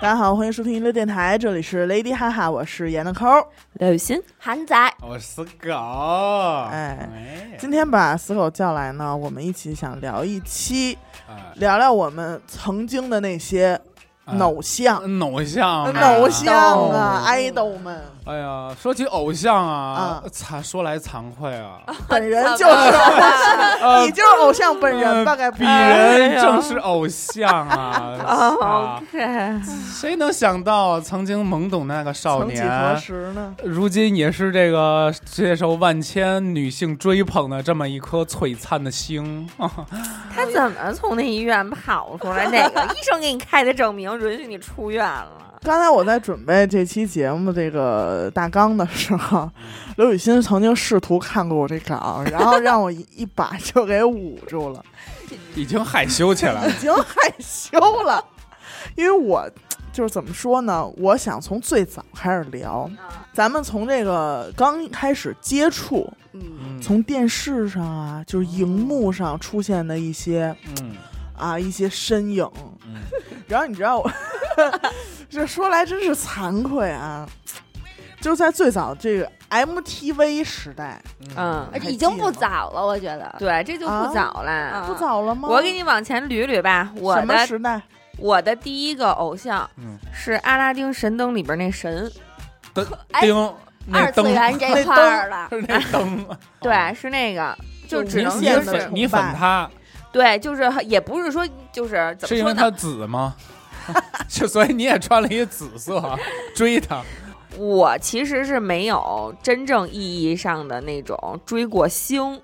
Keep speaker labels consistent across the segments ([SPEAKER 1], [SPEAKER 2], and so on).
[SPEAKER 1] 大家好，欢迎收听娱乐电台，这里是 Lady 哈哈，我是闫的抠。
[SPEAKER 2] 刘雨 欣，
[SPEAKER 3] 韩仔，
[SPEAKER 4] 我是狗，
[SPEAKER 1] 哎
[SPEAKER 4] 哎
[SPEAKER 1] 今天把死狗叫来呢，我们一起想聊一期，
[SPEAKER 4] 哎
[SPEAKER 1] 聊聊我们曾经的那些
[SPEAKER 4] 哎
[SPEAKER 1] 偶像、
[SPEAKER 4] 偶像啊，
[SPEAKER 1] 偶像啊
[SPEAKER 2] 哦，
[SPEAKER 1] 爱豆们，
[SPEAKER 4] 哎呀，说起偶像啊
[SPEAKER 1] 啊，
[SPEAKER 4] 惭说来惭愧啊，
[SPEAKER 1] 本人就是偶像，
[SPEAKER 4] 呃
[SPEAKER 1] 你就是偶像本人吧？
[SPEAKER 4] 呃
[SPEAKER 1] 该不
[SPEAKER 4] 鄙
[SPEAKER 1] 是？
[SPEAKER 4] 人正是偶像啊啊！
[SPEAKER 2] OK，
[SPEAKER 4] 谁能想到曾经懵懂的那个少
[SPEAKER 1] 曾几何
[SPEAKER 4] 年，
[SPEAKER 1] 时呢？
[SPEAKER 4] 如今也是这个世界受万千女性追捧的这么一颗璀璨的星 啊！
[SPEAKER 2] 他怎么从那医院跑出来？哪个医生给你开的证明允许你出院了？
[SPEAKER 1] 刚才我在准备这期节目这个大纲的时
[SPEAKER 4] 嗯
[SPEAKER 1] 候，刘雨欣曾经试图看过我这稿，然后让我一一把就给捂住了，
[SPEAKER 4] 已经害羞起来了
[SPEAKER 1] 已经害羞了，因为我就是怎么说呢？我想从最早开始聊，
[SPEAKER 2] 啊
[SPEAKER 1] 咱们从这个刚开始接触，
[SPEAKER 3] 嗯，
[SPEAKER 4] 嗯
[SPEAKER 1] 从电视上啊，就是荧幕上出现的一些
[SPEAKER 4] 嗯
[SPEAKER 1] 啊一些身影，
[SPEAKER 4] 嗯
[SPEAKER 1] 然后你知道我， 这说来真是惭愧啊，就是在最早这个 MTV 时代，
[SPEAKER 2] 嗯
[SPEAKER 1] 还，
[SPEAKER 3] 已经不早了，我觉得。
[SPEAKER 2] 对，这就不早了。
[SPEAKER 1] 不早了吗？
[SPEAKER 2] 啊我给你往前捋捋吧。我
[SPEAKER 1] 啊什么
[SPEAKER 2] 的
[SPEAKER 1] 时代？
[SPEAKER 2] 我的第一个偶像
[SPEAKER 4] 嗯，
[SPEAKER 2] 是《阿拉丁神灯》里边那神，
[SPEAKER 1] 哦
[SPEAKER 4] 灯
[SPEAKER 3] 哎
[SPEAKER 4] 叮那
[SPEAKER 3] 二次
[SPEAKER 4] 灯
[SPEAKER 3] 元这块儿了，
[SPEAKER 4] 是 那灯，
[SPEAKER 2] 对，是那个，就只
[SPEAKER 1] 明
[SPEAKER 2] 能
[SPEAKER 1] 显
[SPEAKER 2] 就
[SPEAKER 4] 你
[SPEAKER 1] 的
[SPEAKER 2] 是
[SPEAKER 4] 粉你粉他，
[SPEAKER 2] 对，就是也不是说就是怎
[SPEAKER 4] 是
[SPEAKER 2] 么
[SPEAKER 4] 因为
[SPEAKER 2] 说
[SPEAKER 4] 他
[SPEAKER 2] 呢？
[SPEAKER 4] 紫吗？ 就所以你也穿了一紫色追他，
[SPEAKER 2] 我其实是没有真正意义上的那种追过星，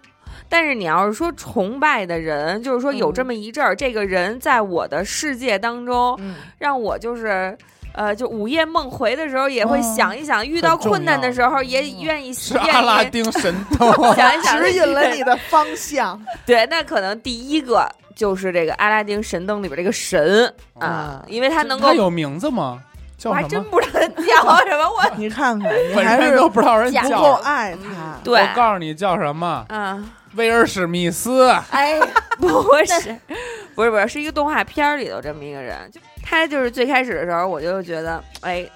[SPEAKER 2] 但是你要是说崇拜的人，就是说有
[SPEAKER 4] 嗯
[SPEAKER 2] 这么一阵儿，这个人在我的世界当中，
[SPEAKER 1] 嗯，
[SPEAKER 2] 让我就是。呃，就午夜梦回的时候也会
[SPEAKER 4] 嗯
[SPEAKER 2] 想一想，遇到困难的时候也愿意
[SPEAKER 4] 是
[SPEAKER 2] 愿
[SPEAKER 4] 阿拉
[SPEAKER 2] 意
[SPEAKER 4] 丁神灯。
[SPEAKER 2] 想一 想，
[SPEAKER 1] 指引了你的方向
[SPEAKER 2] 对，那可能第一个就是这个《阿拉丁神灯》里边这个神啊，
[SPEAKER 1] 啊
[SPEAKER 2] 因为他能够
[SPEAKER 4] 哦他，有名字吗？
[SPEAKER 2] 我
[SPEAKER 4] 叫
[SPEAKER 2] 还
[SPEAKER 4] 什
[SPEAKER 2] 真
[SPEAKER 4] 么？
[SPEAKER 2] 不知道他叫什么，我
[SPEAKER 1] 你看看，你
[SPEAKER 4] 本
[SPEAKER 1] 还
[SPEAKER 4] 身
[SPEAKER 1] 是
[SPEAKER 4] 都不知道人
[SPEAKER 1] 不
[SPEAKER 4] 叫
[SPEAKER 1] 够
[SPEAKER 4] 什么。
[SPEAKER 1] 爱他。
[SPEAKER 2] 对
[SPEAKER 4] 我告诉你叫什么，
[SPEAKER 2] 啊，
[SPEAKER 4] 威尔史密斯。
[SPEAKER 3] 哎，
[SPEAKER 2] 不是，不是，不是，是一个动画片儿里头这么一个人，就他就是最开始的时候，我就觉得，哎，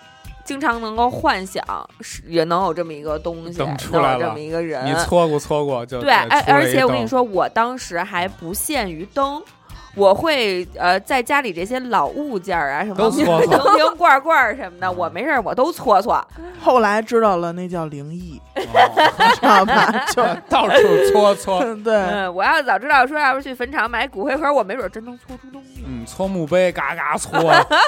[SPEAKER 2] 经常能够幻想是也能有这么一个东西，
[SPEAKER 4] 等
[SPEAKER 2] 能
[SPEAKER 4] 出来
[SPEAKER 2] 有这
[SPEAKER 4] 了
[SPEAKER 2] 么一个人
[SPEAKER 4] 你，错过错过就
[SPEAKER 2] 嗯对，而
[SPEAKER 4] 哎，出了一
[SPEAKER 2] 而且我跟你
[SPEAKER 4] 灯，
[SPEAKER 2] 说，我当时还不限于灯。我会呃，在家里这些老物件儿啊，什么
[SPEAKER 4] 都
[SPEAKER 2] 瓶
[SPEAKER 4] 搓搓
[SPEAKER 2] 瓶罐罐儿什么的，我没事儿我都搓搓。
[SPEAKER 1] 后来知道了，那叫灵 异，
[SPEAKER 4] 哦
[SPEAKER 1] 知道 吧？就
[SPEAKER 4] 到处搓搓，
[SPEAKER 1] 嗯对，
[SPEAKER 2] 嗯，我要早知道说要是去坟场买骨灰盒，我没准儿真能搓出东西。
[SPEAKER 4] 嗯，搓墓碑，嘎嘎搓。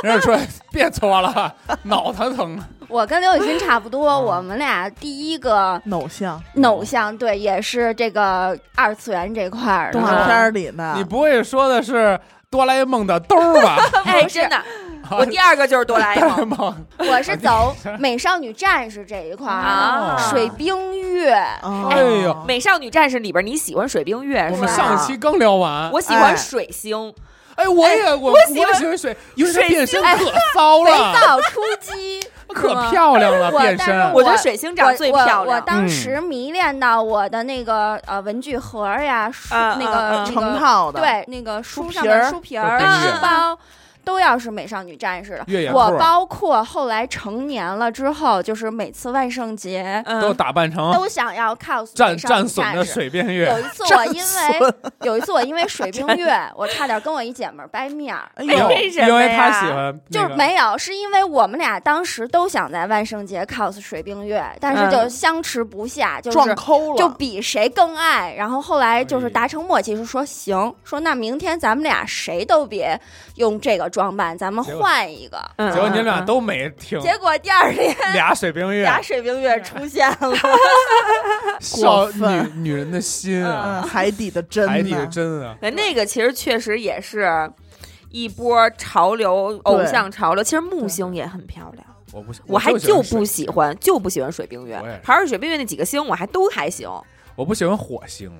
[SPEAKER 4] 人家说别搓了，脑袋疼。
[SPEAKER 3] 我跟刘雨欣差不多，我们俩第一个
[SPEAKER 1] 偶像
[SPEAKER 3] 偶像，对，也是这个二次元这块儿
[SPEAKER 1] 动
[SPEAKER 3] 的。
[SPEAKER 1] 画片儿里的，
[SPEAKER 2] 啊
[SPEAKER 4] 你不会说的是哆啦 A 梦的兜儿吧？啊
[SPEAKER 2] 哎，真的， 我第二个就是哆啦 A
[SPEAKER 4] 哆啦 A
[SPEAKER 2] 梦。
[SPEAKER 4] 梦，
[SPEAKER 3] 我是走美少女战士这一块儿，
[SPEAKER 2] 啊
[SPEAKER 3] 水冰月，
[SPEAKER 1] 哦
[SPEAKER 4] 哎呦
[SPEAKER 2] 美少女战士里边，你喜欢水冰月是吧？
[SPEAKER 4] 我们上期刚聊
[SPEAKER 3] 哎
[SPEAKER 4] 完。
[SPEAKER 2] 我喜欢水星，
[SPEAKER 4] 哎，我也我
[SPEAKER 2] 我喜欢
[SPEAKER 4] 我喜欢水，因为它
[SPEAKER 2] 水
[SPEAKER 4] 变身可骚
[SPEAKER 3] 肥
[SPEAKER 4] 了，
[SPEAKER 3] 皂出击，
[SPEAKER 4] 可漂亮了，
[SPEAKER 3] 我
[SPEAKER 4] 变
[SPEAKER 3] 但
[SPEAKER 4] 身
[SPEAKER 3] 是。
[SPEAKER 2] 我觉得水星长得最漂
[SPEAKER 3] 我我我
[SPEAKER 2] 亮。
[SPEAKER 3] 当时迷恋到我的那个呃文具盒儿呀，书
[SPEAKER 2] 啊
[SPEAKER 3] 那
[SPEAKER 2] 啊
[SPEAKER 3] 个
[SPEAKER 2] 啊
[SPEAKER 3] 那
[SPEAKER 1] 成
[SPEAKER 3] 个
[SPEAKER 1] 套的，
[SPEAKER 3] 对，那个书
[SPEAKER 1] 书
[SPEAKER 3] 上
[SPEAKER 1] 皮
[SPEAKER 3] 的
[SPEAKER 1] 儿
[SPEAKER 3] 书皮
[SPEAKER 4] 都
[SPEAKER 3] 儿、
[SPEAKER 4] 跟
[SPEAKER 2] 着
[SPEAKER 3] 书包。都要是美少女战士
[SPEAKER 4] 越
[SPEAKER 3] 的，
[SPEAKER 4] 野
[SPEAKER 3] 我
[SPEAKER 4] 裤
[SPEAKER 3] 包括后来成年了之后，就是每次万圣节
[SPEAKER 4] 都
[SPEAKER 2] 嗯，
[SPEAKER 4] 打扮成
[SPEAKER 3] 都想要 cos
[SPEAKER 4] 哦战
[SPEAKER 3] 美少
[SPEAKER 4] 战
[SPEAKER 3] 女
[SPEAKER 4] 损
[SPEAKER 3] 战
[SPEAKER 4] 的
[SPEAKER 3] 士。
[SPEAKER 4] 水变
[SPEAKER 3] 有
[SPEAKER 4] 月，
[SPEAKER 3] 一次我因为有一次我因为水冰月，我差点跟我一姐们儿掰面儿，
[SPEAKER 1] 哎
[SPEAKER 4] 没有
[SPEAKER 1] 呦，
[SPEAKER 2] 为什么呀
[SPEAKER 4] 因为他喜欢那
[SPEAKER 3] 就
[SPEAKER 4] 个
[SPEAKER 3] 是没有，是因为我们俩当时都想在万圣节 cos 水冰月，但是
[SPEAKER 2] 嗯
[SPEAKER 3] 就相持不下，就是
[SPEAKER 1] 撞抠了，
[SPEAKER 3] 就比谁更爱。然后后来就
[SPEAKER 4] 哎
[SPEAKER 3] 是
[SPEAKER 4] 呀
[SPEAKER 3] 达成默契，是说行，说那明天咱们俩谁都别用这个装扮，咱们
[SPEAKER 4] 结果
[SPEAKER 3] 换一个。
[SPEAKER 2] 嗯
[SPEAKER 4] 结果你俩都没听，
[SPEAKER 3] 结果第二天，
[SPEAKER 4] 俩水冰月，
[SPEAKER 3] 俩水冰月出现了，
[SPEAKER 4] 少
[SPEAKER 1] 过分
[SPEAKER 4] 女女人的心
[SPEAKER 1] 嗯
[SPEAKER 4] 啊，
[SPEAKER 1] 海底的针呢，
[SPEAKER 4] 海底的针啊，
[SPEAKER 2] 嗯 那个其实确实也是一波潮流偶像潮流。其实木星也很漂亮，
[SPEAKER 4] 我不喜，
[SPEAKER 2] 我还
[SPEAKER 4] 就
[SPEAKER 2] 就
[SPEAKER 4] 喜欢
[SPEAKER 2] 不
[SPEAKER 4] 水
[SPEAKER 2] 喜欢，就不喜欢水冰月
[SPEAKER 4] 我也是。
[SPEAKER 2] 还是水冰月那几个星，我还都还行。
[SPEAKER 4] 我不喜欢火星，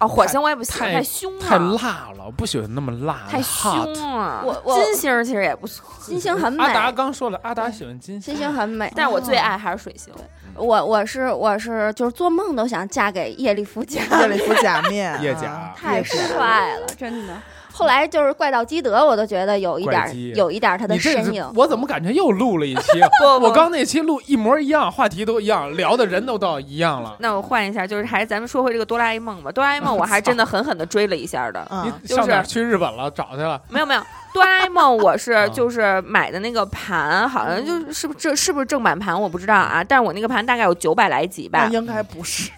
[SPEAKER 2] 哦，火星我也不喜欢，
[SPEAKER 4] 太
[SPEAKER 2] 太凶
[SPEAKER 4] 太
[SPEAKER 2] 了，
[SPEAKER 4] 辣了，我不喜欢那么辣，
[SPEAKER 2] 太凶
[SPEAKER 4] hot。
[SPEAKER 2] 了。
[SPEAKER 3] 我我
[SPEAKER 2] 金星其实也不错，
[SPEAKER 3] 金星很美
[SPEAKER 4] 阿，达刚说了，阿达喜欢金星
[SPEAKER 3] 金，星很美。嗯
[SPEAKER 2] 但是我最爱还是水星。
[SPEAKER 3] 我我是我是就是做梦 都想嫁给叶利夫家，
[SPEAKER 1] 夜里服假面，
[SPEAKER 4] 叶
[SPEAKER 1] 啊
[SPEAKER 4] 甲
[SPEAKER 3] 太帅了，真的。后来就是怪盗基德，我都觉得有一点儿
[SPEAKER 4] 怪基
[SPEAKER 3] 有一点儿他的
[SPEAKER 4] 你这
[SPEAKER 3] 身
[SPEAKER 4] 是
[SPEAKER 3] 影。
[SPEAKER 5] 我怎么感觉又录了一期？
[SPEAKER 4] 啊
[SPEAKER 2] 不
[SPEAKER 5] 我刚那期录一模一样，话题都一样，聊的人都到一样了。
[SPEAKER 2] 那我换一下，就是还咱们说回这个哆啦 A 梦吧。哆啦 A 梦我还真的狠狠的追了一 下的，
[SPEAKER 1] 嗯，
[SPEAKER 5] 你
[SPEAKER 2] 就是
[SPEAKER 5] 上哪儿去日本了？找去了？
[SPEAKER 2] 没有没有，哆啦 A 梦我是
[SPEAKER 5] 嗯
[SPEAKER 2] 就是买的那个盘，好
[SPEAKER 1] 嗯
[SPEAKER 2] 像就是是不是这是不是正版盘我不知道啊，但是我那个盘大概有九百来集吧
[SPEAKER 1] 那，应该不是。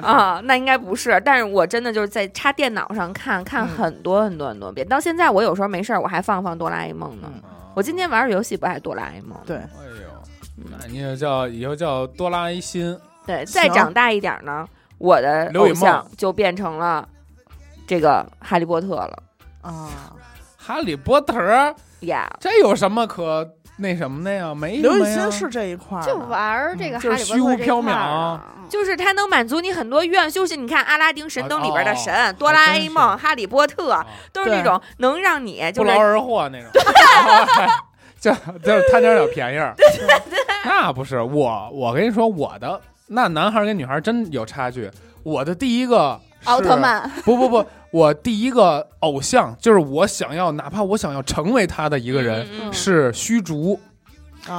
[SPEAKER 2] 啊，那应该不是，但是我真的就是在插电脑上看
[SPEAKER 1] 嗯
[SPEAKER 2] 看很多很多很多遍，到现在我有时候没事儿我还放放哆啦 A 梦呢。
[SPEAKER 1] 嗯
[SPEAKER 2] 我今天玩的游戏不爱哆啦 A 梦，
[SPEAKER 1] 对，
[SPEAKER 4] 啊哎呦，那你就叫以后叫哆啦 A 心，
[SPEAKER 2] 对，再
[SPEAKER 1] 行
[SPEAKER 2] 长大一点呢，我的
[SPEAKER 4] 刘
[SPEAKER 2] 偶
[SPEAKER 4] 雨梦
[SPEAKER 2] 像就变成了这个哈利波特了
[SPEAKER 1] 啊，
[SPEAKER 4] 哈利波特儿，
[SPEAKER 2] 呀。
[SPEAKER 4] 这有什么可那什么的呀？没什
[SPEAKER 1] 刘
[SPEAKER 4] 么
[SPEAKER 1] 雨
[SPEAKER 4] 呀
[SPEAKER 1] 欣是这一块儿的，
[SPEAKER 3] 就玩儿这个
[SPEAKER 4] 嗯
[SPEAKER 3] 哈利波特这
[SPEAKER 4] 就是虚无缥缈
[SPEAKER 3] 块儿
[SPEAKER 4] 啊
[SPEAKER 3] 啊，
[SPEAKER 2] 就是它能满足你很多愿望，就是你看《阿拉丁神灯》里边的神、哆啦 A
[SPEAKER 4] 还
[SPEAKER 2] 梦、
[SPEAKER 4] 真
[SPEAKER 2] 哈利波特，都是
[SPEAKER 1] 对
[SPEAKER 2] 那种能让你
[SPEAKER 4] 啊不
[SPEAKER 2] 啊就是
[SPEAKER 4] 劳而获那种，就就是贪点儿小便宜儿。那不是我，我跟你说，我的那男孩儿跟女孩儿真有差距。我的第一个是
[SPEAKER 3] 奥特，曼
[SPEAKER 4] 不不不，我第一个偶像就是我想要，哪怕我想要成为他的一个人、
[SPEAKER 2] 嗯嗯嗯
[SPEAKER 4] 是虚竹
[SPEAKER 1] 啊，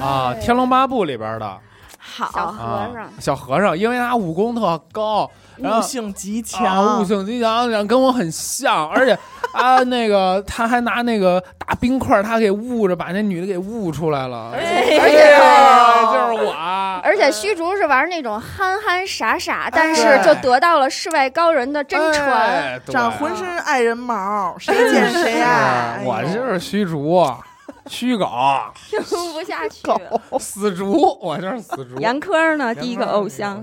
[SPEAKER 4] 啊，
[SPEAKER 3] 哎
[SPEAKER 4] 《天龙八部》里边的
[SPEAKER 3] 小
[SPEAKER 2] 好，
[SPEAKER 4] 啊
[SPEAKER 3] 和尚
[SPEAKER 4] 小和尚，因为他武功特高，然后
[SPEAKER 1] 悟性极
[SPEAKER 4] 啊，
[SPEAKER 1] 强
[SPEAKER 4] 悟，性极强，然后跟我很像，而且啊，那个他还拿那个大冰块儿，他给捂着，把那女的给捂出来了。
[SPEAKER 3] 哎
[SPEAKER 4] 哎呀，就是我啊，
[SPEAKER 3] 而且虚竹是玩那种憨憨傻傻，但是
[SPEAKER 4] 对
[SPEAKER 3] 就得到了世外高人的真 传。
[SPEAKER 4] 哎，对
[SPEAKER 1] 长浑身爱人毛， 谁见谁爱
[SPEAKER 4] 哎。
[SPEAKER 1] 哎呦
[SPEAKER 4] 我就是虚竹，虚狗，
[SPEAKER 3] 听不下去
[SPEAKER 1] 狗，
[SPEAKER 4] 死竹，我就是死竹。
[SPEAKER 6] 杨科
[SPEAKER 3] 啊
[SPEAKER 6] 呢，
[SPEAKER 4] 杨
[SPEAKER 6] 第一个
[SPEAKER 4] 哥
[SPEAKER 6] 偶
[SPEAKER 4] 是
[SPEAKER 6] 像，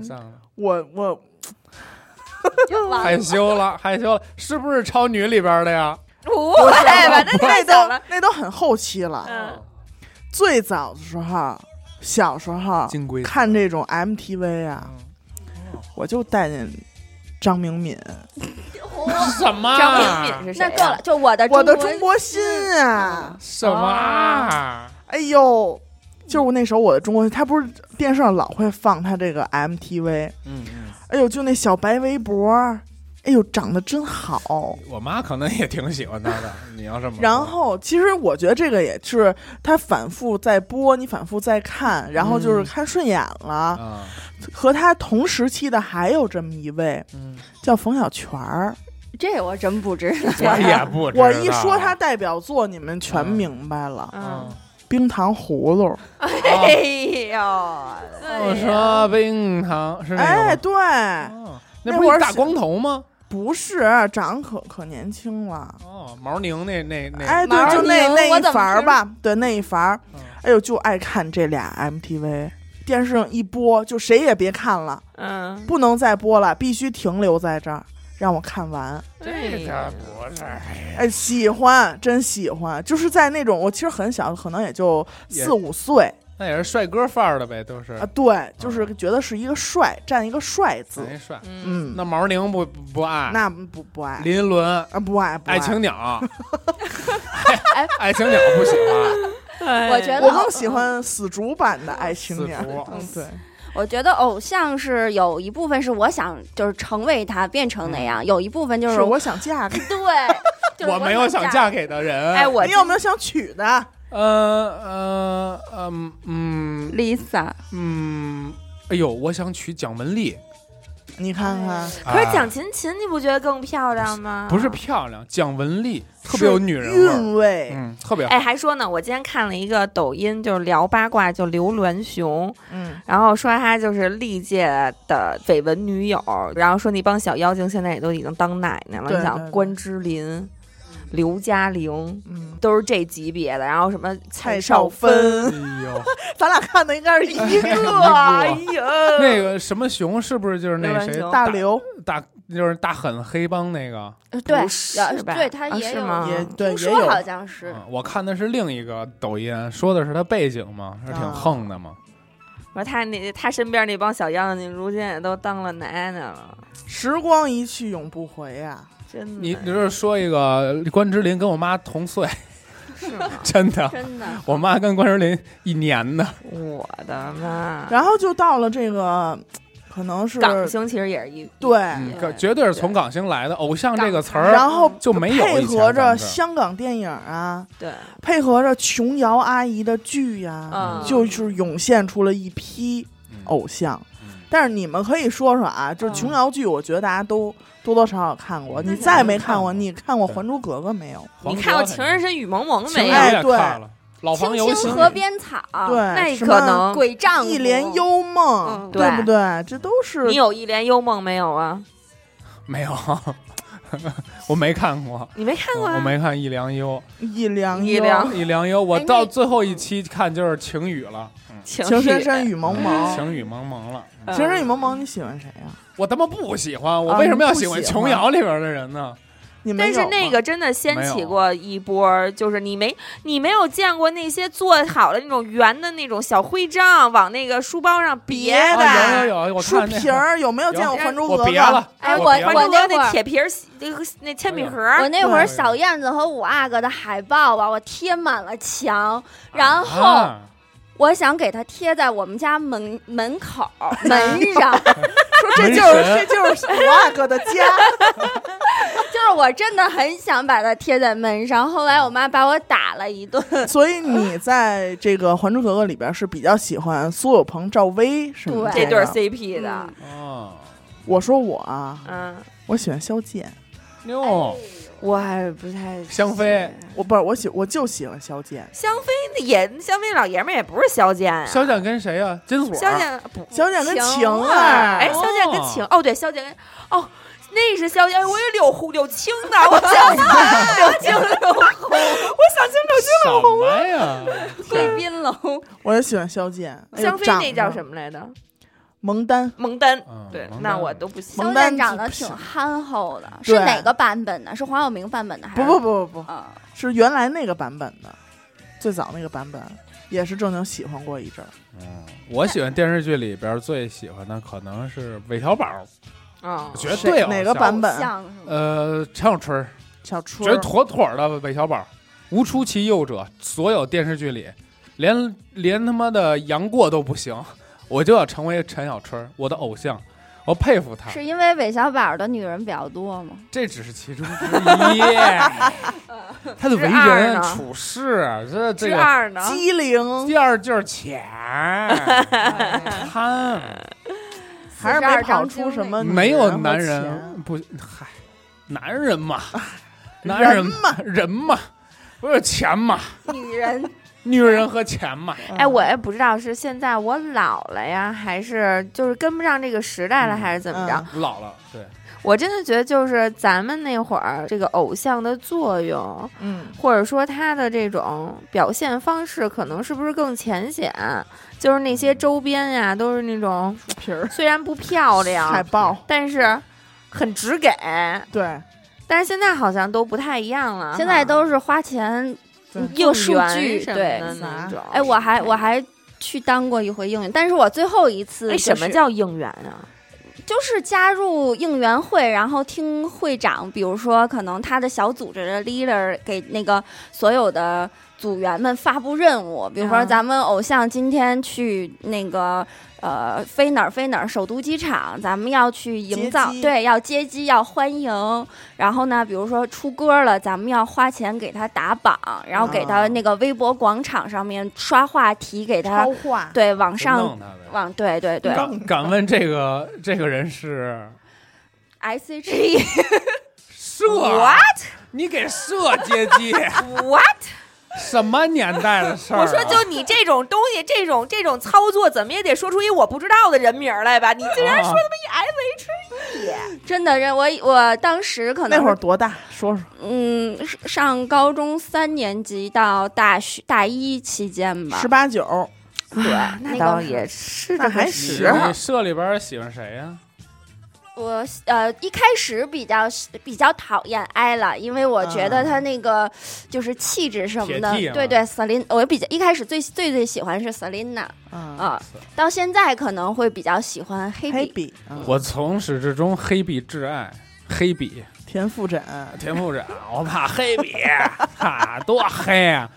[SPEAKER 1] 我我
[SPEAKER 3] 就完
[SPEAKER 4] 害
[SPEAKER 3] 了。
[SPEAKER 4] 羞了，害羞了，是不是超女里边的呀？
[SPEAKER 3] 哎
[SPEAKER 2] 不会 吧？那太
[SPEAKER 1] 那
[SPEAKER 2] 小
[SPEAKER 1] 都
[SPEAKER 2] 了。
[SPEAKER 1] 那都很后期了。
[SPEAKER 2] 嗯，
[SPEAKER 1] 最早的时候，啊小时候啊
[SPEAKER 4] 金龟子
[SPEAKER 1] 看这种 MTV 啊，我就待见张明敏，
[SPEAKER 4] 什么啊
[SPEAKER 2] 张敏敏是谁
[SPEAKER 3] 那
[SPEAKER 2] 呀？
[SPEAKER 3] 够了，就啊我的
[SPEAKER 1] 我的中
[SPEAKER 3] 中
[SPEAKER 1] 国心啊，
[SPEAKER 4] 什啊么？
[SPEAKER 1] 哎呦，就是我那时候我的中国心，他不是电视上老会放他这个 MTV，
[SPEAKER 4] 嗯嗯，
[SPEAKER 1] 哎呦，就那小白围脖，哎呦，长得真好。
[SPEAKER 4] 我妈可能也挺喜欢他的。 你要这么说，
[SPEAKER 1] 然后，其实我觉得这个也是他反复在播，你反复在看，然后就是
[SPEAKER 4] 嗯
[SPEAKER 1] 看顺眼了。
[SPEAKER 4] 啊，
[SPEAKER 1] 和他同时期的还有这么一位
[SPEAKER 4] 嗯，
[SPEAKER 1] 叫冯小泉儿，
[SPEAKER 6] 这我真不知道。
[SPEAKER 4] 我也不知道
[SPEAKER 1] 我一说他，代表作，你们全明白了，
[SPEAKER 2] 嗯，
[SPEAKER 1] 冰糖葫芦》。
[SPEAKER 2] 哎
[SPEAKER 4] 啊
[SPEAKER 2] 呦，
[SPEAKER 4] 我哦说冰糖是那
[SPEAKER 1] 哎，
[SPEAKER 4] 个
[SPEAKER 1] 对，
[SPEAKER 4] 吗，啊
[SPEAKER 1] 那
[SPEAKER 4] 那不
[SPEAKER 1] 会儿
[SPEAKER 4] 是大光头吗？
[SPEAKER 1] 不是长得可可年轻了。
[SPEAKER 4] 哦，毛宁那那那
[SPEAKER 1] 哎，
[SPEAKER 6] 哪
[SPEAKER 1] 对，
[SPEAKER 6] 儿
[SPEAKER 1] 就那
[SPEAKER 6] 有
[SPEAKER 1] 那
[SPEAKER 6] 我
[SPEAKER 1] 一
[SPEAKER 6] 怎么
[SPEAKER 1] 伐儿
[SPEAKER 6] 知
[SPEAKER 1] 吧，对那一伐儿
[SPEAKER 4] 嗯，
[SPEAKER 1] 哎呦，就爱看这俩 MTV，电视上一播就谁也别看了，
[SPEAKER 2] 嗯，
[SPEAKER 1] 不能再播了，必须停留在这儿，让我看完。
[SPEAKER 2] 对
[SPEAKER 4] 个
[SPEAKER 2] 呀
[SPEAKER 4] 不是
[SPEAKER 1] 哎，喜欢，真喜欢，就是在那种我其实很小，可能也就
[SPEAKER 4] 也
[SPEAKER 1] 四五岁
[SPEAKER 4] 那也是帅哥范儿的呗，都是
[SPEAKER 1] 啊，对，就是
[SPEAKER 4] 嗯
[SPEAKER 1] 觉得是一个帅，占一个帅字，
[SPEAKER 4] 没帅。
[SPEAKER 2] 嗯，
[SPEAKER 1] 嗯，
[SPEAKER 4] 那毛宁不不不爱，
[SPEAKER 1] 那不不爱
[SPEAKER 4] 林伦
[SPEAKER 1] 啊，不爱不爱。
[SPEAKER 4] 爱情鸟，哎爱情鸟不啊喜欢，
[SPEAKER 2] 我
[SPEAKER 3] 我觉得
[SPEAKER 1] 我更喜欢死竹版的爱情
[SPEAKER 4] 死
[SPEAKER 1] 鸟，
[SPEAKER 4] 竹
[SPEAKER 1] 嗯 对，
[SPEAKER 3] 我觉得偶像是有一部分是我想就是成为他变成那样，有一部分就是
[SPEAKER 1] 是我想嫁给。
[SPEAKER 3] 对，就是
[SPEAKER 4] 我没有想嫁给的人。
[SPEAKER 2] 哎，我
[SPEAKER 1] 你有没有想娶的？
[SPEAKER 4] 呃呃嗯嗯
[SPEAKER 6] Lisa，
[SPEAKER 4] 嗯，哎呦，我想娶蒋雯丽，
[SPEAKER 1] 你看看，
[SPEAKER 2] 可是
[SPEAKER 4] 哎
[SPEAKER 2] 蒋勤勤你不觉得更漂亮吗？
[SPEAKER 4] 不是漂亮，蒋雯丽特别有女人味儿，
[SPEAKER 1] 韵味，
[SPEAKER 4] 嗯，特别好。
[SPEAKER 2] 哎，还说呢，我今天看了一个抖音，就是聊八卦，就刘銮雄，
[SPEAKER 1] 嗯，
[SPEAKER 2] 然后说他就是历届的绯闻女友，然后说那帮小妖精现在也都已经当奶奶了。
[SPEAKER 1] 对对对
[SPEAKER 2] 你想关之琳、刘嘉玲
[SPEAKER 1] 嗯，
[SPEAKER 2] 都是这级别的，然后什么
[SPEAKER 1] 蔡
[SPEAKER 2] 少
[SPEAKER 1] 少
[SPEAKER 2] 芬，
[SPEAKER 1] 芬，
[SPEAKER 4] 哎呦，
[SPEAKER 1] 咱俩看的应该是一个
[SPEAKER 2] 哎呀，
[SPEAKER 4] 那个什么熊是不是就是
[SPEAKER 2] 刘
[SPEAKER 4] 那
[SPEAKER 2] 銮
[SPEAKER 4] 谁
[SPEAKER 2] 雄
[SPEAKER 1] 大刘，
[SPEAKER 4] 大就是大狠黑帮那个？
[SPEAKER 3] 呃对，
[SPEAKER 2] 不是吧
[SPEAKER 3] 对他
[SPEAKER 2] 啊
[SPEAKER 3] 也
[SPEAKER 2] 是
[SPEAKER 3] 有
[SPEAKER 2] 吗
[SPEAKER 1] 也对
[SPEAKER 3] 听
[SPEAKER 1] 也
[SPEAKER 3] 说
[SPEAKER 1] 有
[SPEAKER 3] 好像是
[SPEAKER 4] 嗯我看的是另一个抖音，说的是他背景嘛，是挺
[SPEAKER 1] 啊
[SPEAKER 4] 横的嘛。
[SPEAKER 2] 我说他那他身边那帮小妖精，如今也都当了奶奶了，
[SPEAKER 1] 时光一去永不回啊呀。
[SPEAKER 2] 真的
[SPEAKER 4] 你你就是说一个关之琳跟我妈 同岁，
[SPEAKER 2] 是吗？
[SPEAKER 4] 真的，
[SPEAKER 3] 真的。
[SPEAKER 4] 我妈跟关之琳一年的。啊
[SPEAKER 2] 我的妈！
[SPEAKER 1] 然后就到了这个可能是
[SPEAKER 2] 港星其实也是一
[SPEAKER 1] 对，
[SPEAKER 4] 嗯
[SPEAKER 2] 对，
[SPEAKER 4] 绝对是从港星来的。偶像这个词
[SPEAKER 1] 哎然
[SPEAKER 4] 儿
[SPEAKER 1] 后
[SPEAKER 4] 就没有
[SPEAKER 1] 配
[SPEAKER 4] 以前
[SPEAKER 1] 合着
[SPEAKER 4] 咱们这儿
[SPEAKER 1] 香港电影啊，
[SPEAKER 2] 对，
[SPEAKER 1] 配合着琼瑶阿姨的剧呀、
[SPEAKER 2] 嗯，
[SPEAKER 1] 就是涌现出了一批
[SPEAKER 4] 嗯
[SPEAKER 1] 偶像。
[SPEAKER 4] 嗯
[SPEAKER 1] 但是你们可以说说啊，就是琼瑶剧，我觉得大家都多多少少看过。你再没看过，
[SPEAKER 4] 嗯
[SPEAKER 1] 你看过《
[SPEAKER 4] 对
[SPEAKER 1] 还珠格格》没有？
[SPEAKER 4] 黄
[SPEAKER 2] 你
[SPEAKER 4] 渤
[SPEAKER 2] 看过《
[SPEAKER 4] 很
[SPEAKER 2] 情深深雨蒙蒙》
[SPEAKER 4] 情
[SPEAKER 2] 没
[SPEAKER 4] 人
[SPEAKER 2] 有？
[SPEAKER 1] 哎
[SPEAKER 4] 也
[SPEAKER 1] 对
[SPEAKER 4] 看了，老
[SPEAKER 3] 青
[SPEAKER 4] 房游戏
[SPEAKER 3] 青河边草，
[SPEAKER 1] 对，
[SPEAKER 2] 啊那
[SPEAKER 1] 什
[SPEAKER 2] 可
[SPEAKER 1] 么
[SPEAKER 2] 能
[SPEAKER 3] 鬼丈夫
[SPEAKER 1] 一帘幽梦，
[SPEAKER 3] 嗯
[SPEAKER 1] 对不
[SPEAKER 2] 对
[SPEAKER 1] 对？这都是
[SPEAKER 2] 你有一帘幽梦没有啊？
[SPEAKER 4] 没有， 我没看过，
[SPEAKER 2] 你没看
[SPEAKER 4] 我
[SPEAKER 2] 过啊？
[SPEAKER 4] 我没看《一良优
[SPEAKER 1] 一帘
[SPEAKER 2] 一
[SPEAKER 1] 幽
[SPEAKER 2] 帘
[SPEAKER 1] 梦，》
[SPEAKER 4] 《一良优》，我
[SPEAKER 3] 哎
[SPEAKER 4] 到
[SPEAKER 3] 那
[SPEAKER 4] 最后一期看就是《晴雨》了，嗯
[SPEAKER 2] 情
[SPEAKER 1] 情深
[SPEAKER 2] 绪
[SPEAKER 1] 深雨蒙蒙。
[SPEAKER 4] 晴雨蒙蒙了。
[SPEAKER 2] 嗯
[SPEAKER 1] 情深雨蒙蒙，你喜欢谁啊呀？
[SPEAKER 4] 我他妈不喜欢，我
[SPEAKER 1] 啊
[SPEAKER 4] 为什么要
[SPEAKER 1] 你不
[SPEAKER 4] 喜欢
[SPEAKER 1] 喜
[SPEAKER 4] 琼
[SPEAKER 1] 欢
[SPEAKER 4] 瑶里边的人呢？
[SPEAKER 1] 你们
[SPEAKER 2] 但是
[SPEAKER 1] 有
[SPEAKER 2] 那
[SPEAKER 1] 吗
[SPEAKER 2] 个真的掀
[SPEAKER 4] 没
[SPEAKER 2] 起
[SPEAKER 4] 有啊
[SPEAKER 2] 过一波儿，就是你没你没有见过那些做好了那种圆的那种小徽章，往那个书包上别
[SPEAKER 1] 别的
[SPEAKER 2] 的。
[SPEAKER 4] 啊有有有，我
[SPEAKER 1] 书
[SPEAKER 4] 看那
[SPEAKER 1] 皮儿有没有见过《
[SPEAKER 2] 有
[SPEAKER 1] 还珠格格
[SPEAKER 4] 我》？别了，啊
[SPEAKER 3] 哎
[SPEAKER 4] 我别
[SPEAKER 2] 还
[SPEAKER 4] 了
[SPEAKER 2] 珠格格
[SPEAKER 3] 我那会
[SPEAKER 2] 那
[SPEAKER 3] 儿
[SPEAKER 2] 铁皮儿那个那铅
[SPEAKER 4] 哎
[SPEAKER 2] 笔盒儿，
[SPEAKER 3] 我那会
[SPEAKER 4] 对
[SPEAKER 3] 儿小燕子和五阿哥的海报啊，我贴满了墙，然后
[SPEAKER 4] 啊
[SPEAKER 3] 我想给它贴在我们家门门口门上，
[SPEAKER 1] 说 这
[SPEAKER 4] 门
[SPEAKER 1] 就是这
[SPEAKER 4] 神
[SPEAKER 1] 就是五阿哥的家。
[SPEAKER 3] 就是我真的很想把它贴在门上。后来我妈把我打了一顿，
[SPEAKER 1] 所以你在这个《还珠格格》里边是比较喜欢苏有朋、赵薇什么
[SPEAKER 2] 这
[SPEAKER 3] 对
[SPEAKER 1] 这
[SPEAKER 2] 对
[SPEAKER 4] 哎
[SPEAKER 2] 儿
[SPEAKER 1] 个
[SPEAKER 2] CP 的，
[SPEAKER 4] 啊，
[SPEAKER 1] 我说我啊，
[SPEAKER 2] 嗯，
[SPEAKER 1] 我喜欢萧剑，
[SPEAKER 4] 哟，啊
[SPEAKER 2] 我还不太
[SPEAKER 4] 哎香妃，
[SPEAKER 1] 我不是我喜我就喜欢萧剑。
[SPEAKER 2] 香妃那也香妃老爷们儿也不是萧剑啊，
[SPEAKER 4] 肖啊战跟谁呀？金锁，
[SPEAKER 2] 萧剑啊不
[SPEAKER 1] 萧剑跟
[SPEAKER 3] 晴
[SPEAKER 1] 晴
[SPEAKER 3] 儿
[SPEAKER 1] 儿，啊
[SPEAKER 2] 哎，萧剑跟晴哦，对，萧剑跟哦，那是萧剑，哎，我有柳红柳青的，我想起来柳青柳红， 我想清楚
[SPEAKER 4] 什么呀？
[SPEAKER 3] 贵宾楼。
[SPEAKER 1] 我也喜欢萧剑。哎呦
[SPEAKER 2] 香妃那叫
[SPEAKER 1] 长
[SPEAKER 2] 什？
[SPEAKER 1] 得
[SPEAKER 2] 么来着？
[SPEAKER 1] 蒙丹，
[SPEAKER 2] 蒙丹，
[SPEAKER 4] 嗯
[SPEAKER 2] 对
[SPEAKER 4] 蒙，
[SPEAKER 2] 那
[SPEAKER 4] 丹
[SPEAKER 2] 我都不行。
[SPEAKER 1] 蒙
[SPEAKER 3] 肖
[SPEAKER 1] 丹
[SPEAKER 3] 战长得
[SPEAKER 1] 自
[SPEAKER 3] 挺
[SPEAKER 1] 评
[SPEAKER 3] 憨厚的，
[SPEAKER 1] 对
[SPEAKER 3] 是哪个版本的？是黄晓明版本的还
[SPEAKER 1] 不
[SPEAKER 3] 是？
[SPEAKER 1] 不不不不，
[SPEAKER 3] 啊，
[SPEAKER 1] 是原来那个版本的，最早那个版本。也是正经喜欢过一阵儿，
[SPEAKER 4] 嗯我喜欢电视剧里边最喜欢的可能是韦小宝，
[SPEAKER 2] 啊，
[SPEAKER 4] 绝
[SPEAKER 1] 谁
[SPEAKER 4] 对偶哦
[SPEAKER 1] 哪个
[SPEAKER 4] 像
[SPEAKER 1] 版本
[SPEAKER 3] 像是吗？
[SPEAKER 4] 呃，陈小春儿，
[SPEAKER 1] 小春
[SPEAKER 4] 绝
[SPEAKER 1] 儿，
[SPEAKER 4] 妥妥的韦小宝，无出其右者。所有电视剧里，连连他妈的杨过都不行，我就要成为陈小春儿，我的偶像，我佩服他。
[SPEAKER 3] 是因为韦小宝的女人比较多吗？
[SPEAKER 4] 这只是其中之一， 他的为
[SPEAKER 2] 之二
[SPEAKER 4] 人
[SPEAKER 2] 呢
[SPEAKER 4] 处事，这这
[SPEAKER 2] 之
[SPEAKER 4] 个
[SPEAKER 2] 二呢？
[SPEAKER 1] 机灵，
[SPEAKER 4] 第二就是 钱儿贪，
[SPEAKER 1] 还是没
[SPEAKER 3] 42
[SPEAKER 1] 跑
[SPEAKER 3] 张
[SPEAKER 1] 出
[SPEAKER 3] 经
[SPEAKER 1] 什么
[SPEAKER 3] 那
[SPEAKER 4] 没有男
[SPEAKER 1] 人
[SPEAKER 4] 人不嗨，男人 嘛，男
[SPEAKER 1] 人
[SPEAKER 4] 嘛，人嘛，不是钱嘛，
[SPEAKER 3] 女人
[SPEAKER 4] 女人和钱嘛，
[SPEAKER 1] 和钱。
[SPEAKER 2] 哎，
[SPEAKER 1] 嗯
[SPEAKER 2] 我也不知道是现在我老了呀，还是就是跟不上这个时代了，
[SPEAKER 4] 嗯
[SPEAKER 2] 还是怎么着
[SPEAKER 1] 嗯？
[SPEAKER 4] 老了对，
[SPEAKER 2] 我真的觉得就是咱们那会儿这个偶像的作用，
[SPEAKER 1] 嗯，
[SPEAKER 2] 或者说他的这种表现方式，可能是不是更浅显？就是那
[SPEAKER 4] 嗯
[SPEAKER 2] 些周边呀、都是那种
[SPEAKER 1] 嗯皮儿
[SPEAKER 2] 虽然不漂
[SPEAKER 1] 海
[SPEAKER 2] 亮，
[SPEAKER 1] 报，
[SPEAKER 2] 但是很直给。
[SPEAKER 1] 对，
[SPEAKER 2] 但是现在好像都不太一样啊了哈，
[SPEAKER 3] 现在都是花钱
[SPEAKER 1] 对
[SPEAKER 3] 有
[SPEAKER 2] 更
[SPEAKER 3] 数
[SPEAKER 2] 圆
[SPEAKER 3] 据
[SPEAKER 2] 什么
[SPEAKER 3] 对
[SPEAKER 2] 的那种。
[SPEAKER 3] 哎，我还我还去当过一回应援，但是我最后一次、
[SPEAKER 2] 哎，什么叫应援啊？
[SPEAKER 3] 就是加入应援会，然后听会长，比如说可能他的小组织的 leader 给那个所有的组员们发布任务，比如
[SPEAKER 2] 啊
[SPEAKER 3] 说咱们偶像今天去那个。呃，飞哪儿飞哪儿，首都机场，咱们要去营造
[SPEAKER 1] 接，机
[SPEAKER 3] 对，要接机，要欢迎。然后呢，比如说出歌了，咱们要花钱给他打榜，然后给
[SPEAKER 1] 啊
[SPEAKER 3] 他那个微博广场上面刷话题，给他
[SPEAKER 1] 超
[SPEAKER 2] 啊
[SPEAKER 1] 话，
[SPEAKER 3] 对往
[SPEAKER 4] 就
[SPEAKER 3] 上
[SPEAKER 4] 弄他呗。
[SPEAKER 3] 往对对对
[SPEAKER 4] 敢敢问这个这个人是
[SPEAKER 3] ，S H E
[SPEAKER 4] 社
[SPEAKER 2] What
[SPEAKER 4] 你给社接机，
[SPEAKER 2] What？
[SPEAKER 4] 什么年代的事儿啊、
[SPEAKER 2] 我说就你这种东西，这种这种操作，怎么也得说出一我不知道的人名儿来吧？你竟然说
[SPEAKER 4] 的
[SPEAKER 3] 真的，这我我当时可能
[SPEAKER 1] 那
[SPEAKER 3] 是
[SPEAKER 1] 会儿多大？说说，
[SPEAKER 3] 嗯，上高中三年级到大学大一期间吧
[SPEAKER 1] 十，八九，
[SPEAKER 2] 对，
[SPEAKER 3] 那
[SPEAKER 2] 倒
[SPEAKER 3] 个
[SPEAKER 2] 也是
[SPEAKER 1] 那
[SPEAKER 2] 这
[SPEAKER 1] 还
[SPEAKER 2] 个
[SPEAKER 1] 行
[SPEAKER 2] 时候
[SPEAKER 4] 你社里边喜欢谁呀、
[SPEAKER 3] 我呃一开始比较比较讨厌艾拉，因为我觉得她那个、
[SPEAKER 1] 啊
[SPEAKER 3] 就是气质什么的
[SPEAKER 4] 铁 T 啊，
[SPEAKER 3] 对对，Selin，我比较一开始最最最喜欢是 Selina
[SPEAKER 1] 啊，
[SPEAKER 3] 啊、到现在可能会比较喜欢黑
[SPEAKER 1] 黑
[SPEAKER 3] 比。
[SPEAKER 1] 笔，嗯
[SPEAKER 4] 我从始至终黑笔挚爱，黑笔
[SPEAKER 1] 田馥甄，
[SPEAKER 2] 哎
[SPEAKER 4] 田馥甄，我怕黑笔，哈，多黑啊！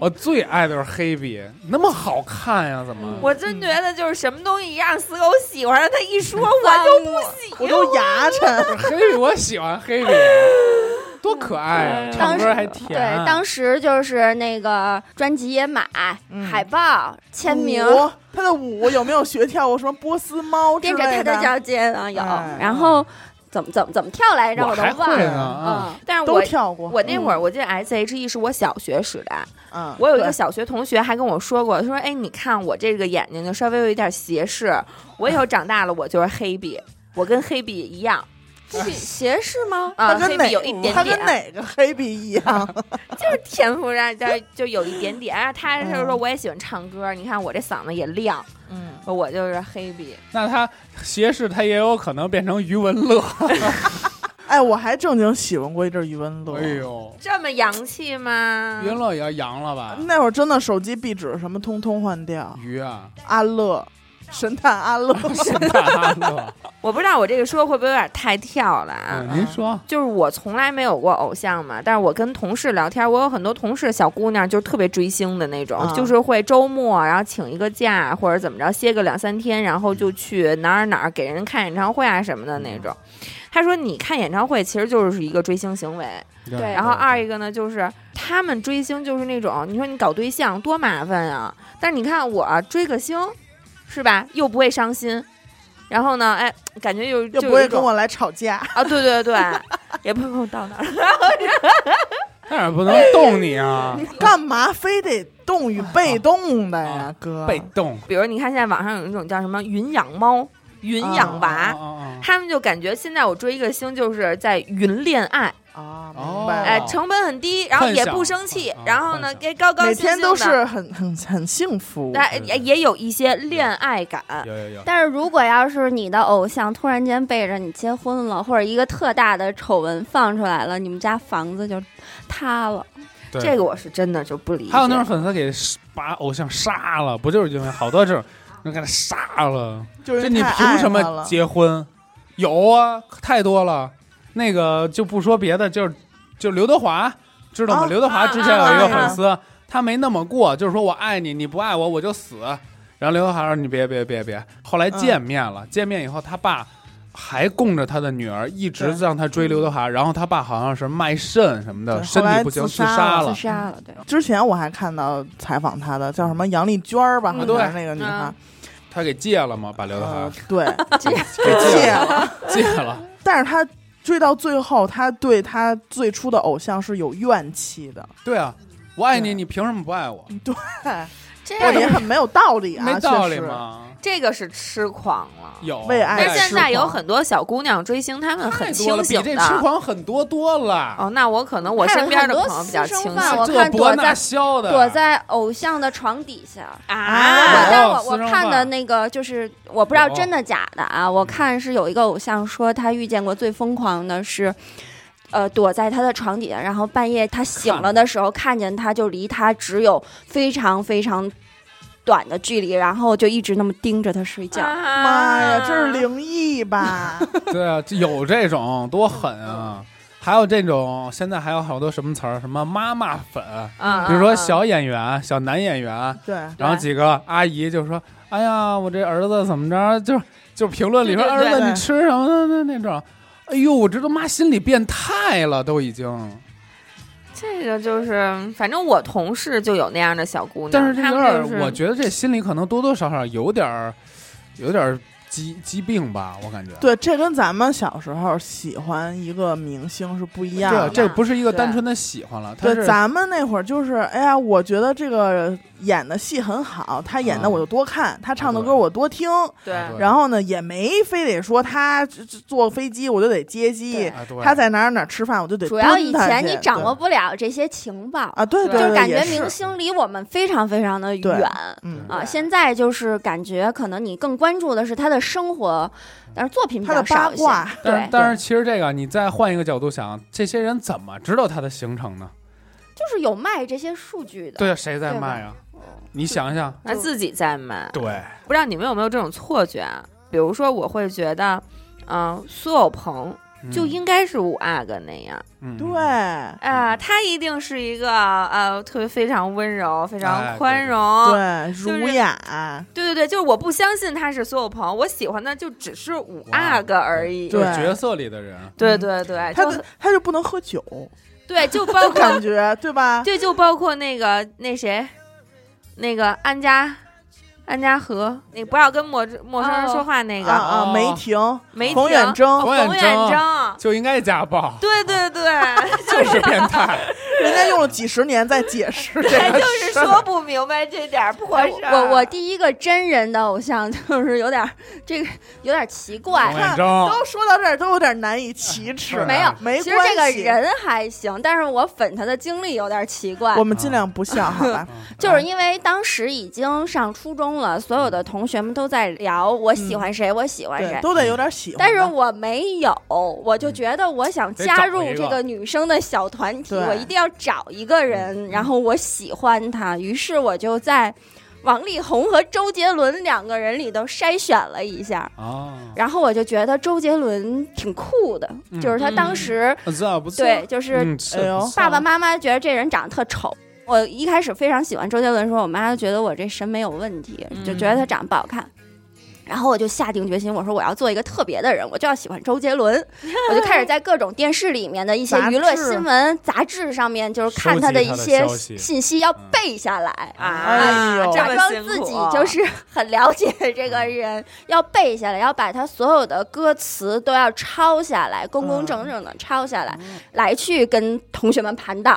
[SPEAKER 4] 我最爱的是黑笔，那么好看呀，怎
[SPEAKER 3] 嗯
[SPEAKER 4] 么？
[SPEAKER 2] 我真觉得就是什么东西让死狗喜欢上，他一说我就不喜欢。
[SPEAKER 1] 我都牙碜。
[SPEAKER 4] 黑笔我喜欢黑笔，多可爱呀、
[SPEAKER 3] 嗯
[SPEAKER 4] 唱歌还
[SPEAKER 3] 对
[SPEAKER 4] 甜、啊。，
[SPEAKER 3] 当时就是那个专辑也买，
[SPEAKER 1] 嗯
[SPEAKER 3] 海报、签名，
[SPEAKER 1] 舞，他的舞有没有学跳过什么波斯猫之
[SPEAKER 3] 踮着他
[SPEAKER 1] 类的？
[SPEAKER 3] 的脚尖啊有
[SPEAKER 1] 哎，
[SPEAKER 3] 然后怎么怎么怎么跳来着，
[SPEAKER 4] 我
[SPEAKER 3] 我都
[SPEAKER 4] 还
[SPEAKER 3] 忘
[SPEAKER 4] 会呢
[SPEAKER 3] 了。
[SPEAKER 4] 啊！
[SPEAKER 3] 嗯，
[SPEAKER 2] 但是
[SPEAKER 1] 都
[SPEAKER 2] 我
[SPEAKER 1] 跳过。
[SPEAKER 2] 我那会儿，我记得 S H E 是我小学时代，
[SPEAKER 1] 嗯，
[SPEAKER 2] 我有一个
[SPEAKER 1] 对
[SPEAKER 2] 小学同学还跟我说过，他说：“哎，你看我这个眼睛就稍微有一点斜视，我以后长大了我就是黑笔，我跟黑笔一样
[SPEAKER 3] 这是斜视吗？
[SPEAKER 2] 啊，
[SPEAKER 1] 他
[SPEAKER 2] 黑
[SPEAKER 1] 跟哪
[SPEAKER 2] 笔有一点
[SPEAKER 1] 他跟
[SPEAKER 2] 点，啊
[SPEAKER 1] 哪个黑笔一样？
[SPEAKER 2] 就是天赋上就就有一点点。然后他就说
[SPEAKER 1] 嗯
[SPEAKER 2] 我也喜欢唱歌，你看我这嗓子也亮，
[SPEAKER 1] 嗯，
[SPEAKER 2] 我就是黑笔。
[SPEAKER 4] 那他斜视，他也有可能变成余文乐。
[SPEAKER 1] 哎，我还正经喜欢过一阵余文乐。
[SPEAKER 4] 哎呦，
[SPEAKER 2] 这么洋气吗
[SPEAKER 3] 嗯
[SPEAKER 4] 余？文乐也要阳了吧？
[SPEAKER 1] 那会儿真的手机壁纸什么通通换掉，
[SPEAKER 4] 鱼啊，
[SPEAKER 1] 安乐，神探安乐，
[SPEAKER 4] 神探安乐。
[SPEAKER 2] 我不知道我这个说会不会有点太跳了啊？
[SPEAKER 4] 嗯您说，
[SPEAKER 2] 就是我从来没有过偶像嘛，但是我跟同事聊天，我有很多同事小姑娘就是特别追星的那种，
[SPEAKER 1] 啊
[SPEAKER 2] 就是会周末然后请一个假或者怎么着歇个两三天，然后就去哪儿哪儿给人看演唱会啊什么的那种。他说：“你看演唱会其实就是一个追星行为，
[SPEAKER 4] 对
[SPEAKER 3] 对
[SPEAKER 2] 然后二一个呢就是他们追星就是那种，你说你搞对象多麻烦呀，但是你看我追个星，是吧？又不会伤心，然后呢，哎，感觉又
[SPEAKER 1] 又
[SPEAKER 2] 就
[SPEAKER 1] 不
[SPEAKER 2] 有一
[SPEAKER 1] 会跟
[SPEAKER 2] 种
[SPEAKER 1] 我来吵架。
[SPEAKER 2] 啊，对对 对，也不会跟我到那儿。
[SPEAKER 4] 但是不能动 你啊，
[SPEAKER 1] 干嘛非得动与被动的呀，哥？
[SPEAKER 4] 被动。
[SPEAKER 2] 比如你看现在网上有一种叫什么云养猫、云养娃，
[SPEAKER 4] 啊啊
[SPEAKER 2] 他们就感觉现在我追一个星就是在云恋爱，
[SPEAKER 1] 啊，
[SPEAKER 4] 哦
[SPEAKER 1] 明白
[SPEAKER 2] 哎、
[SPEAKER 1] 了。
[SPEAKER 4] 哦
[SPEAKER 2] 成本很低，然后
[SPEAKER 4] 幻
[SPEAKER 2] 也
[SPEAKER 4] 想
[SPEAKER 2] 不生气，
[SPEAKER 4] 啊
[SPEAKER 2] 然后
[SPEAKER 4] 幻
[SPEAKER 2] 呢
[SPEAKER 4] 想
[SPEAKER 2] 该高高
[SPEAKER 1] 每
[SPEAKER 2] 兴兴的，
[SPEAKER 1] 天都是很很很幸福。
[SPEAKER 2] 哎
[SPEAKER 4] 对
[SPEAKER 2] 也也有一些恋爱感。
[SPEAKER 4] 啊有有有，
[SPEAKER 3] 但是如果要是你的偶像突然间背着你结婚了，或者一个特大的丑闻放出来了，你们家房子就塌了。
[SPEAKER 4] 对
[SPEAKER 2] 这个我是真的就不理解。
[SPEAKER 4] 还有那种粉丝给把偶像杀了，不就是因为好多这种人给他杀了？
[SPEAKER 1] 就是
[SPEAKER 4] 这你
[SPEAKER 1] 太爱
[SPEAKER 4] 凭什
[SPEAKER 1] 他
[SPEAKER 4] 么
[SPEAKER 1] 了
[SPEAKER 4] 结婚？有啊，太多了。那个就不说别的，就是就刘德华，知道吗？
[SPEAKER 1] 啊
[SPEAKER 4] 刘德华之前有一个粉丝，他没那么过，就是说我爱你，你不爱我我就死。然后刘德华说你别别别别。后
[SPEAKER 1] 嗯
[SPEAKER 4] 来见面了，见面以后他爸。还供着他的女儿，一直
[SPEAKER 1] 对
[SPEAKER 4] 让他追刘德华，然后他爸好像是卖肾什么的，
[SPEAKER 1] 对
[SPEAKER 4] 身
[SPEAKER 1] 后来
[SPEAKER 4] 体不行
[SPEAKER 1] 自
[SPEAKER 4] 自
[SPEAKER 1] 杀
[SPEAKER 4] 杀
[SPEAKER 1] 了
[SPEAKER 4] 了
[SPEAKER 3] 自。杀了，对，
[SPEAKER 1] 之前我还看到采访她的，叫什么杨丽娟儿吧，
[SPEAKER 2] 嗯
[SPEAKER 1] 好像是那个女孩
[SPEAKER 2] 嗯，
[SPEAKER 4] 他给戒了吗？把刘德华
[SPEAKER 1] 呃对，
[SPEAKER 4] 给
[SPEAKER 1] 戒
[SPEAKER 4] 戒
[SPEAKER 1] 了。
[SPEAKER 4] 戒了。
[SPEAKER 1] 但是她追到最后，她对她最初的偶像是有怨气的，
[SPEAKER 4] 对啊，我爱
[SPEAKER 1] 对
[SPEAKER 4] 你，你凭什么不爱我？
[SPEAKER 2] 这
[SPEAKER 1] 但也
[SPEAKER 2] 个
[SPEAKER 1] 很没有道理啊，
[SPEAKER 4] 没道理
[SPEAKER 1] 确实？
[SPEAKER 4] 吗？
[SPEAKER 2] 这个是痴狂了。
[SPEAKER 4] 有
[SPEAKER 1] 为爱
[SPEAKER 2] 但
[SPEAKER 1] 痴
[SPEAKER 2] 是现在有
[SPEAKER 1] 狂
[SPEAKER 2] 很多小姑娘追星，她们
[SPEAKER 4] 太
[SPEAKER 2] 很
[SPEAKER 4] 多
[SPEAKER 2] 清
[SPEAKER 4] 了，比
[SPEAKER 2] 醒
[SPEAKER 4] 这痴
[SPEAKER 2] 的。
[SPEAKER 4] 狂很多多了。
[SPEAKER 2] 哦，那我可能我身边的
[SPEAKER 3] 还有很多
[SPEAKER 2] 朋友比较
[SPEAKER 3] 私生
[SPEAKER 2] 清
[SPEAKER 3] 饭
[SPEAKER 2] 醒
[SPEAKER 3] 我
[SPEAKER 4] 这
[SPEAKER 3] 看
[SPEAKER 4] 博
[SPEAKER 3] 躲
[SPEAKER 4] 那
[SPEAKER 3] 在
[SPEAKER 4] 消的，
[SPEAKER 3] 躲在偶像的床底下。
[SPEAKER 1] 啊
[SPEAKER 3] 我但我
[SPEAKER 4] 哦私
[SPEAKER 3] 我
[SPEAKER 4] 生
[SPEAKER 3] 看的
[SPEAKER 4] 饭
[SPEAKER 3] 那个就是我不知道
[SPEAKER 4] 有
[SPEAKER 3] 真的假的啊，我看是有一个偶像说他遇见过最疯狂的是，呃，躲在他的床底下，然后半夜他醒了的时候看见他就离他只有非常非常短的距离，然后就一直那么盯着他睡觉。
[SPEAKER 2] 啊
[SPEAKER 1] 妈呀，这是灵异吧？
[SPEAKER 4] 对啊，这有这种多狠啊！还有这种，现在还有好多什么词儿，什么妈妈粉，
[SPEAKER 2] 啊，
[SPEAKER 4] 比如说
[SPEAKER 2] 啊
[SPEAKER 4] 小演员、小男演员，
[SPEAKER 1] 对，
[SPEAKER 4] 然后
[SPEAKER 2] 对
[SPEAKER 4] 几个阿姨就说：“哎呀，我这儿子怎么着？”就就评论里说：“
[SPEAKER 2] 对对
[SPEAKER 4] 儿
[SPEAKER 2] 对
[SPEAKER 4] 子，
[SPEAKER 1] 对
[SPEAKER 4] 你吃什么的那那种？”哎呦，我这都妈心理变态了，都已经。
[SPEAKER 2] 这个就是，反正我同事就有那样的小姑娘，
[SPEAKER 4] 但是这
[SPEAKER 2] 她
[SPEAKER 4] 有点
[SPEAKER 2] 们
[SPEAKER 4] 儿，
[SPEAKER 2] 就是
[SPEAKER 4] 我觉得这心里可能多多少少有点儿，有点儿疾疾病吧，我感觉。
[SPEAKER 1] 对，这跟咱们小时候喜欢一个明星是不一样
[SPEAKER 4] 这
[SPEAKER 1] 的。
[SPEAKER 4] 这不是一个
[SPEAKER 2] 对
[SPEAKER 4] 单纯的喜欢了，他
[SPEAKER 1] 对，
[SPEAKER 4] 是
[SPEAKER 1] 咱们那会儿就是，哎呀，我觉得这个演的戏很好，他演的
[SPEAKER 4] 啊
[SPEAKER 1] 我就多看，他唱的
[SPEAKER 4] 对
[SPEAKER 1] 歌我多听，
[SPEAKER 2] 对
[SPEAKER 4] 啊对
[SPEAKER 1] 然后呢，也没非得说他这这坐飞机我就得接机
[SPEAKER 3] 对，
[SPEAKER 4] 啊，对
[SPEAKER 1] 他在哪儿哪儿吃饭我就得
[SPEAKER 3] 主要
[SPEAKER 1] 蹲
[SPEAKER 3] 以
[SPEAKER 1] 他
[SPEAKER 3] 前
[SPEAKER 1] 去
[SPEAKER 3] 你掌
[SPEAKER 1] 对
[SPEAKER 3] 握不了这些情报，
[SPEAKER 1] 啊，对
[SPEAKER 2] 就
[SPEAKER 1] 对，
[SPEAKER 3] 就是
[SPEAKER 1] 对
[SPEAKER 3] 感
[SPEAKER 1] 也
[SPEAKER 3] 觉
[SPEAKER 1] 是
[SPEAKER 3] 明星离我们非常非常的
[SPEAKER 1] 对
[SPEAKER 3] 远。
[SPEAKER 1] 嗯，
[SPEAKER 3] 啊，
[SPEAKER 2] 对
[SPEAKER 3] 现在就是感觉可能你更关注的是他的生活，但是作品比
[SPEAKER 1] 他的
[SPEAKER 3] 较
[SPEAKER 1] 八
[SPEAKER 3] 少一些。
[SPEAKER 1] 卦，
[SPEAKER 4] 但 是
[SPEAKER 3] 对
[SPEAKER 4] 但是其实这个你再换一个角度想，这些人怎么知道他的行程呢？
[SPEAKER 3] 就是有卖这些数据的。嗯
[SPEAKER 4] 对啊，谁在
[SPEAKER 3] 对吧
[SPEAKER 4] 卖啊？你想想，
[SPEAKER 2] 她自己在买。
[SPEAKER 4] 对，
[SPEAKER 2] 不知道你们有没有这种错觉啊？比如说，我会觉得，嗯、苏有朋就应该是五阿哥那样。
[SPEAKER 4] 嗯
[SPEAKER 1] 对，
[SPEAKER 2] 啊，他一定是一个呃，特别非常温柔、非
[SPEAKER 4] 哎
[SPEAKER 2] 常
[SPEAKER 4] 对
[SPEAKER 2] 宽
[SPEAKER 4] 对
[SPEAKER 2] 容。
[SPEAKER 3] 哦
[SPEAKER 1] 对，
[SPEAKER 2] 就是
[SPEAKER 1] 儒雅，
[SPEAKER 3] 哎
[SPEAKER 2] 对对对，就是我不相信他是所有朋友，我喜欢的就只是五阿哥而已。
[SPEAKER 4] 就是
[SPEAKER 1] 对
[SPEAKER 4] 嗯角色里的人，
[SPEAKER 2] 对对对，
[SPEAKER 1] 他
[SPEAKER 2] 就
[SPEAKER 1] 的他就不能喝酒，
[SPEAKER 2] 对就包
[SPEAKER 1] 就感
[SPEAKER 2] 括
[SPEAKER 1] 觉对 吧？
[SPEAKER 2] 对就包括那个那谁，那个安家安家和那不要跟陌陌生人说话那
[SPEAKER 1] 啊
[SPEAKER 2] 个
[SPEAKER 3] 哦
[SPEAKER 1] 啊，梅婷、
[SPEAKER 2] 梅
[SPEAKER 1] 冯远
[SPEAKER 2] 婷
[SPEAKER 1] 征，
[SPEAKER 4] 哦冯
[SPEAKER 2] 冯远
[SPEAKER 4] 远征
[SPEAKER 2] 征，
[SPEAKER 4] 就应该家暴，
[SPEAKER 2] 对对 对，
[SPEAKER 4] 就是变态。
[SPEAKER 1] 人家用了几十年在解释这
[SPEAKER 2] 他
[SPEAKER 1] 个
[SPEAKER 2] 就
[SPEAKER 1] 事
[SPEAKER 2] 是说不明白这点儿破
[SPEAKER 3] 哎
[SPEAKER 2] 事
[SPEAKER 3] 我
[SPEAKER 2] 儿。
[SPEAKER 3] 我第一个真人的偶像 就是有点儿这个有点儿奇怪
[SPEAKER 4] 冯，远征
[SPEAKER 1] 都说到这儿都有点难以启齿，
[SPEAKER 3] 没有。
[SPEAKER 1] 没
[SPEAKER 3] 其实
[SPEAKER 1] 关
[SPEAKER 3] 这个
[SPEAKER 1] 系，
[SPEAKER 3] 人还行，但是我粉他的经历有点儿奇怪
[SPEAKER 1] 我，们尽量不笑，好 吧？
[SPEAKER 4] 嗯
[SPEAKER 3] 就是因为当时已经上初中了，所有的同学们都在聊我
[SPEAKER 1] 嗯
[SPEAKER 3] 喜欢谁，我喜欢
[SPEAKER 1] 对，
[SPEAKER 3] 谁，
[SPEAKER 1] 都得有点喜欢吧。
[SPEAKER 3] 但是我没有，我就觉得我想加入这个女生的小团体，
[SPEAKER 1] 得找一个
[SPEAKER 3] 我一定要找一个人，然后我喜欢他，于是我就在王力宏和周杰伦两个人里头筛选了一下，
[SPEAKER 4] 啊，
[SPEAKER 3] 然后我就觉得周杰伦挺酷的，
[SPEAKER 4] 嗯
[SPEAKER 3] 就是他当时、
[SPEAKER 4] 这啊不错
[SPEAKER 3] 对，，就是
[SPEAKER 4] 嗯，是
[SPEAKER 1] 哎呦
[SPEAKER 3] 爸爸妈妈觉得这人长得特丑。我一开始非常喜欢周杰伦的时候，我妈就觉得我这审美有问题，就觉得他长得不好看。然后我就下定决心，我说我要做一个特别的人，我就要喜欢周杰伦。我就开始在各种电视里面的一些
[SPEAKER 1] 杂志
[SPEAKER 3] 娱乐新闻、杂志上面，就是看他一些
[SPEAKER 4] 收集他的消息
[SPEAKER 3] 信息，要背下来，
[SPEAKER 1] 哎呦
[SPEAKER 2] 嗯
[SPEAKER 3] 假
[SPEAKER 2] 啊这
[SPEAKER 3] 装
[SPEAKER 2] 么辛苦啊
[SPEAKER 3] 自己就是很了解这个人，要背下来，要把他所有的歌词都要抄下来，工工整整的抄下来，来去跟同学们盘道。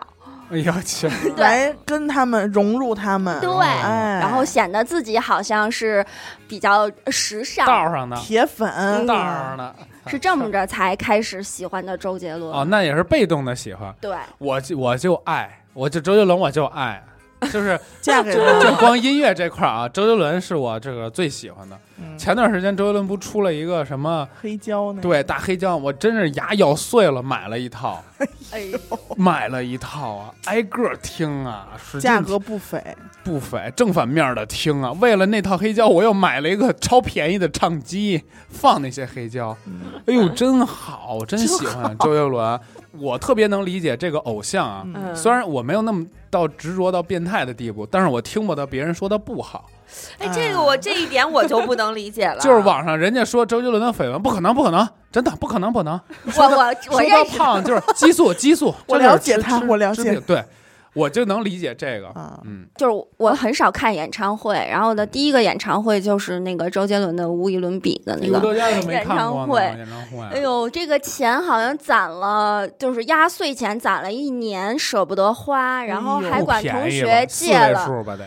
[SPEAKER 4] 哎呦去，
[SPEAKER 1] 来跟他们融入他们，
[SPEAKER 3] 对
[SPEAKER 4] 嗯
[SPEAKER 1] 哎，
[SPEAKER 3] 然后显得自己好像是比较时尚，
[SPEAKER 4] 道上的
[SPEAKER 1] 铁粉，
[SPEAKER 4] 道上的
[SPEAKER 3] 是这么着才开始喜欢的周杰伦。
[SPEAKER 4] 哦，那也是被动的喜欢，
[SPEAKER 3] 对，
[SPEAKER 4] 我就我就爱，我就周杰伦我就爱， 就是
[SPEAKER 1] 嫁给
[SPEAKER 4] 就
[SPEAKER 1] 他，
[SPEAKER 4] 光音乐这块儿啊，周杰伦是我这个最喜欢的。
[SPEAKER 1] 嗯
[SPEAKER 4] 前段时间周杰伦不出了一个什么？
[SPEAKER 1] 黑胶那个
[SPEAKER 4] 对，大黑胶，我真是牙咬碎了，买了一套，
[SPEAKER 3] 哎呦，
[SPEAKER 4] 买了一套啊，挨个儿听啊，使劲
[SPEAKER 1] 价
[SPEAKER 4] 听
[SPEAKER 1] 格不菲，
[SPEAKER 4] 不菲，正反面的听啊。为了那套黑胶，我又买了一个超便宜的唱机，放那些黑胶。
[SPEAKER 1] 嗯
[SPEAKER 4] 哎呦，真好， 我真喜欢周杰伦。我特别能理解这个偶像啊，
[SPEAKER 1] 嗯
[SPEAKER 2] 嗯
[SPEAKER 4] 虽然我没有那么到执着到变态的地步，但是我听不得别人说他不好。
[SPEAKER 2] 哎，这个我这一点我就不能理解
[SPEAKER 1] 啊
[SPEAKER 2] 了，
[SPEAKER 4] 就是网上人家说周杰伦的绯闻，不可能，不可能，真的不可能，不能。
[SPEAKER 3] 我我我
[SPEAKER 4] 说他
[SPEAKER 3] 认识
[SPEAKER 4] 胖就是激素，激素。
[SPEAKER 1] 我
[SPEAKER 4] 这就是
[SPEAKER 1] 了解
[SPEAKER 4] 吃
[SPEAKER 1] 他
[SPEAKER 4] 吃
[SPEAKER 1] 我了
[SPEAKER 4] 吃
[SPEAKER 1] 解
[SPEAKER 4] 饼对，我就能理解这个。
[SPEAKER 1] 啊，
[SPEAKER 4] 嗯，
[SPEAKER 3] 就是我很少看演唱会，然后呢，第一个演唱会就是那个周杰伦的《无与伦比》的那
[SPEAKER 4] 有
[SPEAKER 3] 个。
[SPEAKER 4] 多家都没看过呢
[SPEAKER 3] 演
[SPEAKER 4] 演唱会。啊
[SPEAKER 3] 哎呦，这个钱好像攒了，就是压岁钱攒了一年，舍不得花，然后
[SPEAKER 4] 哎
[SPEAKER 3] 还管同学借
[SPEAKER 4] 了，
[SPEAKER 3] 了
[SPEAKER 4] 四。位数吧得。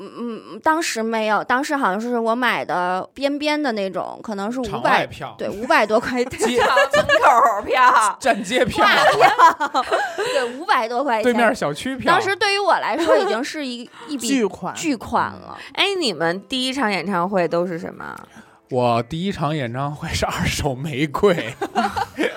[SPEAKER 3] 嗯，当时没有，当时好像是我买的边边的那种，可能是五
[SPEAKER 4] 场外
[SPEAKER 3] 百，
[SPEAKER 4] 票，
[SPEAKER 3] 对，五百多块， 对，
[SPEAKER 4] 街。
[SPEAKER 2] 场 门口票
[SPEAKER 4] 站街票，
[SPEAKER 3] 五百多块钱。
[SPEAKER 4] 对面小区票。
[SPEAKER 3] 当时对于我来说已经是 一一笔
[SPEAKER 1] 巨款，嗯
[SPEAKER 3] 巨款了。
[SPEAKER 2] 哎，你们第一场演唱会都是什么？
[SPEAKER 4] 我第一场演唱会是二手玫瑰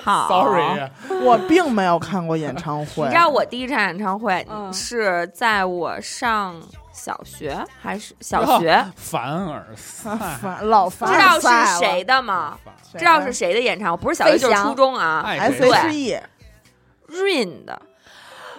[SPEAKER 2] 好
[SPEAKER 4] ，sorry 啊。
[SPEAKER 1] 我并没有看过演唱会，
[SPEAKER 2] 你知道我第一场演唱会
[SPEAKER 3] 嗯
[SPEAKER 2] 是在我上小学还是
[SPEAKER 4] 哟
[SPEAKER 2] 小学？
[SPEAKER 4] 凡尔赛，
[SPEAKER 2] 啊
[SPEAKER 1] 烦老
[SPEAKER 2] 知
[SPEAKER 1] 烦
[SPEAKER 2] 道
[SPEAKER 1] 了，嗯啊
[SPEAKER 2] 是谁的吗？知道是谁的演唱会？不是小学就是初中啊
[SPEAKER 4] 爱
[SPEAKER 1] S
[SPEAKER 4] 谁谁
[SPEAKER 1] H E，
[SPEAKER 2] ，Rain 的，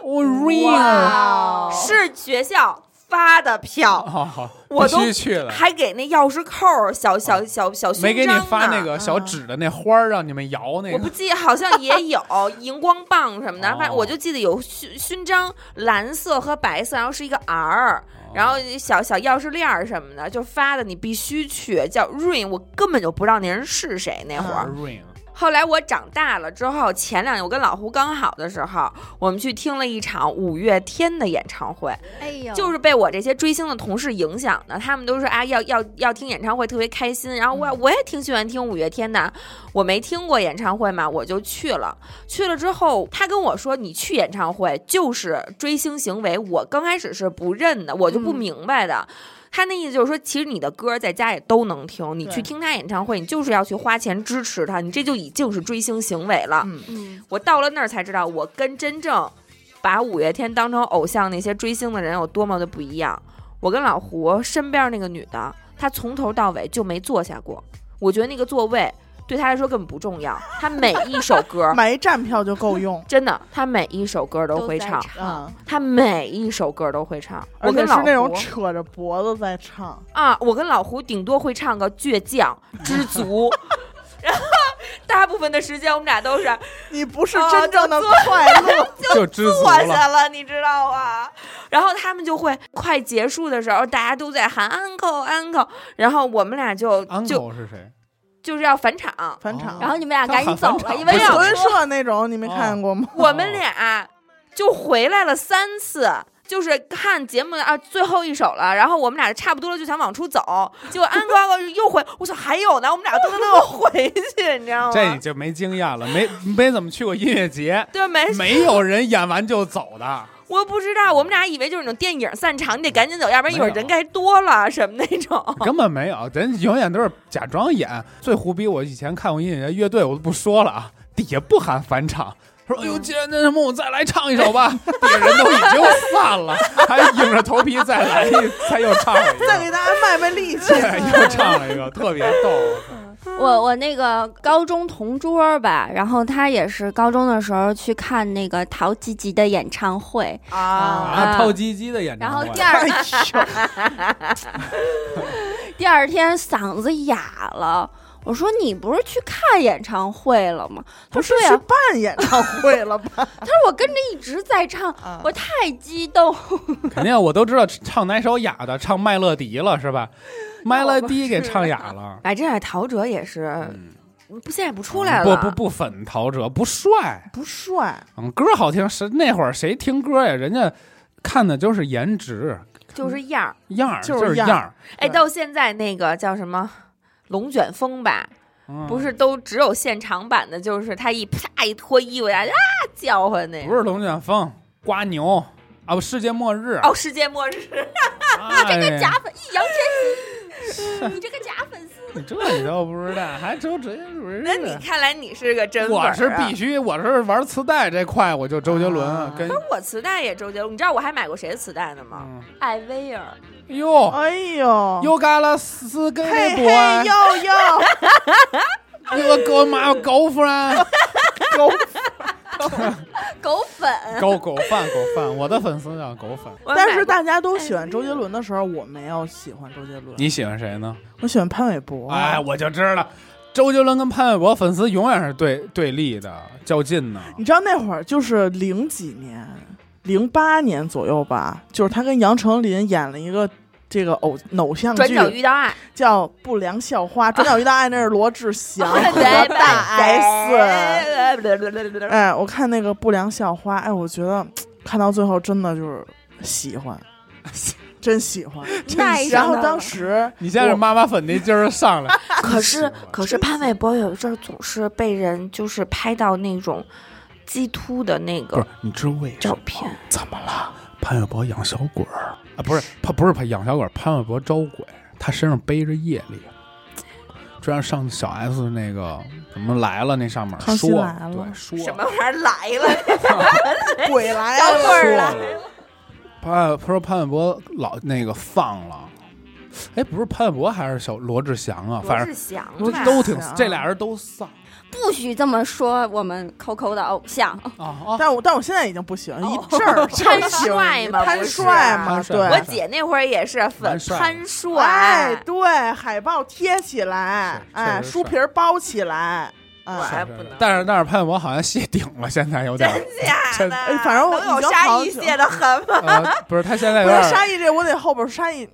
[SPEAKER 4] 我 real，
[SPEAKER 1] 哦
[SPEAKER 3] 哇
[SPEAKER 2] 是学校发的票，
[SPEAKER 4] 好好，
[SPEAKER 2] 我
[SPEAKER 4] 必
[SPEAKER 2] 都
[SPEAKER 4] 须去了。
[SPEAKER 2] 还给那钥匙扣儿小小小小
[SPEAKER 4] 哦没
[SPEAKER 2] 勋
[SPEAKER 4] 给你
[SPEAKER 2] 章
[SPEAKER 4] 发那
[SPEAKER 2] 呢。嗯
[SPEAKER 4] 个小纸的那花儿，让你们摇那
[SPEAKER 2] 我
[SPEAKER 4] 个。
[SPEAKER 2] 不记，好像也有荧光棒什么的，
[SPEAKER 4] 哦
[SPEAKER 2] 反正我就记得有勋勋章，蓝色和白色，然后是一个 R，
[SPEAKER 4] 哦
[SPEAKER 2] 然后小小钥匙链儿什么的，就发的你必须去，叫 Rain，我根本就不知道那人是谁那会
[SPEAKER 4] 玩
[SPEAKER 2] 儿。
[SPEAKER 4] ring，
[SPEAKER 2] 后来我长大了之后，前两年我跟老胡刚好的时候，我们去听了一场五月天的演唱会，
[SPEAKER 3] 哎呦，
[SPEAKER 2] 就是被我这些追星的同事影响的，他们都说啊要要要听演唱会特别开心，然后我我也挺喜欢听五月天的，我没听过演唱会嘛，我就去了。去了之后，他跟我说你去演唱会就是追星行为，我刚开始是不认的，我就不明白的。他那意思就是说，其实你的歌在家也都能听，你去
[SPEAKER 1] 对
[SPEAKER 2] 听他演唱会，你就是要去花钱支持他，你这就已经是追星行为了。
[SPEAKER 1] 嗯。
[SPEAKER 3] 嗯，
[SPEAKER 2] 我到了那儿才知道，我跟真正把五月天当成偶像那些追星的人有多么的不一样。我跟老胡身边那个女的，她从头到尾就没坐下过。我觉得那个座位对他来说根本不重要，他每一首歌。
[SPEAKER 1] 买一站票就够用
[SPEAKER 2] 真的，他每一首歌都会
[SPEAKER 3] 在
[SPEAKER 2] 唱，
[SPEAKER 1] 啊，
[SPEAKER 2] 他每一首歌都会唱。我
[SPEAKER 1] 而且
[SPEAKER 2] 跟
[SPEAKER 1] 是
[SPEAKER 2] 老
[SPEAKER 1] 那种
[SPEAKER 2] 胡
[SPEAKER 1] 扯着脖子在唱，
[SPEAKER 2] 啊，我跟老胡顶多会唱个倔强、知足， 然后大部分的时间我们俩都是
[SPEAKER 1] 你不是
[SPEAKER 2] 哦
[SPEAKER 1] 真正的快乐，
[SPEAKER 4] 就知 足
[SPEAKER 2] 坐
[SPEAKER 4] 了。
[SPEAKER 2] 下了，你知道吗？然后他们就会快结束的时候，大家都在喊 uncle uncle，然后我们俩就就啊
[SPEAKER 4] uncle 是谁？
[SPEAKER 2] 就是要返场，
[SPEAKER 1] 返场。
[SPEAKER 4] 哦
[SPEAKER 3] 然后你们俩赶紧走了，因
[SPEAKER 2] 没
[SPEAKER 3] 为
[SPEAKER 2] 有
[SPEAKER 3] 要
[SPEAKER 1] 纯社那种你没看过吗？
[SPEAKER 2] 我们俩就回来了三次。就是看节目啊，最后一首了，然后我们俩差不多了，就想往出走，结果 uncle uncle 又回，我说还有呢，我们俩噔噔噔回去，你知道吗？
[SPEAKER 4] 这你就没经验了，没没怎么去过音乐节，
[SPEAKER 2] 对，没
[SPEAKER 4] 没有人演完就走的。
[SPEAKER 2] 我不知道，我们俩以为就是那种电影散场，你得赶紧走，要不然一会儿
[SPEAKER 4] 没有
[SPEAKER 2] 人该多了什么那种。
[SPEAKER 4] 根本没有，人永远都是假装演。最胡逼，我以前看过音乐节乐队，我都不说了啊，底下不喊返场，说哎呦，既然那什么，我再来唱一首吧。底下人都已经散了，还硬着头皮再来一，才又唱了一
[SPEAKER 1] 再给
[SPEAKER 4] 个，
[SPEAKER 1] 大家卖卖力气。
[SPEAKER 4] 对，又唱了一个，特别逗。
[SPEAKER 3] 我我那个高中同桌吧，然后他也是高中的时候去看那个陶吉吉的演唱会，
[SPEAKER 1] 啊
[SPEAKER 4] 啊，透唧唧的演
[SPEAKER 3] 然
[SPEAKER 4] 唱
[SPEAKER 3] 后
[SPEAKER 4] 会，
[SPEAKER 3] 第二
[SPEAKER 1] 哎呦，
[SPEAKER 3] 第二天嗓子哑了。我说你不是去看演唱会了吗？他
[SPEAKER 1] 不是
[SPEAKER 3] 说对啊
[SPEAKER 1] 去
[SPEAKER 3] 呀、
[SPEAKER 1] 办演唱会了吧？
[SPEAKER 3] 他说我跟着一直在唱，
[SPEAKER 1] 啊
[SPEAKER 3] 我太激动。
[SPEAKER 4] 肯定我都知道唱哪首哑的，唱麦乐迪了是吧？麦乐迪给唱哑了，
[SPEAKER 2] 哎，这样陶喆也是，不现在不出来了。
[SPEAKER 4] 不不不粉陶喆，不帅。
[SPEAKER 1] 不帅，
[SPEAKER 4] 嗯，歌好听是那会儿谁听歌呀？人家看的就是颜值
[SPEAKER 2] 不，就是样儿。
[SPEAKER 4] 样儿，
[SPEAKER 1] 就
[SPEAKER 4] 就是是
[SPEAKER 1] 样
[SPEAKER 4] 样
[SPEAKER 1] 儿
[SPEAKER 4] 儿。
[SPEAKER 2] 哎，
[SPEAKER 1] 对
[SPEAKER 2] 到现在那个叫什么龙卷风吧，
[SPEAKER 4] 嗯
[SPEAKER 2] 不是都只有现场版的，就是他一啪一脱衣服，大家啊叫唤那
[SPEAKER 4] 不
[SPEAKER 2] 个。
[SPEAKER 4] 是龙卷风、瓜牛啊，不世界末日
[SPEAKER 2] 哦，世界末日，
[SPEAKER 4] 啊！
[SPEAKER 1] 哎
[SPEAKER 4] 这个
[SPEAKER 3] 假粉易烊 千玺，你这个假粉丝。
[SPEAKER 4] 你这你都不知道，还周杰伦
[SPEAKER 2] 那你
[SPEAKER 4] 呢？
[SPEAKER 2] 看来你是个真粉、啊。
[SPEAKER 4] 我是必须，我是玩磁带这块，我就周杰伦
[SPEAKER 1] 啊
[SPEAKER 4] 跟
[SPEAKER 2] 我磁带也周杰伦，你知道我还买过谁的磁带呢吗？
[SPEAKER 4] 嗯
[SPEAKER 2] 艾薇儿。
[SPEAKER 4] 哟
[SPEAKER 1] 哎呦，
[SPEAKER 4] 又干了四个
[SPEAKER 1] 嘿嘿
[SPEAKER 4] 波，啊
[SPEAKER 1] 呦呦，
[SPEAKER 4] 又给妈狗饭，
[SPEAKER 1] 狗
[SPEAKER 3] 狗粉，
[SPEAKER 4] 狗狗饭狗饭，我的粉丝叫狗粉。
[SPEAKER 2] 我
[SPEAKER 1] 但
[SPEAKER 2] 买
[SPEAKER 1] 是
[SPEAKER 2] 过
[SPEAKER 1] 大家都喜欢周杰伦的时候，我没有喜欢周杰伦，
[SPEAKER 4] 你喜欢谁呢？
[SPEAKER 1] 我喜欢潘玮柏。啊
[SPEAKER 4] 哎，我就知道，周杰伦跟潘玮柏粉丝永远是对对立的，较劲呢。
[SPEAKER 1] 你知道那会儿就是零几年，零八年左右吧，就是他跟杨丞琳演了一个这个偶偶像
[SPEAKER 2] 转
[SPEAKER 1] 剧，
[SPEAKER 2] 角遇到爱，
[SPEAKER 1] 叫《不良校花》，转角遇到爱那是罗志 祥和大 S。
[SPEAKER 2] S，
[SPEAKER 1] 哎，我看那个《不良校花》，哎，我觉得看到最后真的就是喜欢， 真喜 欢。
[SPEAKER 3] 那
[SPEAKER 1] 然后当时
[SPEAKER 4] 你现在是妈妈粉那劲儿上来，
[SPEAKER 2] 可是
[SPEAKER 4] 真喜欢
[SPEAKER 2] 可是潘玮柏有一阵儿总是被人就是拍到那种鸡突的那个
[SPEAKER 4] 不是？啊你知道为什
[SPEAKER 2] 照
[SPEAKER 4] 么
[SPEAKER 2] 片，
[SPEAKER 4] 怎么了？潘玮柏养小鬼儿啊，不是他不是他养小鬼儿，潘玮柏招鬼，他身上背着业力。就像上次小 S 那个什么来了那上面
[SPEAKER 1] 康熙
[SPEAKER 4] 说
[SPEAKER 1] 来了
[SPEAKER 4] 对说
[SPEAKER 2] 什么玩意儿来 了？
[SPEAKER 1] 鬼来
[SPEAKER 2] 小
[SPEAKER 1] 了，
[SPEAKER 2] 鬼儿来
[SPEAKER 4] 说了潘他说潘玮柏老那个放了，哎不是潘玮柏还是小罗志祥啊，反
[SPEAKER 2] 罗
[SPEAKER 4] 正
[SPEAKER 2] 志祥
[SPEAKER 1] 罗
[SPEAKER 4] 都
[SPEAKER 1] 志
[SPEAKER 2] 吧
[SPEAKER 1] 祥
[SPEAKER 4] 都挺，这俩人都丧
[SPEAKER 3] 不许这么说我们 Coco 的偶像。
[SPEAKER 1] 哦
[SPEAKER 4] 啊啊！
[SPEAKER 1] 但我但我现在已经不喜欢一
[SPEAKER 2] 哦
[SPEAKER 1] 阵儿就
[SPEAKER 2] 潘
[SPEAKER 1] 喜欢
[SPEAKER 2] 帅嘛
[SPEAKER 1] 潘
[SPEAKER 2] 不是啊
[SPEAKER 1] 帅嘛，
[SPEAKER 4] 潘帅
[SPEAKER 1] 对
[SPEAKER 2] 我，姐那会儿也是粉
[SPEAKER 4] 蛮帅的
[SPEAKER 2] 潘
[SPEAKER 1] 哎，
[SPEAKER 2] 帅，
[SPEAKER 1] 对，海报贴起来，
[SPEAKER 4] 是确
[SPEAKER 1] 哎，
[SPEAKER 4] 实
[SPEAKER 1] 书
[SPEAKER 4] 是
[SPEAKER 1] 皮儿包起来，
[SPEAKER 2] 我
[SPEAKER 1] 哎，
[SPEAKER 2] 还不能。
[SPEAKER 4] 但是但是潘玮柏好像谢顶了，现在有点儿，
[SPEAKER 2] 真
[SPEAKER 4] 真
[SPEAKER 2] 假
[SPEAKER 1] 哎
[SPEAKER 2] 的，
[SPEAKER 1] 反正我
[SPEAKER 2] 能有
[SPEAKER 1] 已经
[SPEAKER 2] 杀
[SPEAKER 1] 好
[SPEAKER 2] 一
[SPEAKER 1] 久
[SPEAKER 2] 蟹的痕吗？
[SPEAKER 4] 呃，不是他现在有
[SPEAKER 1] 不是
[SPEAKER 4] 点
[SPEAKER 1] 沙
[SPEAKER 4] 儿
[SPEAKER 1] 溢这，我得后边沙溢，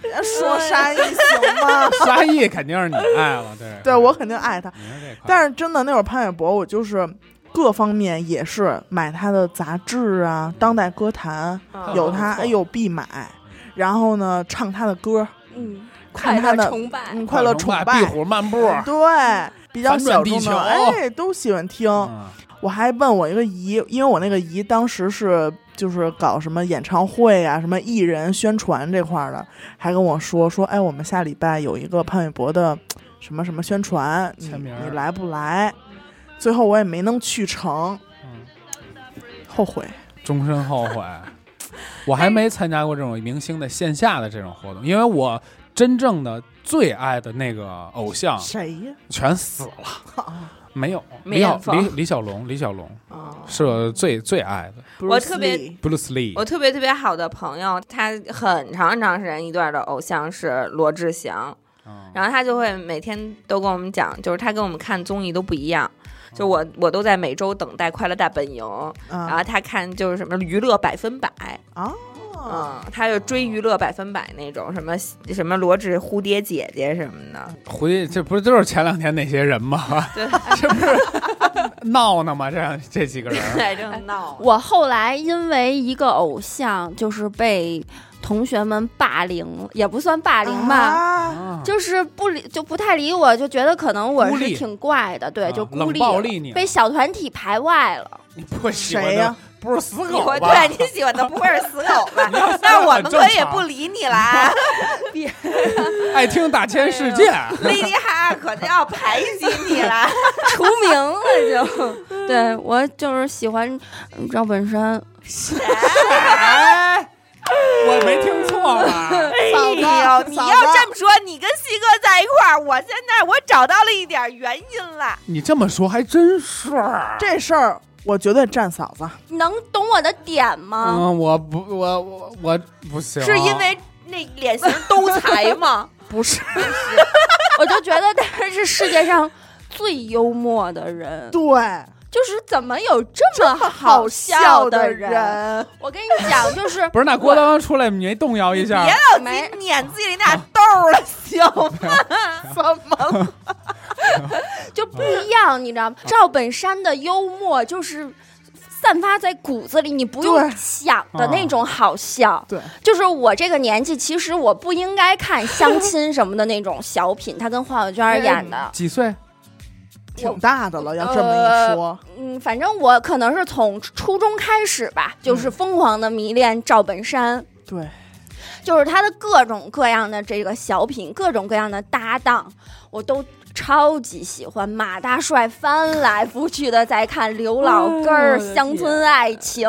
[SPEAKER 1] 别说沙溢行吗？
[SPEAKER 4] 沙溢，肯定是你爱了，对
[SPEAKER 1] 对我肯定爱他，
[SPEAKER 4] 你是这块，
[SPEAKER 1] 但是真的那会儿潘玮柏，我就是各方面也是买他的杂志啊，《当代歌坛》 有他，哎呦必买，然后呢唱他的歌，
[SPEAKER 3] 嗯，
[SPEAKER 1] 看他的
[SPEAKER 3] 崇拜
[SPEAKER 1] 嗯快乐崇
[SPEAKER 4] 崇壁虎漫步，
[SPEAKER 1] 对，比较
[SPEAKER 4] 反转
[SPEAKER 1] 小
[SPEAKER 4] 地
[SPEAKER 1] 众
[SPEAKER 4] 球
[SPEAKER 1] 的，哎，都喜欢听。
[SPEAKER 4] 嗯
[SPEAKER 1] 我还问我一个姨，因为我那个姨当时是就是搞什么演唱会啊、什么艺人宣传这块儿的，还跟我说说，哎，我们下礼拜有一个潘玮柏的什么什么宣传，你
[SPEAKER 4] 签名儿
[SPEAKER 1] 你来不来？最后我也没能去成，
[SPEAKER 4] 嗯
[SPEAKER 1] 后悔。
[SPEAKER 4] 终身后悔。我还没参加过这种明星的线下的这种活动，因为我真正的最爱的那个偶像
[SPEAKER 1] 谁呀？
[SPEAKER 4] 全死了，
[SPEAKER 1] 哦
[SPEAKER 4] 没有
[SPEAKER 2] 梅
[SPEAKER 4] 李小
[SPEAKER 2] 艳芳
[SPEAKER 4] 李李小龙，李小龙
[SPEAKER 1] 啊
[SPEAKER 4] 是我最最爱的
[SPEAKER 2] 我特别
[SPEAKER 4] Bruce Lee
[SPEAKER 2] 我。特别特别好的朋友，他很长很长时间一段的偶像是罗志祥，
[SPEAKER 4] 嗯
[SPEAKER 2] 然后他就会每天都跟我们讲，就是他跟我们看综艺都不一样。
[SPEAKER 4] 哦
[SPEAKER 2] 就我，我都在每周等待《快乐大本营》，然
[SPEAKER 1] 啊
[SPEAKER 2] 后他看就是什么娱乐百分百，
[SPEAKER 1] 啊！
[SPEAKER 2] 嗯，他就追娱乐百分百那种什么什么罗志蝴蝶姐姐什么的，
[SPEAKER 4] 回去这不是就是前两天那些人吗？
[SPEAKER 2] 对，
[SPEAKER 4] 这不是闹呢吗？这样这几
[SPEAKER 1] 哎
[SPEAKER 4] 个 人，
[SPEAKER 2] 对，哎 正闹。
[SPEAKER 3] 我后来因为一个偶像，就是被同学们霸凌，也不算霸凌吧。
[SPEAKER 1] 吧，
[SPEAKER 4] 啊
[SPEAKER 3] 就是不理就不太理我，就觉得可能我
[SPEAKER 4] 孤
[SPEAKER 3] 是
[SPEAKER 4] 立
[SPEAKER 3] 挺怪的，对，
[SPEAKER 4] 啊
[SPEAKER 3] 就孤
[SPEAKER 4] 冷
[SPEAKER 3] 立
[SPEAKER 4] 暴
[SPEAKER 3] 了
[SPEAKER 4] 力你
[SPEAKER 3] 被小团体排外了。
[SPEAKER 4] 你不会喜欢
[SPEAKER 1] 谁
[SPEAKER 4] 的
[SPEAKER 1] 呀
[SPEAKER 4] 不是死
[SPEAKER 2] 你
[SPEAKER 4] 狗
[SPEAKER 2] 会对？
[SPEAKER 4] 吧
[SPEAKER 2] 你喜欢的不会是死狗 吧
[SPEAKER 4] 要死？
[SPEAKER 2] 那
[SPEAKER 4] 狗
[SPEAKER 2] 我
[SPEAKER 4] 很
[SPEAKER 2] 们
[SPEAKER 4] 正
[SPEAKER 2] 可以
[SPEAKER 4] 常
[SPEAKER 2] 不理你了啊
[SPEAKER 4] 爱听大千世界，
[SPEAKER 2] ，Lady 哈可就要排挤你了。
[SPEAKER 3] 除名了就。 对我就是喜欢赵本山，
[SPEAKER 4] 哎，我没听错吧？
[SPEAKER 1] 嫂子
[SPEAKER 2] 哎呦，你
[SPEAKER 1] 嫂
[SPEAKER 2] 要
[SPEAKER 1] 子
[SPEAKER 2] 这么说，你跟西哥在一块儿，我现在我找到了一点原因了。
[SPEAKER 4] 你这么说还真是。
[SPEAKER 1] 这事儿我绝对站嫂子。
[SPEAKER 3] 你能懂我的点吗？
[SPEAKER 4] 嗯，我不，我我我不行，啊
[SPEAKER 2] 是因为那脸型都裁吗？
[SPEAKER 1] 不是，
[SPEAKER 3] 我就觉得他是世界上最幽默的人，
[SPEAKER 1] 对，
[SPEAKER 3] 就是怎么有这么好
[SPEAKER 1] 好
[SPEAKER 3] 笑
[SPEAKER 1] 的
[SPEAKER 3] 人？我跟你讲，就是
[SPEAKER 4] 不是那郭德纲出来你没动摇一下
[SPEAKER 2] 别，老
[SPEAKER 3] 没
[SPEAKER 2] 去撵自己那俩豆儿了， 行吗？怎么？
[SPEAKER 3] 就不一样，你知道吗？赵本山的幽默就是散发在骨子里，你不用
[SPEAKER 1] 对
[SPEAKER 3] 想的那
[SPEAKER 4] 嗯
[SPEAKER 3] 种好笑。
[SPEAKER 1] 对，
[SPEAKER 3] 就是我这个年纪，其实我不应该看相 亲什么的那种小品，他跟黄小娟演的。
[SPEAKER 4] 几岁？
[SPEAKER 1] 挺大的了，要这么一说，
[SPEAKER 3] 嗯，反正我可能是从初中开始吧，
[SPEAKER 4] 嗯
[SPEAKER 3] 就是疯狂的迷恋赵本山，
[SPEAKER 1] 对，
[SPEAKER 3] 就是他的各种各样的这个小品，各种各样的搭档，我都。超级喜欢马大帅翻来覆去的在看《刘老根
[SPEAKER 1] 哎
[SPEAKER 3] 儿》
[SPEAKER 1] 呦我的
[SPEAKER 3] 乡村爱情》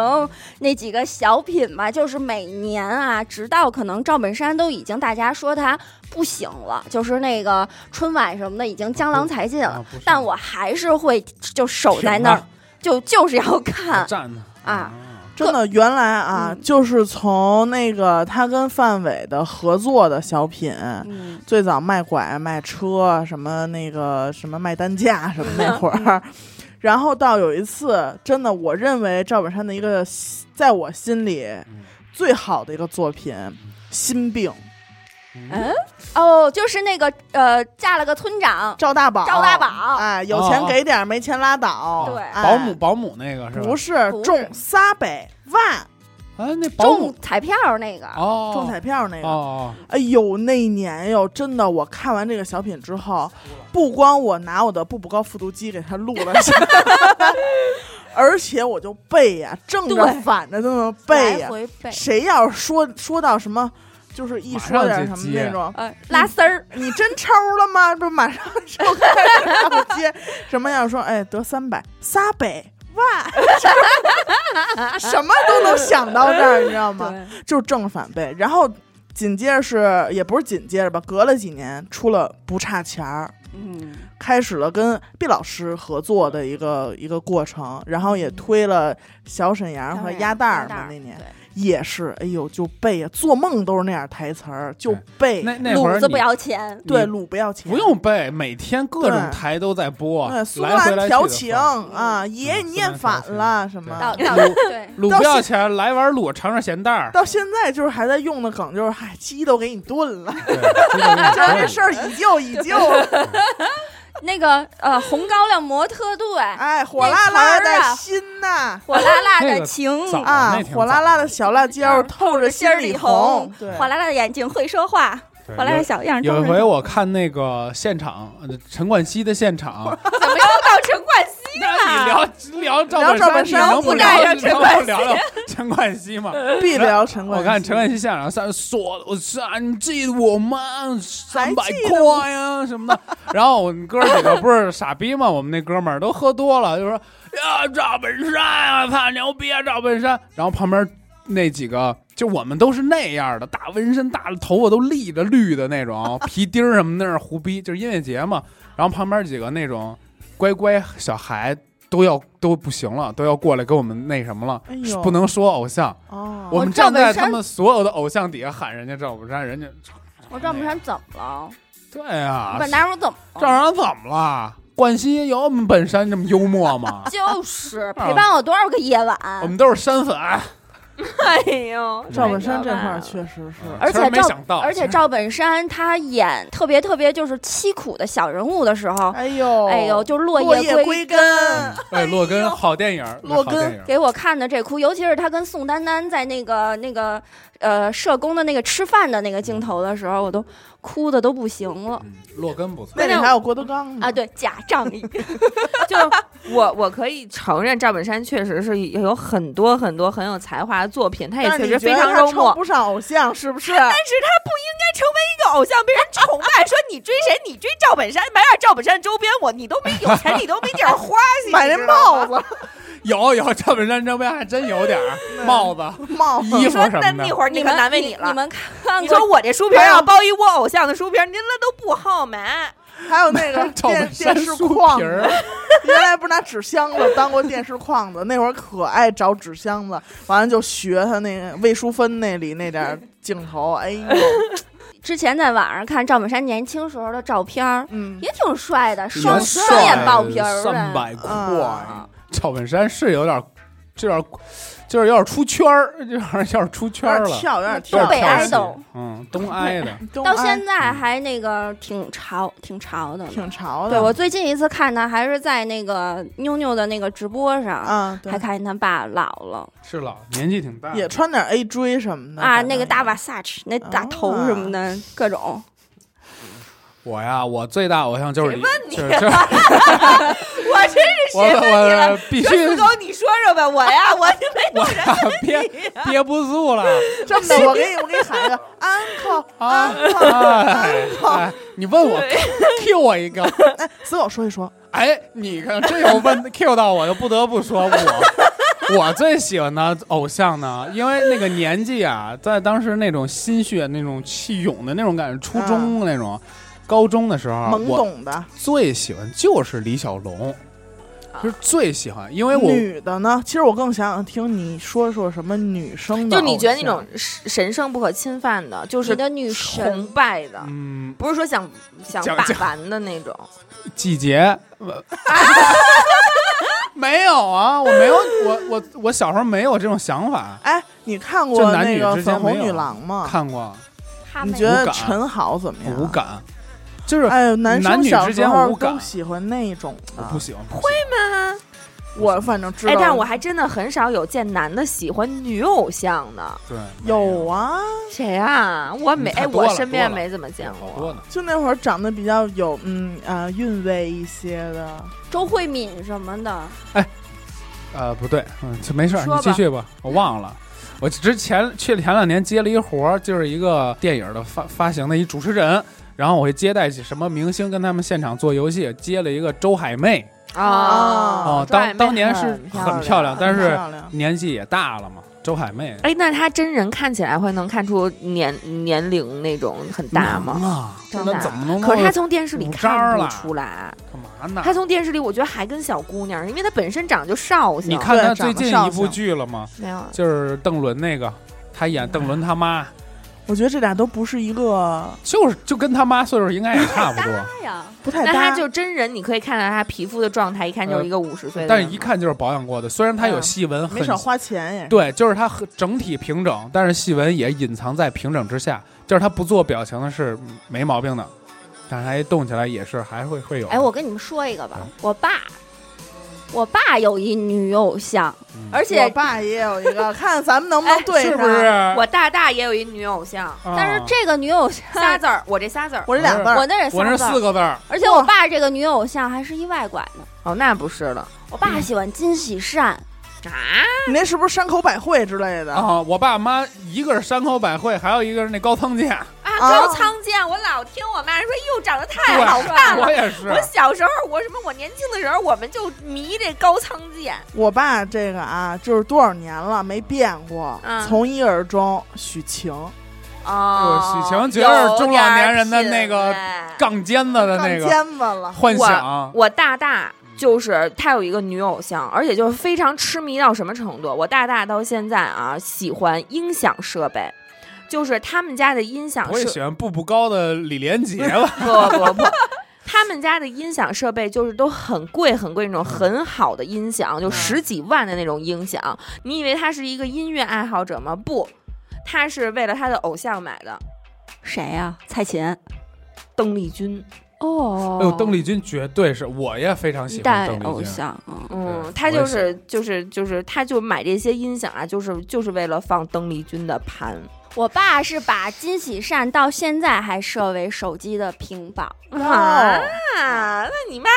[SPEAKER 3] 那几个小品吧，就是每年啊，直到可能赵本山都已经大家说他不行了，就是那个春晚什么的已经江郎才尽了，
[SPEAKER 4] 啊不是
[SPEAKER 3] 但我还是会就守在那儿
[SPEAKER 4] 挺，
[SPEAKER 3] 就就是要 看
[SPEAKER 4] 站嗯呢
[SPEAKER 3] 啊！
[SPEAKER 1] 真的，原来啊，
[SPEAKER 3] 嗯
[SPEAKER 1] 就是从那个他跟范伟的合作的小品，
[SPEAKER 3] 嗯，
[SPEAKER 1] 最早卖拐、卖车，什么那个什么卖担架什么那会
[SPEAKER 3] 嗯
[SPEAKER 1] 儿， 然后到有一次，真的，我认为赵本山的一个，在我心里
[SPEAKER 4] 嗯
[SPEAKER 1] 最好的一个作品，《心病》，
[SPEAKER 4] 嗯
[SPEAKER 3] 哦，就是那个呃，嫁了个村长，
[SPEAKER 1] 赵大宝，
[SPEAKER 3] 赵大宝哦
[SPEAKER 1] 哎，有钱给点儿，没钱拉倒。
[SPEAKER 3] 对
[SPEAKER 1] 哎
[SPEAKER 4] 保姆保姆那个是吧？
[SPEAKER 1] 不是
[SPEAKER 3] 不是
[SPEAKER 1] 中仨百万
[SPEAKER 4] 啊，那保
[SPEAKER 3] 中
[SPEAKER 4] 姆
[SPEAKER 3] 彩票那个，
[SPEAKER 4] 哦，
[SPEAKER 1] 中彩票那
[SPEAKER 4] 哦
[SPEAKER 1] 个，
[SPEAKER 4] 哦，
[SPEAKER 1] 哎呦，那年哟，真的，我看完这个小品之后，不光我拿我的步步高复读机给他录了 下来，而且我就背呀、正着
[SPEAKER 3] 对
[SPEAKER 1] 反着这么背呀、
[SPEAKER 3] 来回背，
[SPEAKER 1] 谁要是说说到什么，就是一
[SPEAKER 4] 马
[SPEAKER 1] 说
[SPEAKER 4] 上
[SPEAKER 1] 点
[SPEAKER 4] 就
[SPEAKER 1] 什么
[SPEAKER 4] 接
[SPEAKER 1] 那种，
[SPEAKER 3] 呃，拉丝儿，
[SPEAKER 1] 你真抽了吗？不，马上就开始接什么要说，哎，得三百仨百万，什么都能想到这儿，你知道吗？就是正反背。然后紧接着是也不是紧接着吧，隔了几年出了不差钱儿，
[SPEAKER 6] 嗯，
[SPEAKER 1] 开始了跟毕老师合作的一个一个过程，然后也推了嗯小沈阳和鸭蛋儿嘛，那年
[SPEAKER 3] 对
[SPEAKER 1] 也是，哎呦就背呀，做梦都是那样台词儿，就背。
[SPEAKER 4] 那那会儿
[SPEAKER 3] 卤子
[SPEAKER 4] 你
[SPEAKER 3] 不要钱，
[SPEAKER 1] 对，
[SPEAKER 4] 你
[SPEAKER 1] 鲁不要钱，
[SPEAKER 4] 不用背，每天各种
[SPEAKER 1] 对
[SPEAKER 4] 台都在播
[SPEAKER 1] 对，，苏格
[SPEAKER 4] 哦来回
[SPEAKER 1] 兰
[SPEAKER 4] 来
[SPEAKER 1] 调
[SPEAKER 4] 去
[SPEAKER 1] 情
[SPEAKER 4] 的放。
[SPEAKER 1] 啊，
[SPEAKER 3] 嗯
[SPEAKER 1] 爷你念反了什
[SPEAKER 3] 到
[SPEAKER 1] 么？
[SPEAKER 3] 到
[SPEAKER 4] 卤
[SPEAKER 3] 对，
[SPEAKER 4] 卤
[SPEAKER 1] 到
[SPEAKER 4] 不要
[SPEAKER 1] 现
[SPEAKER 4] 钱，来碗卤，尝尝咸淡儿。
[SPEAKER 1] 到现在就是还在用的梗，就是嗨，鸡都给你炖 了，
[SPEAKER 4] 对真的
[SPEAKER 1] 就是
[SPEAKER 4] 真
[SPEAKER 1] 这
[SPEAKER 4] 的
[SPEAKER 1] 事儿已就已就了，
[SPEAKER 3] 那个呃，红高粱模特队，
[SPEAKER 1] 哎，火辣辣
[SPEAKER 3] 那词儿啊
[SPEAKER 1] 的心呐
[SPEAKER 3] 火辣辣
[SPEAKER 4] 那
[SPEAKER 3] 的
[SPEAKER 4] 个
[SPEAKER 3] 情，
[SPEAKER 4] 早
[SPEAKER 1] 啊
[SPEAKER 4] 哦那，挺
[SPEAKER 1] 火辣
[SPEAKER 4] 早
[SPEAKER 1] 辣的小辣椒透着心
[SPEAKER 3] 心儿
[SPEAKER 1] 里
[SPEAKER 3] 里
[SPEAKER 1] 红
[SPEAKER 3] 红，，
[SPEAKER 1] 对，
[SPEAKER 3] 火辣辣的眼睛会说话，
[SPEAKER 4] 对
[SPEAKER 3] 火辣辣的小样儿
[SPEAKER 4] 有
[SPEAKER 3] 招
[SPEAKER 4] 有一
[SPEAKER 3] 人
[SPEAKER 4] 回
[SPEAKER 3] 疼
[SPEAKER 4] 我看那个现场，呃陈冠希的现场，
[SPEAKER 2] 怎么又到陈冠希？
[SPEAKER 4] 那你聊聊赵
[SPEAKER 1] 聊赵
[SPEAKER 4] 本
[SPEAKER 1] 本
[SPEAKER 4] 山，
[SPEAKER 1] 山
[SPEAKER 4] 你能不
[SPEAKER 1] 不
[SPEAKER 4] 聊
[SPEAKER 1] 带
[SPEAKER 4] 聊
[SPEAKER 1] 上陈冠
[SPEAKER 4] 不聊聊陈冠希吗？
[SPEAKER 1] 必聊陈冠
[SPEAKER 4] 我
[SPEAKER 1] 希。
[SPEAKER 4] 看陈冠希现场上说：“我是啊，你记得我吗？三
[SPEAKER 1] 还
[SPEAKER 4] 百
[SPEAKER 1] 记得我
[SPEAKER 4] 块啊什么 的。”然后我们哥几个不是傻逼吗？我们那哥们儿都喝多了，就说：“呀，赵本山啊，操牛逼啊，赵本山！”然后旁边那几个，就我们都是那样的，大纹身、大头发都立着绿的那种，皮钉儿什么那儿胡逼，就是音乐节嘛。然后旁边几个那种乖乖小孩都要都不行了，都要过来给我们那什么了，
[SPEAKER 1] 哎呦，
[SPEAKER 4] 不能说偶像。
[SPEAKER 1] 哦，
[SPEAKER 4] 我们
[SPEAKER 3] 赵
[SPEAKER 4] 站
[SPEAKER 3] 本
[SPEAKER 4] 在
[SPEAKER 3] 山
[SPEAKER 4] 他们所有的偶像底下喊人家赵本山，人家
[SPEAKER 3] 我赵本山怎么了？
[SPEAKER 4] 对啊
[SPEAKER 3] 我，本山我怎么
[SPEAKER 4] 赵本
[SPEAKER 3] 了？？
[SPEAKER 4] 山怎么了？冠希有我们本山这么幽默吗
[SPEAKER 3] 就是陪伴我多少个夜晚，
[SPEAKER 4] 我们都是山粉，
[SPEAKER 2] 哎呦，
[SPEAKER 1] 赵本山这块
[SPEAKER 2] 太可怕
[SPEAKER 1] 儿
[SPEAKER 2] 了
[SPEAKER 1] 确实是，
[SPEAKER 3] 而
[SPEAKER 4] 其
[SPEAKER 3] 且
[SPEAKER 4] 实没
[SPEAKER 3] 赵
[SPEAKER 4] 想到，
[SPEAKER 3] 而 且赵本山他演特别特别就是凄苦的小人物的时候，
[SPEAKER 1] 哎呦，
[SPEAKER 3] 哎呦，，就落
[SPEAKER 1] 落叶
[SPEAKER 3] 归
[SPEAKER 1] 归根，
[SPEAKER 4] 哎，洛根好电影儿，
[SPEAKER 1] 嗯洛
[SPEAKER 4] 好
[SPEAKER 1] 根
[SPEAKER 4] 电影儿
[SPEAKER 3] 给我看的这哭，尤其是他跟宋丹丹在那个那个呃社工的那个吃饭的那个镜头的时候，我都哭的都不行了
[SPEAKER 4] 嗯洛根不错。
[SPEAKER 1] 那里还有郭德纲呢
[SPEAKER 3] 啊！，对，假仗义，
[SPEAKER 2] 就我我可以承认，赵本山确实是有很多很多很有才华的作品，他也
[SPEAKER 1] 但是
[SPEAKER 2] 确
[SPEAKER 1] 你
[SPEAKER 2] 实
[SPEAKER 1] 觉
[SPEAKER 2] 非
[SPEAKER 1] 得
[SPEAKER 2] 常
[SPEAKER 1] 他
[SPEAKER 2] 幽默
[SPEAKER 1] 称。不上偶像是不是？
[SPEAKER 2] 但是他不应该成为一个偶像，被人崇拜，说你追谁？你追赵本山，买点赵本山周边，我你都没有钱，你都没地儿 花去，
[SPEAKER 1] 买那
[SPEAKER 2] 你知道吗
[SPEAKER 1] 帽子，
[SPEAKER 4] 有有，赵本山周边还真有点儿帽子、
[SPEAKER 1] 帽子，
[SPEAKER 4] 衣服
[SPEAKER 2] 说
[SPEAKER 4] 什
[SPEAKER 2] 那
[SPEAKER 4] 么
[SPEAKER 2] 那
[SPEAKER 4] 的。
[SPEAKER 2] 会儿你可
[SPEAKER 3] 们
[SPEAKER 2] 难为
[SPEAKER 3] 你
[SPEAKER 2] 了
[SPEAKER 3] 你。们看
[SPEAKER 2] 你
[SPEAKER 3] 过
[SPEAKER 2] 说我这书评要包一窝偶像的书评，您那都不好 买。
[SPEAKER 1] 还有那 个
[SPEAKER 4] 赵
[SPEAKER 1] 电
[SPEAKER 4] 本山
[SPEAKER 1] 电视
[SPEAKER 4] 书
[SPEAKER 1] 框
[SPEAKER 4] 皮
[SPEAKER 1] 子
[SPEAKER 4] 儿，，
[SPEAKER 1] 原来不是拿纸箱子当过电视框子，那会儿可爱找纸箱子，完了就学他那个魏淑芬那里那点儿镜头，哎呦，
[SPEAKER 3] 之前在网上看赵本山年轻时候的照片儿，
[SPEAKER 1] 嗯，
[SPEAKER 3] 也挺帅的，
[SPEAKER 4] 也
[SPEAKER 3] 双
[SPEAKER 4] 帅
[SPEAKER 3] 双眼爆皮儿
[SPEAKER 4] 三
[SPEAKER 3] 的。
[SPEAKER 4] 嗯百块、哎
[SPEAKER 1] 啊
[SPEAKER 4] 赵本山是有点儿，这点儿就是有点儿出圈儿，有点儿有点儿出圈
[SPEAKER 1] 有
[SPEAKER 4] 儿
[SPEAKER 1] 点
[SPEAKER 4] 了。
[SPEAKER 1] 跳，有点
[SPEAKER 4] 有点
[SPEAKER 1] 跳
[SPEAKER 4] 儿
[SPEAKER 3] 东北
[SPEAKER 4] 跳
[SPEAKER 3] 爱
[SPEAKER 4] 戏
[SPEAKER 3] idol
[SPEAKER 4] 嗯，东埃的，
[SPEAKER 1] 东
[SPEAKER 3] 到
[SPEAKER 1] 安
[SPEAKER 3] 现在还那个挺潮，挺潮的呢。
[SPEAKER 1] 挺潮的，
[SPEAKER 3] 对我最近一次看他还是在那个妞妞的那个直播上，
[SPEAKER 1] 啊，对
[SPEAKER 3] 还，看见他爸老了
[SPEAKER 4] 是了，年纪挺大的。
[SPEAKER 1] 也穿点 A 锥什么的
[SPEAKER 3] 啊，
[SPEAKER 1] 反
[SPEAKER 3] 那个
[SPEAKER 1] 正
[SPEAKER 3] 大瓦萨奇，那
[SPEAKER 4] 哦
[SPEAKER 3] 大头什么的，各种。
[SPEAKER 4] 我呀，我最大偶像就是
[SPEAKER 2] 谁
[SPEAKER 4] 李
[SPEAKER 2] 问你
[SPEAKER 4] 就是就是
[SPEAKER 2] 我真是
[SPEAKER 4] 我
[SPEAKER 2] 谁问你了？
[SPEAKER 4] 我必须
[SPEAKER 2] 说四狗，你说说吧，我 呀，我就没
[SPEAKER 4] 我 憋憋不住了。
[SPEAKER 1] 这么的，我给你我给你喊 一个 uncle
[SPEAKER 4] 啊
[SPEAKER 1] uncle，
[SPEAKER 4] 哎哎，你问我 Q 我一个，
[SPEAKER 1] 哎，死狗说一说，
[SPEAKER 4] 哎，你看这有问 Q 到我，就不得不说我，我最喜欢的偶像呢，因为那个年纪啊，在当时那种心血、那种气涌的那种感觉，初中那种、高中的时候，
[SPEAKER 1] 懵
[SPEAKER 4] 啊我
[SPEAKER 1] 懂的
[SPEAKER 4] 最喜欢就是李小龙，就是最喜欢，因为我
[SPEAKER 1] 女的呢，其实我更想听你说说什么女生的
[SPEAKER 2] 就
[SPEAKER 1] 偶像，
[SPEAKER 2] 你觉得那种神神圣不可侵犯的，就
[SPEAKER 3] 你
[SPEAKER 2] 是
[SPEAKER 3] 的女
[SPEAKER 2] 崇
[SPEAKER 3] 神，
[SPEAKER 2] 拜的，
[SPEAKER 4] 嗯，
[SPEAKER 2] 不是说想想
[SPEAKER 4] 讲
[SPEAKER 2] 把
[SPEAKER 4] 讲
[SPEAKER 2] 玩的 那种。
[SPEAKER 4] 季节。 呃没有啊，我没有，我我我小时候没有这种想法，
[SPEAKER 1] 哎，你看过
[SPEAKER 4] 就男
[SPEAKER 1] 那
[SPEAKER 4] 女
[SPEAKER 1] 个
[SPEAKER 4] 之间
[SPEAKER 1] 粉红
[SPEAKER 4] 没有
[SPEAKER 1] 女郎吗？
[SPEAKER 4] 看过
[SPEAKER 3] 他
[SPEAKER 1] 你
[SPEAKER 3] 们
[SPEAKER 1] 觉得
[SPEAKER 4] 无感
[SPEAKER 1] 陈好怎么样？
[SPEAKER 4] 无。感，就是
[SPEAKER 1] 哎呦，男
[SPEAKER 4] 男
[SPEAKER 1] 生
[SPEAKER 4] 女
[SPEAKER 1] 小
[SPEAKER 4] 之
[SPEAKER 1] 时
[SPEAKER 4] 间
[SPEAKER 1] 候
[SPEAKER 4] 无感
[SPEAKER 1] 都喜欢那种
[SPEAKER 4] 我
[SPEAKER 1] 的。
[SPEAKER 4] 不喜欢，会
[SPEAKER 1] 我反正知道。
[SPEAKER 2] 哎，但我还真的很少有见男的喜欢女偶像的。
[SPEAKER 4] 对，
[SPEAKER 1] 有啊，
[SPEAKER 2] 谁啊？我没
[SPEAKER 4] 嗯
[SPEAKER 2] 哎，
[SPEAKER 4] 太多
[SPEAKER 2] 我
[SPEAKER 4] 了
[SPEAKER 2] 身边
[SPEAKER 4] 多了嗯
[SPEAKER 2] 没怎么见
[SPEAKER 4] 好
[SPEAKER 2] 过。
[SPEAKER 4] 多呢。
[SPEAKER 1] 就那会儿长得比较有嗯啊、韵味一些的。
[SPEAKER 4] 啊
[SPEAKER 3] 周慧敏什么的，
[SPEAKER 4] 呃，不对，嗯，这没事儿，
[SPEAKER 2] 说
[SPEAKER 4] 你
[SPEAKER 2] 吧
[SPEAKER 4] 继续吧，我忘了。我之前去前两年接了一活儿，就是一个电影的发发行的一主持人，然后我会接待起什么明星跟他们现场做游戏，接了一个周海媚
[SPEAKER 1] 哦
[SPEAKER 2] 哦
[SPEAKER 4] 哦，当当年是
[SPEAKER 1] 很
[SPEAKER 4] 很漂亮，但是
[SPEAKER 1] 漂亮
[SPEAKER 4] 年纪也大了嘛，周海媚
[SPEAKER 2] 哎，那他真人看起来会能看出年年龄那种很大吗？
[SPEAKER 4] 啊，
[SPEAKER 2] 真的
[SPEAKER 4] 那怎么能？
[SPEAKER 2] 可是他从电视里
[SPEAKER 4] 五张
[SPEAKER 2] 看不
[SPEAKER 4] 了啊
[SPEAKER 2] 出来，
[SPEAKER 4] 干嘛呢？
[SPEAKER 2] 他从电视里我觉得还跟小姑娘，因为他本身长得就少
[SPEAKER 4] 你
[SPEAKER 2] 小。
[SPEAKER 4] 看
[SPEAKER 1] 对
[SPEAKER 4] 他
[SPEAKER 1] 长
[SPEAKER 4] 最
[SPEAKER 1] 得
[SPEAKER 4] 近
[SPEAKER 1] 少
[SPEAKER 4] 一部
[SPEAKER 1] 像
[SPEAKER 4] 剧了吗？
[SPEAKER 2] 没有，啊
[SPEAKER 4] 就是邓伦那个，他演邓伦他妈，
[SPEAKER 1] 我觉得这俩都不是一个
[SPEAKER 4] 就是就跟他妈岁数应该也 差不多。
[SPEAKER 3] 哎呀，
[SPEAKER 1] 不太
[SPEAKER 2] 那
[SPEAKER 1] 搭。
[SPEAKER 2] 他就真人，你可以看到他皮肤的状态，一看就是一个五十岁的人嘛。
[SPEAKER 4] 呃但是一看就是保养过的，虽然它有
[SPEAKER 2] 啊
[SPEAKER 1] 嗯
[SPEAKER 4] 细纹
[SPEAKER 1] 没
[SPEAKER 4] 很，
[SPEAKER 1] 少花钱也。
[SPEAKER 4] 对，就是它很整体平整，但是细纹也隐藏在平整之下，就是它不做表情的是没毛病的，但是它一动起来也是还会会有。
[SPEAKER 3] 哎，我跟你们说一个吧，我爸，我爸有一女偶像，
[SPEAKER 4] 嗯
[SPEAKER 3] 而
[SPEAKER 1] 我
[SPEAKER 3] 且
[SPEAKER 1] 爸也有一个，看咱们能不能对上。
[SPEAKER 4] 哎是不是？
[SPEAKER 2] 我大大也有一女偶像，
[SPEAKER 4] 啊哦
[SPEAKER 3] 但是这个女偶像，
[SPEAKER 2] 仨字儿，我这仨字儿。
[SPEAKER 1] 我这俩字
[SPEAKER 3] 我
[SPEAKER 1] 儿，
[SPEAKER 3] 那是
[SPEAKER 4] 我
[SPEAKER 3] 三啊
[SPEAKER 4] 这
[SPEAKER 3] 字
[SPEAKER 4] 四
[SPEAKER 3] 儿，
[SPEAKER 4] 个字儿，
[SPEAKER 3] 而且我爸这个女偶像还是一外拐呢。
[SPEAKER 2] 哦，那不是了
[SPEAKER 3] 我爸喜欢金喜善，
[SPEAKER 2] 啊！
[SPEAKER 1] 你那是不是山口百惠之类的？
[SPEAKER 4] 啊啊，我爸妈一个是山口百惠，还有一个是那高仓健，
[SPEAKER 2] 啊，长照苍健，我老听我妈说，哟，长得太好看
[SPEAKER 4] 我
[SPEAKER 2] 了。
[SPEAKER 4] 也是
[SPEAKER 2] 我，小时候，我什么，我年轻的时候，我们就迷这高仓健，
[SPEAKER 1] 我爸这个啊，就是多少年了没变过，
[SPEAKER 2] 嗯
[SPEAKER 1] 从一而终，许晴，
[SPEAKER 2] 哦，
[SPEAKER 4] 许晴觉得是中老年人的那个
[SPEAKER 2] 有点品味
[SPEAKER 4] 杠尖子的那
[SPEAKER 1] 杠
[SPEAKER 4] 个
[SPEAKER 1] 尖子 了。
[SPEAKER 4] 幻想，
[SPEAKER 2] 我大大就是他有一个女偶像，而且就是非常痴迷到什么程度？我大大到现在啊，喜欢音响设备，就是他们家的音响
[SPEAKER 4] 我也
[SPEAKER 2] 设
[SPEAKER 4] 喜欢步步高的李连杰吧，
[SPEAKER 2] 不不不，他们家的音响设备就是都很贵很贵那种很好的音响，
[SPEAKER 4] 嗯
[SPEAKER 2] 就十几万的那种音响。你以为他是一个音乐爱好者吗？不，他是为了他的偶像买的，
[SPEAKER 3] 谁呀、蔡琴。
[SPEAKER 2] 邓丽君。
[SPEAKER 3] 哦，
[SPEAKER 4] 哎呦，邓丽君绝对是，我也非常
[SPEAKER 3] 一
[SPEAKER 4] 喜欢
[SPEAKER 3] 代
[SPEAKER 4] 邓
[SPEAKER 3] 偶
[SPEAKER 4] 丽君。
[SPEAKER 3] 像，嗯，
[SPEAKER 2] 嗯
[SPEAKER 4] 对，
[SPEAKER 2] 他
[SPEAKER 4] 我也
[SPEAKER 2] 就是就是就是，他就买这些音响啊，就是就是为了放邓丽君的盘。
[SPEAKER 3] 我爸是把金喜善到现在还设为手机的屏保，
[SPEAKER 1] 哦，
[SPEAKER 2] 啊，那你妈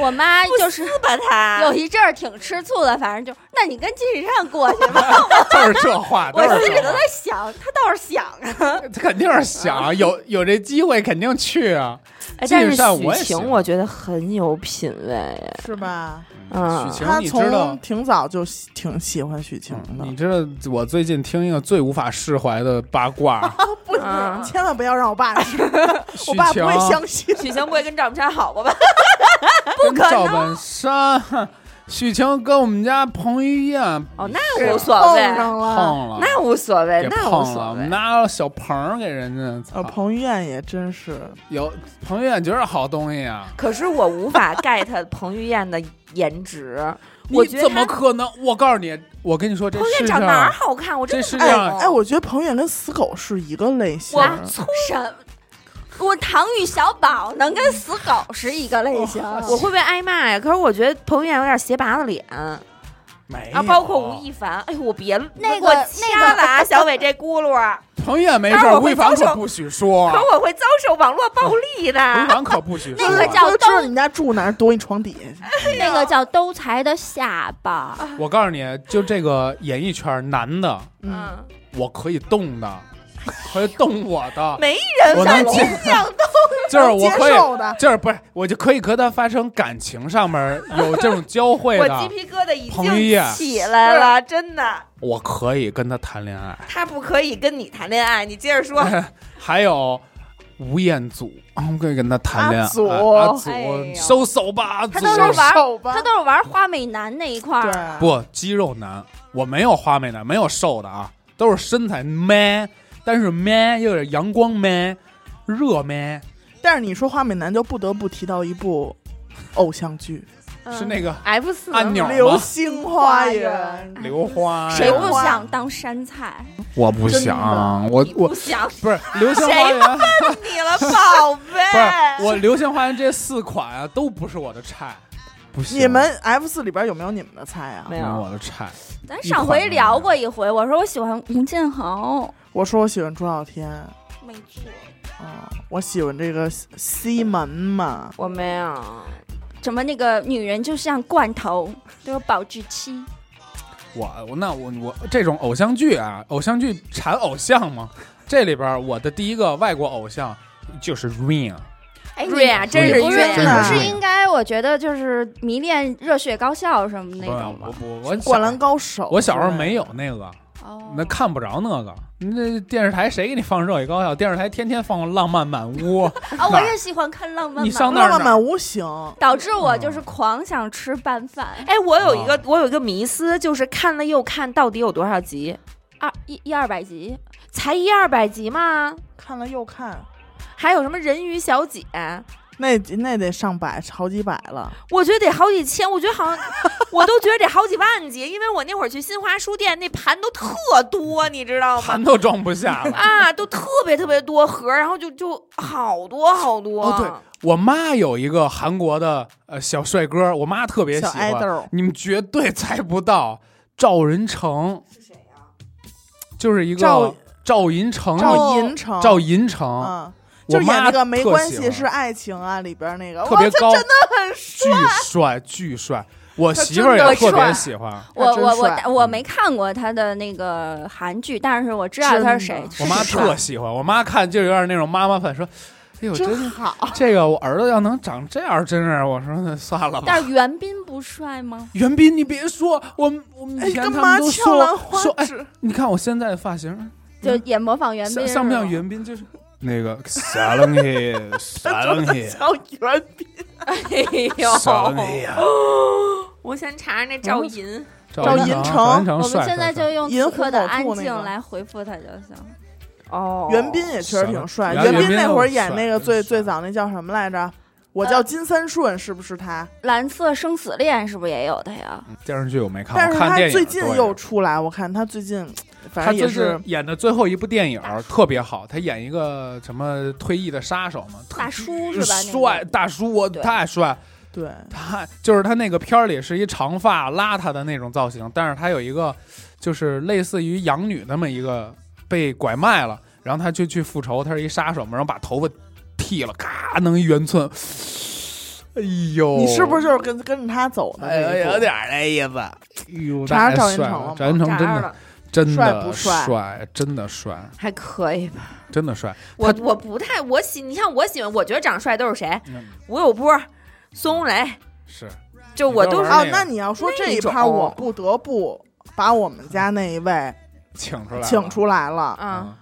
[SPEAKER 3] 我妈
[SPEAKER 2] 不
[SPEAKER 3] 就是
[SPEAKER 2] 撕吧 他？
[SPEAKER 3] 有一阵儿挺吃醋的，反正就那你跟金喜善过去 吧。
[SPEAKER 4] 就是这话，都
[SPEAKER 3] 我
[SPEAKER 4] 是
[SPEAKER 3] 心里
[SPEAKER 4] 这
[SPEAKER 3] 都
[SPEAKER 4] 话
[SPEAKER 3] 在，想，他倒是想啊，
[SPEAKER 4] 他肯定是想有有这机会肯定去啊。
[SPEAKER 2] 哎，
[SPEAKER 4] 基
[SPEAKER 2] 但
[SPEAKER 4] 本
[SPEAKER 2] 是
[SPEAKER 4] 上我
[SPEAKER 2] 许
[SPEAKER 4] 也喜
[SPEAKER 2] 晴
[SPEAKER 4] 欢
[SPEAKER 2] 我觉得很有品位，
[SPEAKER 1] 是吧？
[SPEAKER 2] 嗯
[SPEAKER 4] 许晴，
[SPEAKER 1] 他
[SPEAKER 4] 你知道嗯
[SPEAKER 1] 从挺早就喜挺喜欢许晴的，
[SPEAKER 4] 你知道我最近听一个最无法释怀的八卦，
[SPEAKER 1] 不止
[SPEAKER 2] 嗯
[SPEAKER 1] 千万不要让我 爸知道，
[SPEAKER 4] 许
[SPEAKER 1] 我爸不
[SPEAKER 4] 晴
[SPEAKER 1] 会相信。
[SPEAKER 2] 许晴不会跟赵本山好过吧？
[SPEAKER 4] 跟赵本山，许晴跟我们家彭于晏
[SPEAKER 2] 哦， 那无所
[SPEAKER 1] 碰
[SPEAKER 2] 谓，
[SPEAKER 1] 上了，呃
[SPEAKER 4] 碰了，
[SPEAKER 2] 那无所谓，
[SPEAKER 4] 给
[SPEAKER 2] 那
[SPEAKER 4] 啊碰
[SPEAKER 2] 无
[SPEAKER 4] 了，
[SPEAKER 2] 所
[SPEAKER 4] 我
[SPEAKER 2] 谓
[SPEAKER 4] 们。拿小盆儿给人家。
[SPEAKER 1] 呃，
[SPEAKER 4] 操
[SPEAKER 1] 彭于晏也真是，
[SPEAKER 4] 有彭于晏觉得好东西啊，
[SPEAKER 2] 可是我无法 get 彭于晏的颜 值，我
[SPEAKER 4] 你
[SPEAKER 2] 觉得
[SPEAKER 4] 怎么
[SPEAKER 2] 他
[SPEAKER 4] 可能？我告诉你，我跟你说，这
[SPEAKER 2] 彭于
[SPEAKER 4] 世
[SPEAKER 2] 晏长哪儿
[SPEAKER 4] 上
[SPEAKER 2] 好看？我真
[SPEAKER 4] 这世
[SPEAKER 2] 的
[SPEAKER 1] 哎
[SPEAKER 4] 这
[SPEAKER 2] 不
[SPEAKER 4] 样
[SPEAKER 1] 哎，我觉得彭于晏跟死狗是一个类型
[SPEAKER 3] 我。粗什，我唐钰小宝能跟死狗哦是一个类型。
[SPEAKER 2] 我会不会挨骂呀？可是我觉得彭于晏有点斜拔子脸啊，
[SPEAKER 4] 没
[SPEAKER 2] 包括吴亦凡。哎呦，我别
[SPEAKER 3] 那个
[SPEAKER 2] 我掐了啊，小伟这轱辘啊，
[SPEAKER 4] 彭于晏没
[SPEAKER 2] 待
[SPEAKER 4] 事
[SPEAKER 2] 会儿
[SPEAKER 4] 儿，
[SPEAKER 2] 我
[SPEAKER 4] 吴
[SPEAKER 2] 会
[SPEAKER 4] 亦凡
[SPEAKER 2] 遭
[SPEAKER 4] 可
[SPEAKER 2] 受
[SPEAKER 4] 不许说啊，
[SPEAKER 2] 可我会遭受网络暴力
[SPEAKER 4] 吴亦
[SPEAKER 2] 的。
[SPEAKER 4] 凡可不许说啊。
[SPEAKER 3] 那个叫
[SPEAKER 1] 我就知道你们家住哪儿，躲你床底下去。
[SPEAKER 3] 那个叫兜财的下巴，
[SPEAKER 4] 我告诉你，就这个演艺圈儿，男的
[SPEAKER 1] 嗯，
[SPEAKER 2] 嗯，
[SPEAKER 4] 我可以动的，可以动我的，
[SPEAKER 2] 没人
[SPEAKER 4] 我
[SPEAKER 2] 敢
[SPEAKER 4] 能接，就是
[SPEAKER 1] 能
[SPEAKER 4] 我
[SPEAKER 1] 接
[SPEAKER 4] 可以，
[SPEAKER 1] 受的。
[SPEAKER 4] 就是不是，我就可以和他发生感情上面儿有这种交汇
[SPEAKER 2] 我鸡
[SPEAKER 4] 的，
[SPEAKER 2] 皮疙瘩已
[SPEAKER 4] 彭于晏
[SPEAKER 2] 经起来
[SPEAKER 3] 啊
[SPEAKER 2] 了，真的。
[SPEAKER 4] 我可以跟他谈恋爱。
[SPEAKER 2] 他不可以跟你谈恋爱，你接着说。
[SPEAKER 4] 还有吴彦祖，啊我可以跟他谈恋爱。
[SPEAKER 1] 阿祖
[SPEAKER 4] 阿祖
[SPEAKER 3] 哎呦
[SPEAKER 4] 收手吧，阿祖
[SPEAKER 3] 他都是玩
[SPEAKER 1] 手吧
[SPEAKER 3] 他都是玩花美男那一块儿。
[SPEAKER 1] 对，
[SPEAKER 4] 不肌肉男，我没有花美男，没有瘦的啊，都是身材 man，但是 man 又有点阳光 man，热 man，
[SPEAKER 1] 但是你说花美男，就不得不提到一部偶像剧
[SPEAKER 4] 是那个
[SPEAKER 2] F 四
[SPEAKER 4] 按钮
[SPEAKER 1] 《
[SPEAKER 4] 吗
[SPEAKER 1] 流星花园》。
[SPEAKER 4] 刘花呀，
[SPEAKER 3] 谁不想当山菜？
[SPEAKER 4] 我不
[SPEAKER 1] 真的
[SPEAKER 4] 想，我我
[SPEAKER 2] 不想
[SPEAKER 4] 不是流星花园，
[SPEAKER 2] 你了，宝
[SPEAKER 4] 不
[SPEAKER 2] 贝。
[SPEAKER 4] 是我流星花园这四款啊，都不是我的菜，不行，
[SPEAKER 1] 你们 F 四里边有没有你们的菜啊
[SPEAKER 2] 没？
[SPEAKER 4] 不
[SPEAKER 2] 有
[SPEAKER 4] 是我的嗯菜，
[SPEAKER 3] 咱上回聊过一回，我说我喜欢吴建豪，
[SPEAKER 1] 我说我喜欢朱孝天，
[SPEAKER 3] 没错，
[SPEAKER 1] 嗯，我喜欢这个西西门嘛，
[SPEAKER 2] 我没有，
[SPEAKER 3] 什么那个女人就像罐头，都有保质期。
[SPEAKER 4] 我我那我我这种偶像剧啊，偶像剧产偶像嘛，这里边儿我的第一个外国偶像就是 Rain，
[SPEAKER 3] 哎，你
[SPEAKER 2] 瑞啊，真是
[SPEAKER 3] 你不是
[SPEAKER 2] 瑞
[SPEAKER 1] 真是
[SPEAKER 3] 你不
[SPEAKER 1] 这
[SPEAKER 3] 是
[SPEAKER 1] 样
[SPEAKER 3] 应该？我觉得就是迷恋热血高校什么那种吗
[SPEAKER 4] 我？我我
[SPEAKER 1] 灌篮高手。
[SPEAKER 4] 我小时候没有那个，
[SPEAKER 3] 哦
[SPEAKER 4] 那看不着那个，那电视台谁给你放热血高校？电视台天天放《浪漫满屋》
[SPEAKER 3] 啊，我 也喜欢看浪漫
[SPEAKER 4] 你
[SPEAKER 3] 满
[SPEAKER 4] 上嗯
[SPEAKER 3] 屋
[SPEAKER 4] 那儿
[SPEAKER 1] 浪漫
[SPEAKER 4] 呢
[SPEAKER 1] 满屋行，
[SPEAKER 3] 导致我就是狂想吃拌 饭，
[SPEAKER 2] 哎，我有一
[SPEAKER 4] 嗯
[SPEAKER 2] 个，我有一个迷思，就是看了又看，到底有多少集？
[SPEAKER 3] 二一一二百集，
[SPEAKER 2] 才一二百集吗？
[SPEAKER 1] 看了又看，
[SPEAKER 2] 还有什么人鱼小姐？
[SPEAKER 1] 那那得上百，好几百了。
[SPEAKER 2] 我觉得得好几千，我觉得好像我都觉得得好几万集，因为我那会儿去新华书店，那盘都特多，你知道吗
[SPEAKER 4] 盘？都装不下了。
[SPEAKER 2] 啊，都特别特别多盒，然后就就好多好多。
[SPEAKER 4] 哦，对，我妈有一个韩国的呃小帅哥，我妈特别喜
[SPEAKER 1] 小爱
[SPEAKER 4] 欢，
[SPEAKER 1] 豆，
[SPEAKER 4] 你们绝对猜不到，赵仁成是谁呀？就是一
[SPEAKER 1] 啊赵
[SPEAKER 4] 个赵寅成，
[SPEAKER 1] 赵寅成，
[SPEAKER 4] 哦赵寅成，
[SPEAKER 1] 嗯，
[SPEAKER 4] 我
[SPEAKER 1] 就演
[SPEAKER 4] 妈
[SPEAKER 1] 那个没
[SPEAKER 4] 特
[SPEAKER 1] 关
[SPEAKER 4] 喜
[SPEAKER 1] 系
[SPEAKER 4] 欢
[SPEAKER 1] 是爱情啊里边那个，
[SPEAKER 4] 特
[SPEAKER 1] 哇
[SPEAKER 4] 别
[SPEAKER 1] 这
[SPEAKER 4] 高，
[SPEAKER 1] 真的很帅。
[SPEAKER 4] 巨帅巨帅。我媳妇儿也特别喜欢，
[SPEAKER 3] 我
[SPEAKER 1] 他真
[SPEAKER 3] 我
[SPEAKER 1] 帅
[SPEAKER 3] 我我没看过他的那个韩剧，但是我知道他是谁
[SPEAKER 1] 真。的
[SPEAKER 3] 是
[SPEAKER 4] 我妈
[SPEAKER 3] 帅
[SPEAKER 4] 特喜欢。我妈看就有点那种妈妈范，说：“哎呦，真
[SPEAKER 6] 好，
[SPEAKER 4] 这个我儿子要能长这样，真是……”我说：“那算了吧。
[SPEAKER 3] 但是袁斌不帅吗？”
[SPEAKER 4] 袁斌，你别说，我们我们
[SPEAKER 1] 哎，
[SPEAKER 4] 以前
[SPEAKER 1] 干
[SPEAKER 4] 他
[SPEAKER 1] 嘛
[SPEAKER 4] 们都
[SPEAKER 1] 翘
[SPEAKER 4] 说
[SPEAKER 1] 兰花
[SPEAKER 4] 说，哎，
[SPEAKER 1] 指？
[SPEAKER 4] 你看我现在的发型，
[SPEAKER 3] 就也模仿袁
[SPEAKER 4] 像
[SPEAKER 3] 斌，
[SPEAKER 4] 像不像袁斌？就是那个啥东 西，啥东 西，
[SPEAKER 1] 叫袁斌，
[SPEAKER 2] 哎呦，
[SPEAKER 4] 啥东西呀？
[SPEAKER 2] 我先查查那
[SPEAKER 1] 哦
[SPEAKER 2] 赵寅，
[SPEAKER 1] 赵寅
[SPEAKER 4] 寅
[SPEAKER 1] 成
[SPEAKER 4] 成
[SPEAKER 3] 我
[SPEAKER 4] 帅，
[SPEAKER 3] 们
[SPEAKER 4] 帅
[SPEAKER 3] 现在
[SPEAKER 4] 帅
[SPEAKER 3] 就用
[SPEAKER 1] 银
[SPEAKER 3] 此
[SPEAKER 1] 狐
[SPEAKER 3] 刻的
[SPEAKER 1] 宝
[SPEAKER 3] 安
[SPEAKER 1] 兔那
[SPEAKER 3] 静
[SPEAKER 1] 个
[SPEAKER 3] 来回复他就行。
[SPEAKER 2] 哦，
[SPEAKER 1] 袁斌也确实挺帅。
[SPEAKER 4] 原来
[SPEAKER 1] 袁
[SPEAKER 4] 袁
[SPEAKER 1] 斌
[SPEAKER 4] 斌
[SPEAKER 1] 那会儿
[SPEAKER 4] 那么
[SPEAKER 1] 演那个
[SPEAKER 4] 帅
[SPEAKER 1] 最
[SPEAKER 4] 真帅
[SPEAKER 1] 最早那叫什么来着？我叫金三顺，是不是他？
[SPEAKER 3] 蓝色生死恋是不是也有他呀？
[SPEAKER 4] 电视剧我没看，
[SPEAKER 1] 但是
[SPEAKER 4] 我看
[SPEAKER 1] 他
[SPEAKER 4] 电影
[SPEAKER 1] 最近
[SPEAKER 4] 多一点
[SPEAKER 1] 又出来，我看他最近，反
[SPEAKER 4] 他
[SPEAKER 1] 正也
[SPEAKER 4] 最
[SPEAKER 1] 是
[SPEAKER 4] 近演的最后一部电影儿特别好，他演一个什么退役的杀手嘛，特
[SPEAKER 3] 大叔是吧？那个
[SPEAKER 4] 帅大叔，我
[SPEAKER 3] 对
[SPEAKER 4] 太帅，
[SPEAKER 1] 对
[SPEAKER 4] 他就是他那个片儿里是一长发邋遢的那种造型，但是他有一个就是类似于养女那么一个被拐卖了，然后他就去复仇，他是一杀手嘛，然后把头发剃了，咔弄一圆寸，哎呦，
[SPEAKER 1] 你是不是就是跟跟着他走的
[SPEAKER 4] 哎
[SPEAKER 1] 那一
[SPEAKER 4] 呀
[SPEAKER 1] 步？
[SPEAKER 4] 有点儿那意思？哎呦，
[SPEAKER 1] 查
[SPEAKER 4] 太
[SPEAKER 1] 查赵寅
[SPEAKER 4] 帅
[SPEAKER 1] 成了
[SPEAKER 4] 了
[SPEAKER 1] 吗
[SPEAKER 4] 赵寅成
[SPEAKER 2] 炸着
[SPEAKER 4] 真的
[SPEAKER 2] 了，
[SPEAKER 4] 真
[SPEAKER 1] 帅
[SPEAKER 4] 的
[SPEAKER 1] 不帅
[SPEAKER 4] 帅，真的帅，
[SPEAKER 2] 还可以吧？
[SPEAKER 4] 真的帅。
[SPEAKER 2] 我我不太我喜，你看我喜欢，我觉得长帅都是谁？
[SPEAKER 4] 嗯
[SPEAKER 2] 吴有波、孙红雷，
[SPEAKER 4] 是，
[SPEAKER 2] 就我都是
[SPEAKER 1] 哦
[SPEAKER 4] 那个，
[SPEAKER 1] 那你要说这一
[SPEAKER 2] 那
[SPEAKER 1] 趴，
[SPEAKER 2] 种
[SPEAKER 1] 我不得不把我们家那一位
[SPEAKER 4] 请出来了，
[SPEAKER 1] 请出来了，
[SPEAKER 2] 啊，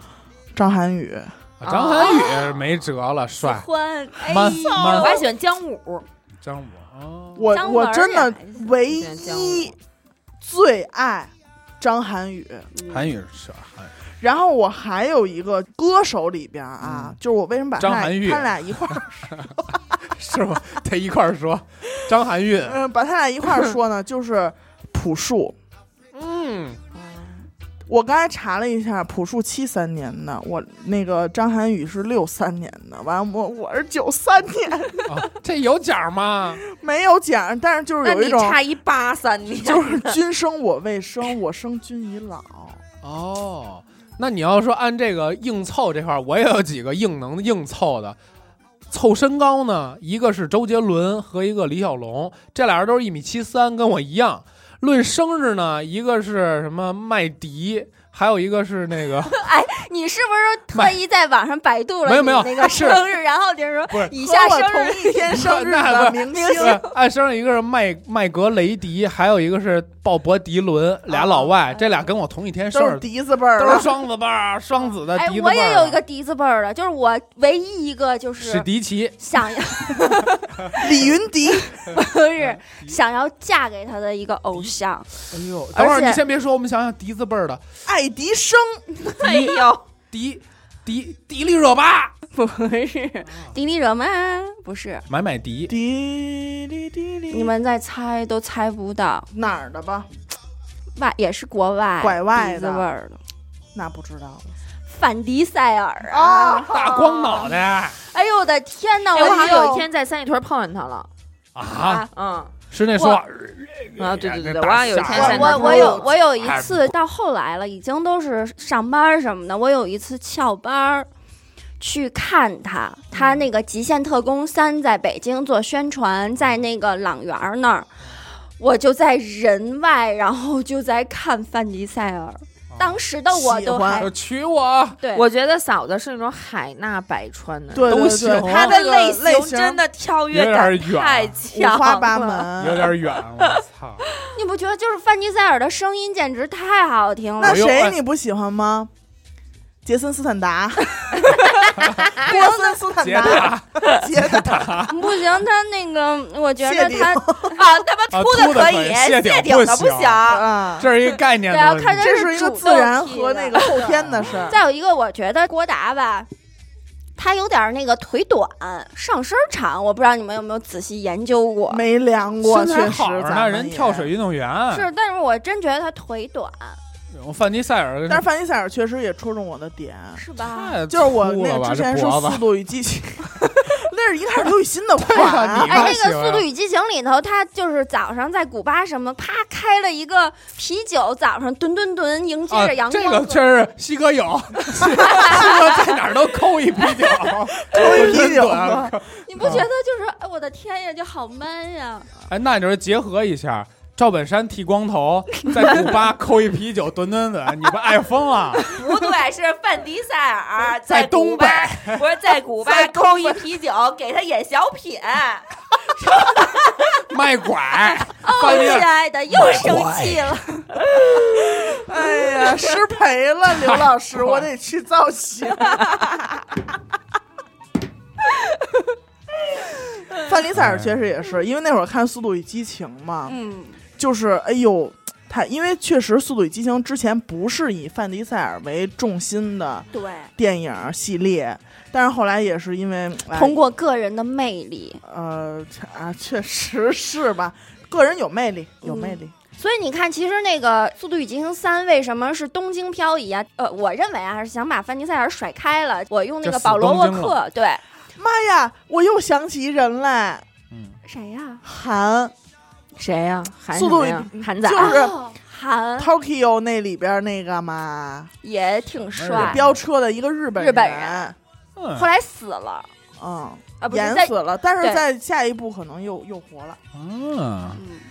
[SPEAKER 1] 张涵予。
[SPEAKER 4] 啊张涵予没辙了，帅，
[SPEAKER 3] 欢，哎
[SPEAKER 4] 慢
[SPEAKER 1] 哦
[SPEAKER 3] 呦
[SPEAKER 4] 慢
[SPEAKER 2] 我还喜欢姜武，
[SPEAKER 4] 张武哦，
[SPEAKER 1] 我
[SPEAKER 3] 张文
[SPEAKER 1] 我
[SPEAKER 3] 儿
[SPEAKER 1] 真的
[SPEAKER 3] 也还行
[SPEAKER 1] 唯
[SPEAKER 2] 喜欢姜武
[SPEAKER 1] 一。最爱张涵予。
[SPEAKER 4] 韩语是韩语，
[SPEAKER 1] 然后我还有一个歌手里边啊，
[SPEAKER 4] 嗯
[SPEAKER 1] 就是我为什么把他
[SPEAKER 4] 张涵
[SPEAKER 1] 俩
[SPEAKER 4] 予
[SPEAKER 1] 他俩一块儿，
[SPEAKER 4] 是吗？得一块儿说，张含韵，
[SPEAKER 1] 嗯，把他俩一块儿 说呢，就是朴树。
[SPEAKER 4] 嗯，
[SPEAKER 3] 啊
[SPEAKER 1] 我刚才查了一下，朴树七三年的，我那个张涵予是六三年的，完我我是九三年，
[SPEAKER 4] 啊这有奖吗？
[SPEAKER 1] 没有奖，但是就是
[SPEAKER 2] 那
[SPEAKER 1] 有一
[SPEAKER 2] 你
[SPEAKER 1] 种
[SPEAKER 2] 差一八三年，
[SPEAKER 1] 就是 君生我未生，我生君已 老。
[SPEAKER 4] 哦，那你要说按这个硬凑这块儿，我也有几个硬能硬凑的。凑身高呢，一个是周杰伦和一个李小龙，这俩人都是一米七三，跟我一样。论生日呢，一个是什么麦迪，还有一个是那个
[SPEAKER 3] 你是不是特意在网上百度了
[SPEAKER 4] 没有没有
[SPEAKER 3] 你那个
[SPEAKER 4] 是
[SPEAKER 3] 生日，然后就是
[SPEAKER 4] 不是
[SPEAKER 3] 说以下
[SPEAKER 1] 和我
[SPEAKER 3] 生日
[SPEAKER 1] 同一天生日
[SPEAKER 4] 那
[SPEAKER 1] 的
[SPEAKER 4] 不
[SPEAKER 1] 明星，
[SPEAKER 4] 对，按生日一个是麦麦格雷迪，还有一个是鲍勃迪伦，俩老外，这俩跟我同一天生
[SPEAKER 1] 都是
[SPEAKER 4] 日，
[SPEAKER 1] 笛子辈儿
[SPEAKER 4] 都是
[SPEAKER 1] 的。
[SPEAKER 4] 双子辈儿，双子的
[SPEAKER 3] 啊哎
[SPEAKER 4] 笛，子辈儿。啊
[SPEAKER 3] 我也有一个笛子辈儿的，就是我唯一一个就
[SPEAKER 4] 史
[SPEAKER 3] 是
[SPEAKER 4] 迪奇，
[SPEAKER 3] 想 要
[SPEAKER 1] 李云迪，
[SPEAKER 3] 不
[SPEAKER 4] 嗯
[SPEAKER 3] 是想要嫁给他的一个偶像，
[SPEAKER 4] 哎呦，等会儿
[SPEAKER 3] 而且
[SPEAKER 4] 你先别说，我们想想笛子辈儿的
[SPEAKER 1] 爱迪 生，
[SPEAKER 2] 哎呦，
[SPEAKER 4] 迪迪迪丽热巴，
[SPEAKER 3] 不
[SPEAKER 4] 啊
[SPEAKER 3] 是迪丽热巴，不是。
[SPEAKER 4] 买买迪，
[SPEAKER 1] 滴滴滴滴，
[SPEAKER 3] 你们再猜都猜不到，
[SPEAKER 1] 哪儿的吧？
[SPEAKER 3] 外也是国外
[SPEAKER 1] 拐外的
[SPEAKER 3] 笛子味儿的，
[SPEAKER 1] 那不知道了。
[SPEAKER 3] 范迪塞尔
[SPEAKER 1] 哦
[SPEAKER 3] 啊！
[SPEAKER 4] 大光脑袋
[SPEAKER 3] 哎呦我的天哪！
[SPEAKER 2] 哎，我好像
[SPEAKER 3] 就
[SPEAKER 2] 有一天在三里屯碰见他了，
[SPEAKER 4] 啊，
[SPEAKER 2] 嗯。
[SPEAKER 4] 是那说话哎
[SPEAKER 2] 啊，对对对对，
[SPEAKER 4] 那
[SPEAKER 2] 我
[SPEAKER 4] 大
[SPEAKER 2] 好像有一
[SPEAKER 4] 傻
[SPEAKER 2] 天
[SPEAKER 4] 子
[SPEAKER 2] 在
[SPEAKER 3] 我
[SPEAKER 2] 那
[SPEAKER 3] 我
[SPEAKER 2] 儿
[SPEAKER 3] 我有我有一
[SPEAKER 4] 哎
[SPEAKER 3] 次到后来了，已经都是上班儿什么的。我有一次翘班儿去看他，他那个《极限特工三》在北京做宣传，在那个朗园儿那儿，我就在人外，然后就在看范迪塞尔。当时的我
[SPEAKER 1] 喜
[SPEAKER 3] 都
[SPEAKER 1] 欢
[SPEAKER 3] 还
[SPEAKER 4] 就娶我，
[SPEAKER 3] 对，
[SPEAKER 2] 我觉得嫂子是那种海纳百川的，
[SPEAKER 1] 对
[SPEAKER 4] 都
[SPEAKER 1] 对
[SPEAKER 4] 行
[SPEAKER 1] 对，他
[SPEAKER 2] 她的
[SPEAKER 1] 这个
[SPEAKER 2] 类型
[SPEAKER 1] 型
[SPEAKER 2] 真的跳跃
[SPEAKER 4] 有
[SPEAKER 2] 感
[SPEAKER 4] 点远
[SPEAKER 2] 太
[SPEAKER 1] 五
[SPEAKER 2] 强了，
[SPEAKER 1] 花八
[SPEAKER 4] 有
[SPEAKER 1] 门。
[SPEAKER 4] 点远，我 操，
[SPEAKER 3] 你不觉得就是范迪塞尔的声音简直太好听了
[SPEAKER 1] 那
[SPEAKER 4] 我？又
[SPEAKER 1] 谁
[SPEAKER 4] 爱
[SPEAKER 1] 你不喜欢吗？杰森斯坦 达，波森斯坦
[SPEAKER 4] 杰
[SPEAKER 1] 达，
[SPEAKER 4] 达
[SPEAKER 1] 杰达，
[SPEAKER 3] 不行，他那个我觉
[SPEAKER 1] 谢
[SPEAKER 3] 得
[SPEAKER 1] 顶
[SPEAKER 3] 他
[SPEAKER 2] 啊，他妈
[SPEAKER 4] 啊
[SPEAKER 2] 秃的
[SPEAKER 4] 秃的可以
[SPEAKER 2] 以，
[SPEAKER 4] 谢
[SPEAKER 2] 谢
[SPEAKER 4] 顶
[SPEAKER 2] 顶
[SPEAKER 4] 不
[SPEAKER 2] 的不
[SPEAKER 4] 行
[SPEAKER 1] 啊，
[SPEAKER 4] 这是一个概念
[SPEAKER 3] 对啊，
[SPEAKER 4] 的
[SPEAKER 3] 看
[SPEAKER 4] 问
[SPEAKER 3] 他
[SPEAKER 1] 这
[SPEAKER 4] 题。
[SPEAKER 1] 是一个
[SPEAKER 3] 主
[SPEAKER 1] 自然
[SPEAKER 3] 动提
[SPEAKER 1] 和
[SPEAKER 3] 的
[SPEAKER 1] 那个后天的事
[SPEAKER 4] 啊
[SPEAKER 1] 儿。
[SPEAKER 3] 再有一个，我觉得郭达吧，他有点儿那个腿短，上身儿长，我不知道你们有没有仔细研究过。
[SPEAKER 1] 没量过，
[SPEAKER 4] 嗯身材
[SPEAKER 1] 确实
[SPEAKER 4] 好着
[SPEAKER 1] 咱
[SPEAKER 4] 呢，
[SPEAKER 1] 们
[SPEAKER 4] 人
[SPEAKER 1] 也
[SPEAKER 4] 跳水。运动员，
[SPEAKER 3] 是，但是我真觉得他腿短，
[SPEAKER 4] 啊我范迪塞尔，
[SPEAKER 1] 但是范迪塞尔确实也戳中我的点，
[SPEAKER 3] 是吧？
[SPEAKER 4] 太
[SPEAKER 1] 就是我
[SPEAKER 4] 粗了
[SPEAKER 1] 那
[SPEAKER 4] 吧
[SPEAKER 1] 个之前
[SPEAKER 4] 这
[SPEAKER 1] 是《
[SPEAKER 4] 脖子
[SPEAKER 1] 速度与激情》，那这是一看是刘雨欣的
[SPEAKER 4] 对啊，
[SPEAKER 1] 款
[SPEAKER 4] 你，
[SPEAKER 3] 哎，
[SPEAKER 4] 妈
[SPEAKER 3] 那
[SPEAKER 4] 喜
[SPEAKER 3] 个《速
[SPEAKER 4] 欢
[SPEAKER 3] 度与激情》里头，他就是早上在古巴什么，啪开了一个啤酒，早上吨吨吨迎接
[SPEAKER 4] 啊
[SPEAKER 3] 着阳光。
[SPEAKER 4] 这个确实西哥有， 西西哥在哪儿都抠一啤酒，
[SPEAKER 1] 抠一啤酒。
[SPEAKER 3] 你不觉
[SPEAKER 4] 啊
[SPEAKER 3] 得就是哎，我的天呀，就好 man 呀！
[SPEAKER 4] 哎，那就是结合一下。赵本山剃光头，在古巴抠一啤酒，吨吨吨，你们爱疯了！
[SPEAKER 2] 不对，是范迪塞尔
[SPEAKER 4] 在
[SPEAKER 2] 古
[SPEAKER 4] 东北
[SPEAKER 2] 巴，不是在古巴抠一啤酒给他演小品，
[SPEAKER 4] 卖拐，
[SPEAKER 3] 哦，
[SPEAKER 4] 翻
[SPEAKER 3] 亲
[SPEAKER 4] 脸
[SPEAKER 3] 爱的，又生气了。
[SPEAKER 1] 哎呀，失陪了， 刘老师，我得去造型。范迪塞尔确实也是，因为那会儿看《速度与激情》嘛，
[SPEAKER 3] 嗯，
[SPEAKER 1] 就是哎呦，他因为确实《速度与激情》之前不是以范迪塞尔为重心的
[SPEAKER 3] 对，
[SPEAKER 4] 哎
[SPEAKER 1] 电影系列，但是后来也是因为哎
[SPEAKER 3] 通过个人的魅力，
[SPEAKER 1] 呃啊，确实是吧，个人有魅力，有
[SPEAKER 3] 嗯
[SPEAKER 1] 魅力。
[SPEAKER 3] 所以你看，其实那个《速度与激情三》为什么是东京漂移啊？呃，我认为啊，是想把范迪塞尔甩开了。我用那
[SPEAKER 4] 就
[SPEAKER 3] 个
[SPEAKER 4] 死
[SPEAKER 3] 保罗
[SPEAKER 4] 东
[SPEAKER 3] 沃
[SPEAKER 4] 京
[SPEAKER 3] 克，对，
[SPEAKER 1] 妈哎呀，我又想起一人来，
[SPEAKER 3] 谁呀、
[SPEAKER 1] 韩
[SPEAKER 2] 谁呀？韩
[SPEAKER 1] 速度
[SPEAKER 2] 什么呀韩仔
[SPEAKER 1] 就
[SPEAKER 2] 啊
[SPEAKER 1] 是
[SPEAKER 3] 哦韩
[SPEAKER 1] Tokyo 那里边那个嘛，
[SPEAKER 3] 也挺帅，
[SPEAKER 1] 飙车的一个日本
[SPEAKER 3] 哎日本
[SPEAKER 1] 人
[SPEAKER 3] 人，
[SPEAKER 4] 嗯
[SPEAKER 3] 后来死了
[SPEAKER 1] 嗯，
[SPEAKER 3] 啊，不是
[SPEAKER 1] 演
[SPEAKER 3] 在
[SPEAKER 1] 死了，但是
[SPEAKER 3] 对
[SPEAKER 1] 在下一步可能又又活了。
[SPEAKER 4] 嗯，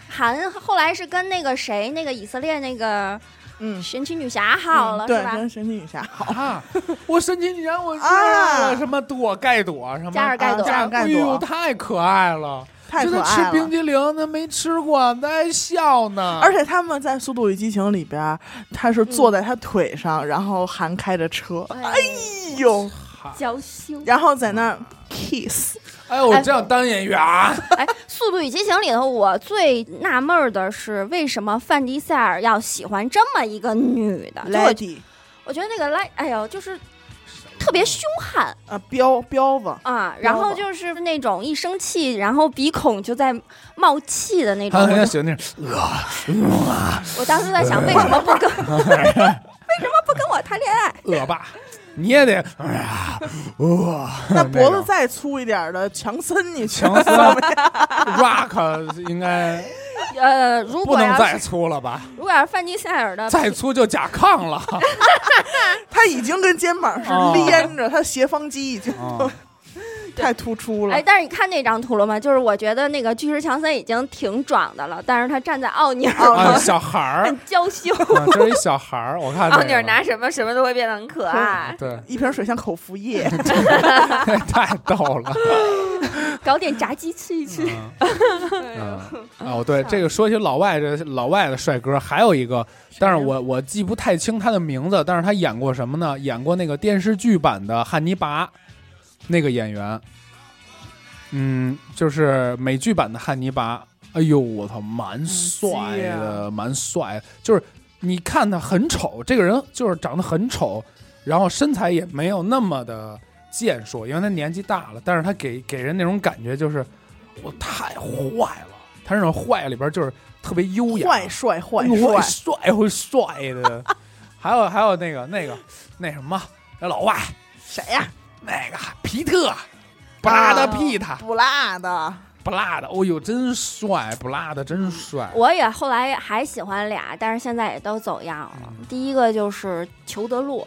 [SPEAKER 3] 韩后来是跟那个谁，那个以色列那个
[SPEAKER 1] 嗯，
[SPEAKER 3] 神奇女侠好了、
[SPEAKER 1] 嗯对，
[SPEAKER 3] 是吧？
[SPEAKER 1] 跟神奇女 侠
[SPEAKER 4] 啊！我神奇女侠，我
[SPEAKER 1] 啊
[SPEAKER 4] 啊什么朵盖朵什么
[SPEAKER 3] 加尔盖朵
[SPEAKER 1] 加尔盖
[SPEAKER 4] 哎呦，
[SPEAKER 1] 朵
[SPEAKER 4] 太可爱了！
[SPEAKER 1] 太可
[SPEAKER 4] 就那吃
[SPEAKER 1] 爱
[SPEAKER 4] 冰
[SPEAKER 1] 了。
[SPEAKER 4] 激凌，那没吃过，那还笑呢。
[SPEAKER 1] 而且他们在《速度与激情》里边，他是坐在他腿上，然后韩开着车，
[SPEAKER 3] 哎，
[SPEAKER 1] 哎呦，
[SPEAKER 3] 娇羞。
[SPEAKER 1] 然后在那儿 kiss，
[SPEAKER 4] 哎，我这样当演员啊，
[SPEAKER 3] 哎，《速度与激情》里头，我最纳闷儿的是，为什么范迪塞尔要喜欢这么一个女的？就我
[SPEAKER 1] lady
[SPEAKER 3] 我觉得那个来，哎呦，就是特别凶悍
[SPEAKER 1] 啊，彪彪子，
[SPEAKER 3] 啊，
[SPEAKER 2] 嗯
[SPEAKER 3] 然
[SPEAKER 1] 彪
[SPEAKER 3] 后
[SPEAKER 1] 子
[SPEAKER 3] 就是那种一生气，然后鼻孔就在冒气的
[SPEAKER 1] 哎
[SPEAKER 3] 那种。
[SPEAKER 4] 他很
[SPEAKER 3] 我
[SPEAKER 4] 喜欢那种
[SPEAKER 3] 我当时在想，为什么不 跟 为什么不跟我谈恋爱？
[SPEAKER 4] 恶霸，你也得哎呀，哇，
[SPEAKER 1] 那脖子再粗一点的强森，你去
[SPEAKER 4] 强森 rock 应该
[SPEAKER 3] 呃，如
[SPEAKER 4] 不
[SPEAKER 3] 果
[SPEAKER 4] 能
[SPEAKER 3] 要
[SPEAKER 4] 再
[SPEAKER 3] 是
[SPEAKER 4] 粗了吧？
[SPEAKER 3] 如果要是范迪塞尔的
[SPEAKER 4] 再粗就甲亢了。
[SPEAKER 1] 他已经跟肩膀是
[SPEAKER 4] 哦
[SPEAKER 1] 连着，他斜方肌已经
[SPEAKER 4] 啊
[SPEAKER 1] 太突出了
[SPEAKER 3] 哎，。但是你看那张图了吗？就是我觉得那个巨石强森已经挺壮的了，但是他站在奥尼尔
[SPEAKER 1] 哦
[SPEAKER 4] 啊，小 孩儿，
[SPEAKER 3] 很娇羞。
[SPEAKER 4] 啊这是一小孩儿，我看
[SPEAKER 1] 哦
[SPEAKER 2] 奥
[SPEAKER 4] 那
[SPEAKER 2] 尼尔
[SPEAKER 4] 个
[SPEAKER 2] 拿什么什么都会变得很可爱。
[SPEAKER 4] 对，
[SPEAKER 1] 一瓶水像口服液，
[SPEAKER 4] 哎太逗了。
[SPEAKER 3] 搞点炸鸡吃一吃。
[SPEAKER 4] 嗯，嗯哦，对，这个说起老外，这老外的帅哥还有一个，但是我我记不太清他的名字，但是他演过什么呢？演过那个电视剧版的汉尼拔，那个演员，嗯，就是美剧版的汉尼拔。哎呦，我操，蛮帅的，蛮帅，就是你看他很丑，这个人就是长得很丑，然后身材也没有那么的健硕，因为他年纪大了，但是他给给人那种感觉就是我太坏了，他那种坏里边就是特别优雅，
[SPEAKER 1] 坏帅坏
[SPEAKER 4] 哎呦
[SPEAKER 1] 帅，
[SPEAKER 4] 会帅会帅的。还有还有那个那个那什么，那老外
[SPEAKER 1] 谁呀？
[SPEAKER 4] 那个皮特，布拉德
[SPEAKER 1] 啊
[SPEAKER 4] 皮特，
[SPEAKER 1] 不辣的，
[SPEAKER 4] 布拉德，哦呦真帅，布拉德真帅。
[SPEAKER 1] 哦
[SPEAKER 3] 我也后来还喜欢俩，但是现在也都走样了。
[SPEAKER 4] 嗯
[SPEAKER 3] 第一个就是裘德洛，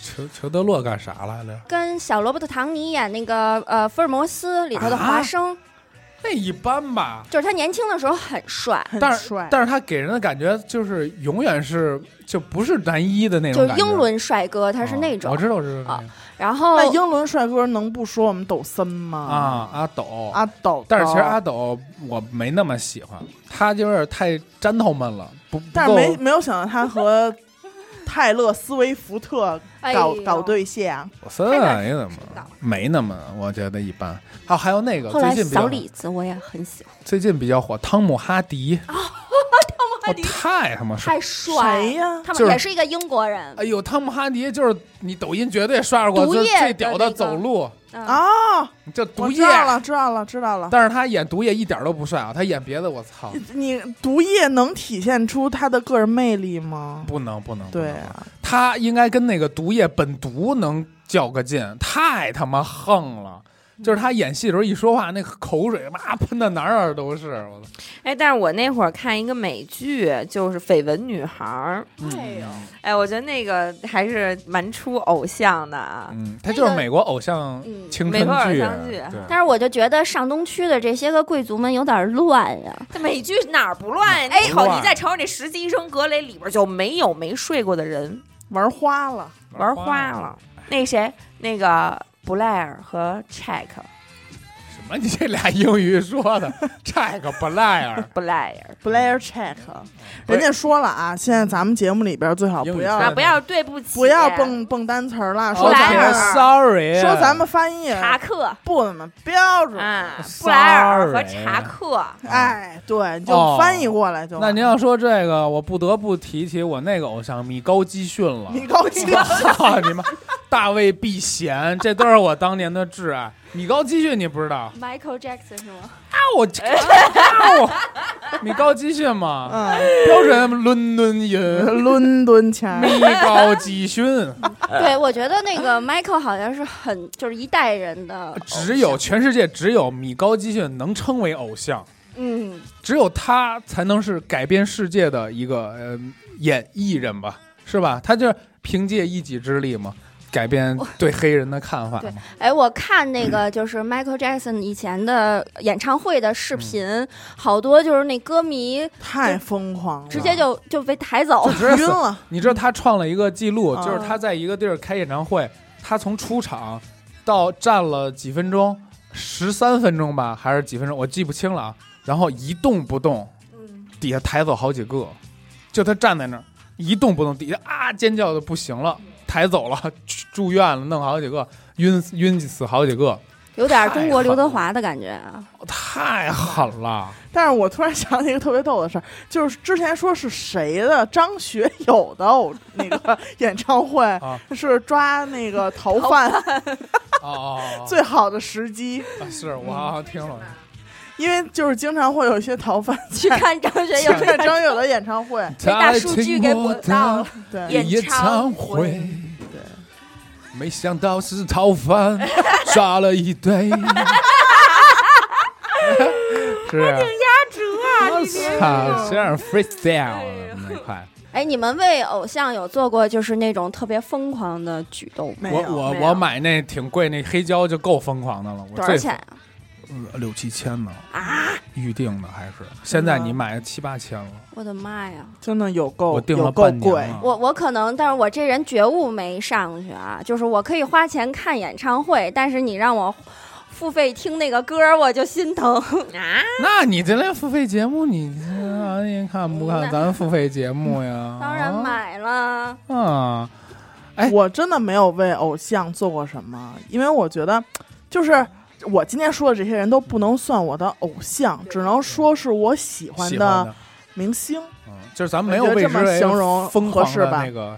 [SPEAKER 4] 裘裘德洛干啥来着？
[SPEAKER 3] 跟小罗伯特·唐尼演那个呃《福尔摩斯》里头的华
[SPEAKER 4] 啊
[SPEAKER 3] 生，
[SPEAKER 4] 那一般吧，
[SPEAKER 3] 就是他年轻的时候很帅，
[SPEAKER 1] 很
[SPEAKER 4] 但是
[SPEAKER 1] 帅。
[SPEAKER 4] 但是他给人的感觉就是永远是就不是男一的那
[SPEAKER 3] 就
[SPEAKER 4] 种
[SPEAKER 3] 是
[SPEAKER 4] 感觉，
[SPEAKER 3] 英伦帅哥，他是
[SPEAKER 4] 啊
[SPEAKER 3] 那种
[SPEAKER 4] 我。知道，我知道
[SPEAKER 3] 啊
[SPEAKER 4] 那个
[SPEAKER 3] 然后
[SPEAKER 1] 那英伦帅哥能不说我们抖森吗？
[SPEAKER 4] 啊，阿斗
[SPEAKER 1] 阿斗，
[SPEAKER 4] 但是其实阿斗我没那么喜欢，他就是太粘头们了，不不
[SPEAKER 1] 但是
[SPEAKER 4] 够
[SPEAKER 1] 没没有想到他和泰勒斯威夫特
[SPEAKER 3] 哎
[SPEAKER 1] 搞、
[SPEAKER 3] 呦
[SPEAKER 1] 搞对象，
[SPEAKER 4] 森
[SPEAKER 3] 太难
[SPEAKER 4] 啊，你怎么
[SPEAKER 3] 到了
[SPEAKER 4] 没那么？我觉得一般。哦，还有那个
[SPEAKER 3] 后来
[SPEAKER 4] 最近比
[SPEAKER 3] 小
[SPEAKER 4] 较
[SPEAKER 3] 李子我也很喜欢，
[SPEAKER 4] 最近比较火，汤姆哈迪，
[SPEAKER 3] 哦
[SPEAKER 4] 汤姆哈迪太他妈帅！
[SPEAKER 3] 太帅
[SPEAKER 1] 谁呀
[SPEAKER 3] 他
[SPEAKER 4] 就
[SPEAKER 3] 们
[SPEAKER 4] 是
[SPEAKER 3] 也是一个英国人
[SPEAKER 4] 哎呦，汤姆哈迪就是你抖音绝对刷着过，
[SPEAKER 3] 毒
[SPEAKER 4] 就是
[SPEAKER 3] 液
[SPEAKER 4] 最
[SPEAKER 3] 的
[SPEAKER 4] 屌
[SPEAKER 3] 那
[SPEAKER 4] 的
[SPEAKER 3] 个
[SPEAKER 4] 走路，
[SPEAKER 3] 啊，
[SPEAKER 1] 哦，
[SPEAKER 4] 就
[SPEAKER 1] 我
[SPEAKER 4] 毒
[SPEAKER 1] 知
[SPEAKER 4] 液。
[SPEAKER 1] 道了，知道了，知道了。
[SPEAKER 4] 但是他演毒液一点都不帅啊，他演别的我 操，
[SPEAKER 1] 你毒液能体现出他的个人魅力吗？
[SPEAKER 4] 不能不能，不
[SPEAKER 1] 对
[SPEAKER 4] 能
[SPEAKER 1] 啊，
[SPEAKER 4] 他应该跟那个毒液本毒能较个劲，太他妈横了。就是他演戏的时候一说话，那个口水哇喷的哪儿哪儿都是。我操！
[SPEAKER 2] 哎，但是我那会儿看一个美剧，就是《绯闻女孩儿》，
[SPEAKER 1] 哎呦，
[SPEAKER 2] 哎，我觉得那个还是蛮出偶像的啊。
[SPEAKER 4] 嗯，他就是美国偶像
[SPEAKER 3] 嗯
[SPEAKER 4] 青
[SPEAKER 2] 美
[SPEAKER 4] 春
[SPEAKER 2] 国偶
[SPEAKER 4] 剧
[SPEAKER 2] 像剧，
[SPEAKER 4] 对，
[SPEAKER 3] 但是我就觉得上东区的这些个贵族们有点乱呀，
[SPEAKER 2] 这美剧哪儿不乱？哎，瞅你再瞅你实习生格雷里边就没有没睡过的人，
[SPEAKER 1] 玩花了，
[SPEAKER 2] 玩花了。那谁，那个布莱尔和 Check
[SPEAKER 4] 什么？你这俩英语说的，这个不赖啊！
[SPEAKER 2] 布莱尔
[SPEAKER 1] Blair Check，
[SPEAKER 4] 不是
[SPEAKER 1] 人家说了啊，现在咱们节目里边最好
[SPEAKER 4] 英
[SPEAKER 1] 不
[SPEAKER 4] 语
[SPEAKER 1] 要
[SPEAKER 2] 啊，
[SPEAKER 4] 翻
[SPEAKER 2] 不要对不起，啊
[SPEAKER 1] 不要蹦蹦单词儿
[SPEAKER 4] 哦
[SPEAKER 1] 了，说
[SPEAKER 2] 布
[SPEAKER 1] 咱
[SPEAKER 2] 莱
[SPEAKER 1] 们
[SPEAKER 2] 尔
[SPEAKER 4] sorry，
[SPEAKER 1] 说咱们翻译
[SPEAKER 2] 查克
[SPEAKER 1] 不怎么标准，
[SPEAKER 2] 啊，
[SPEAKER 4] Sorry
[SPEAKER 2] 布莱尔和查克。
[SPEAKER 1] 哎，对，你
[SPEAKER 4] 哦
[SPEAKER 1] 就翻译过来就完。
[SPEAKER 4] 那您要说这个，我不得不提起我那个偶像米高基 训了。
[SPEAKER 1] 你高 兴
[SPEAKER 4] 我操你妈！大卫避嫌，这都是我当年的挚爱。米高基训你不知 道？啊，
[SPEAKER 6] Michael Jackson 是吗？
[SPEAKER 4] 我啊我，米高基训嘛，
[SPEAKER 1] 嗯，
[SPEAKER 4] 标准伦敦音，
[SPEAKER 1] 伦敦腔儿，
[SPEAKER 4] 米高基训，
[SPEAKER 3] 对我觉得那个 Michael 好像是很就是一代人的，
[SPEAKER 4] 只有全世界只有米高基训能称为偶像，
[SPEAKER 3] 嗯，
[SPEAKER 4] 只有他才能是改变世界的一个呃演艺人吧，是吧？他就是凭借一己之力嘛，改变对黑人的看法
[SPEAKER 3] 对
[SPEAKER 4] 嘛。
[SPEAKER 3] 哎，我看那个就是 Michael Jackson 以前的演唱会的视频，好多就是那歌迷
[SPEAKER 1] 太疯狂了，
[SPEAKER 3] 直接就就被抬走
[SPEAKER 4] 就
[SPEAKER 3] 了，
[SPEAKER 4] 直接
[SPEAKER 1] 晕
[SPEAKER 4] 死
[SPEAKER 1] 了，
[SPEAKER 4] 你知道他创了一个记录，
[SPEAKER 3] 嗯
[SPEAKER 1] 啊
[SPEAKER 4] 就是他在一个地儿开演唱会，他从出场到站了几分钟，十三分钟吧，还是几分钟，我记不清了啊。然后一动不动，底下抬走好几个，就他站在那儿一动不动，底下啊尖叫的不行了，抬走了， 去住院了，弄好几个，晕晕死好几个，
[SPEAKER 3] 有点中国刘德华的感觉啊。
[SPEAKER 4] 太狠 了。
[SPEAKER 1] 但是我突然想起一个特别逗的事儿，就是之前说是谁的张学友的偶那个 演唱会，
[SPEAKER 4] 啊
[SPEAKER 1] 是抓那个逃犯
[SPEAKER 4] 哦，
[SPEAKER 1] 最好的时机，
[SPEAKER 4] 啊是我好像听了，
[SPEAKER 1] 因为就是经常会有一些逃犯
[SPEAKER 3] 去 看张学友
[SPEAKER 1] 去，看张学友的演唱会，
[SPEAKER 3] 被大数据给滚到了
[SPEAKER 1] 对，
[SPEAKER 2] 演唱
[SPEAKER 4] 会。对，没想到是逃犯，杀了一堆。是啊，挺压折啊！操，有点 freestyle 了那块。
[SPEAKER 3] 哎，你们为偶像有做过就是那种特别疯狂的举动吗？
[SPEAKER 1] 没
[SPEAKER 4] 我
[SPEAKER 1] 有
[SPEAKER 4] 我
[SPEAKER 2] 没有
[SPEAKER 4] 我买那挺贵那黑胶就够疯狂的了，我
[SPEAKER 3] 多少
[SPEAKER 4] 最
[SPEAKER 3] 钱啊？
[SPEAKER 4] 呃六七千呢啊！预定的还是现在你买七八千了，
[SPEAKER 3] 我的妈呀！
[SPEAKER 1] 真的有够
[SPEAKER 4] 我订了
[SPEAKER 1] 有够
[SPEAKER 4] 半年
[SPEAKER 1] 贵，
[SPEAKER 4] 了。
[SPEAKER 3] 我我可能，但是我这人觉悟没上去啊，就是我可以花钱看演唱会，但是你让我付费听那个歌儿，我就心疼。
[SPEAKER 2] 啊，
[SPEAKER 4] 那你这连付费节目你啊，你看不看
[SPEAKER 3] 那
[SPEAKER 4] 咱付费节目 呀？
[SPEAKER 3] 当然买了，
[SPEAKER 4] 啊，哎
[SPEAKER 1] 我真的没有为偶像做过什么，因为我觉得，就是我今天说的这些人都不能算我的偶像，只能说是我喜欢
[SPEAKER 4] 喜欢
[SPEAKER 1] 的
[SPEAKER 4] 的，
[SPEAKER 1] 明星，
[SPEAKER 4] 嗯，就是咱们没有为
[SPEAKER 1] 我觉得这
[SPEAKER 4] 之
[SPEAKER 1] 么
[SPEAKER 4] 为
[SPEAKER 1] 形容
[SPEAKER 4] 疯
[SPEAKER 1] 合
[SPEAKER 4] 狂
[SPEAKER 1] 适
[SPEAKER 4] 的
[SPEAKER 1] 吧
[SPEAKER 4] 那个，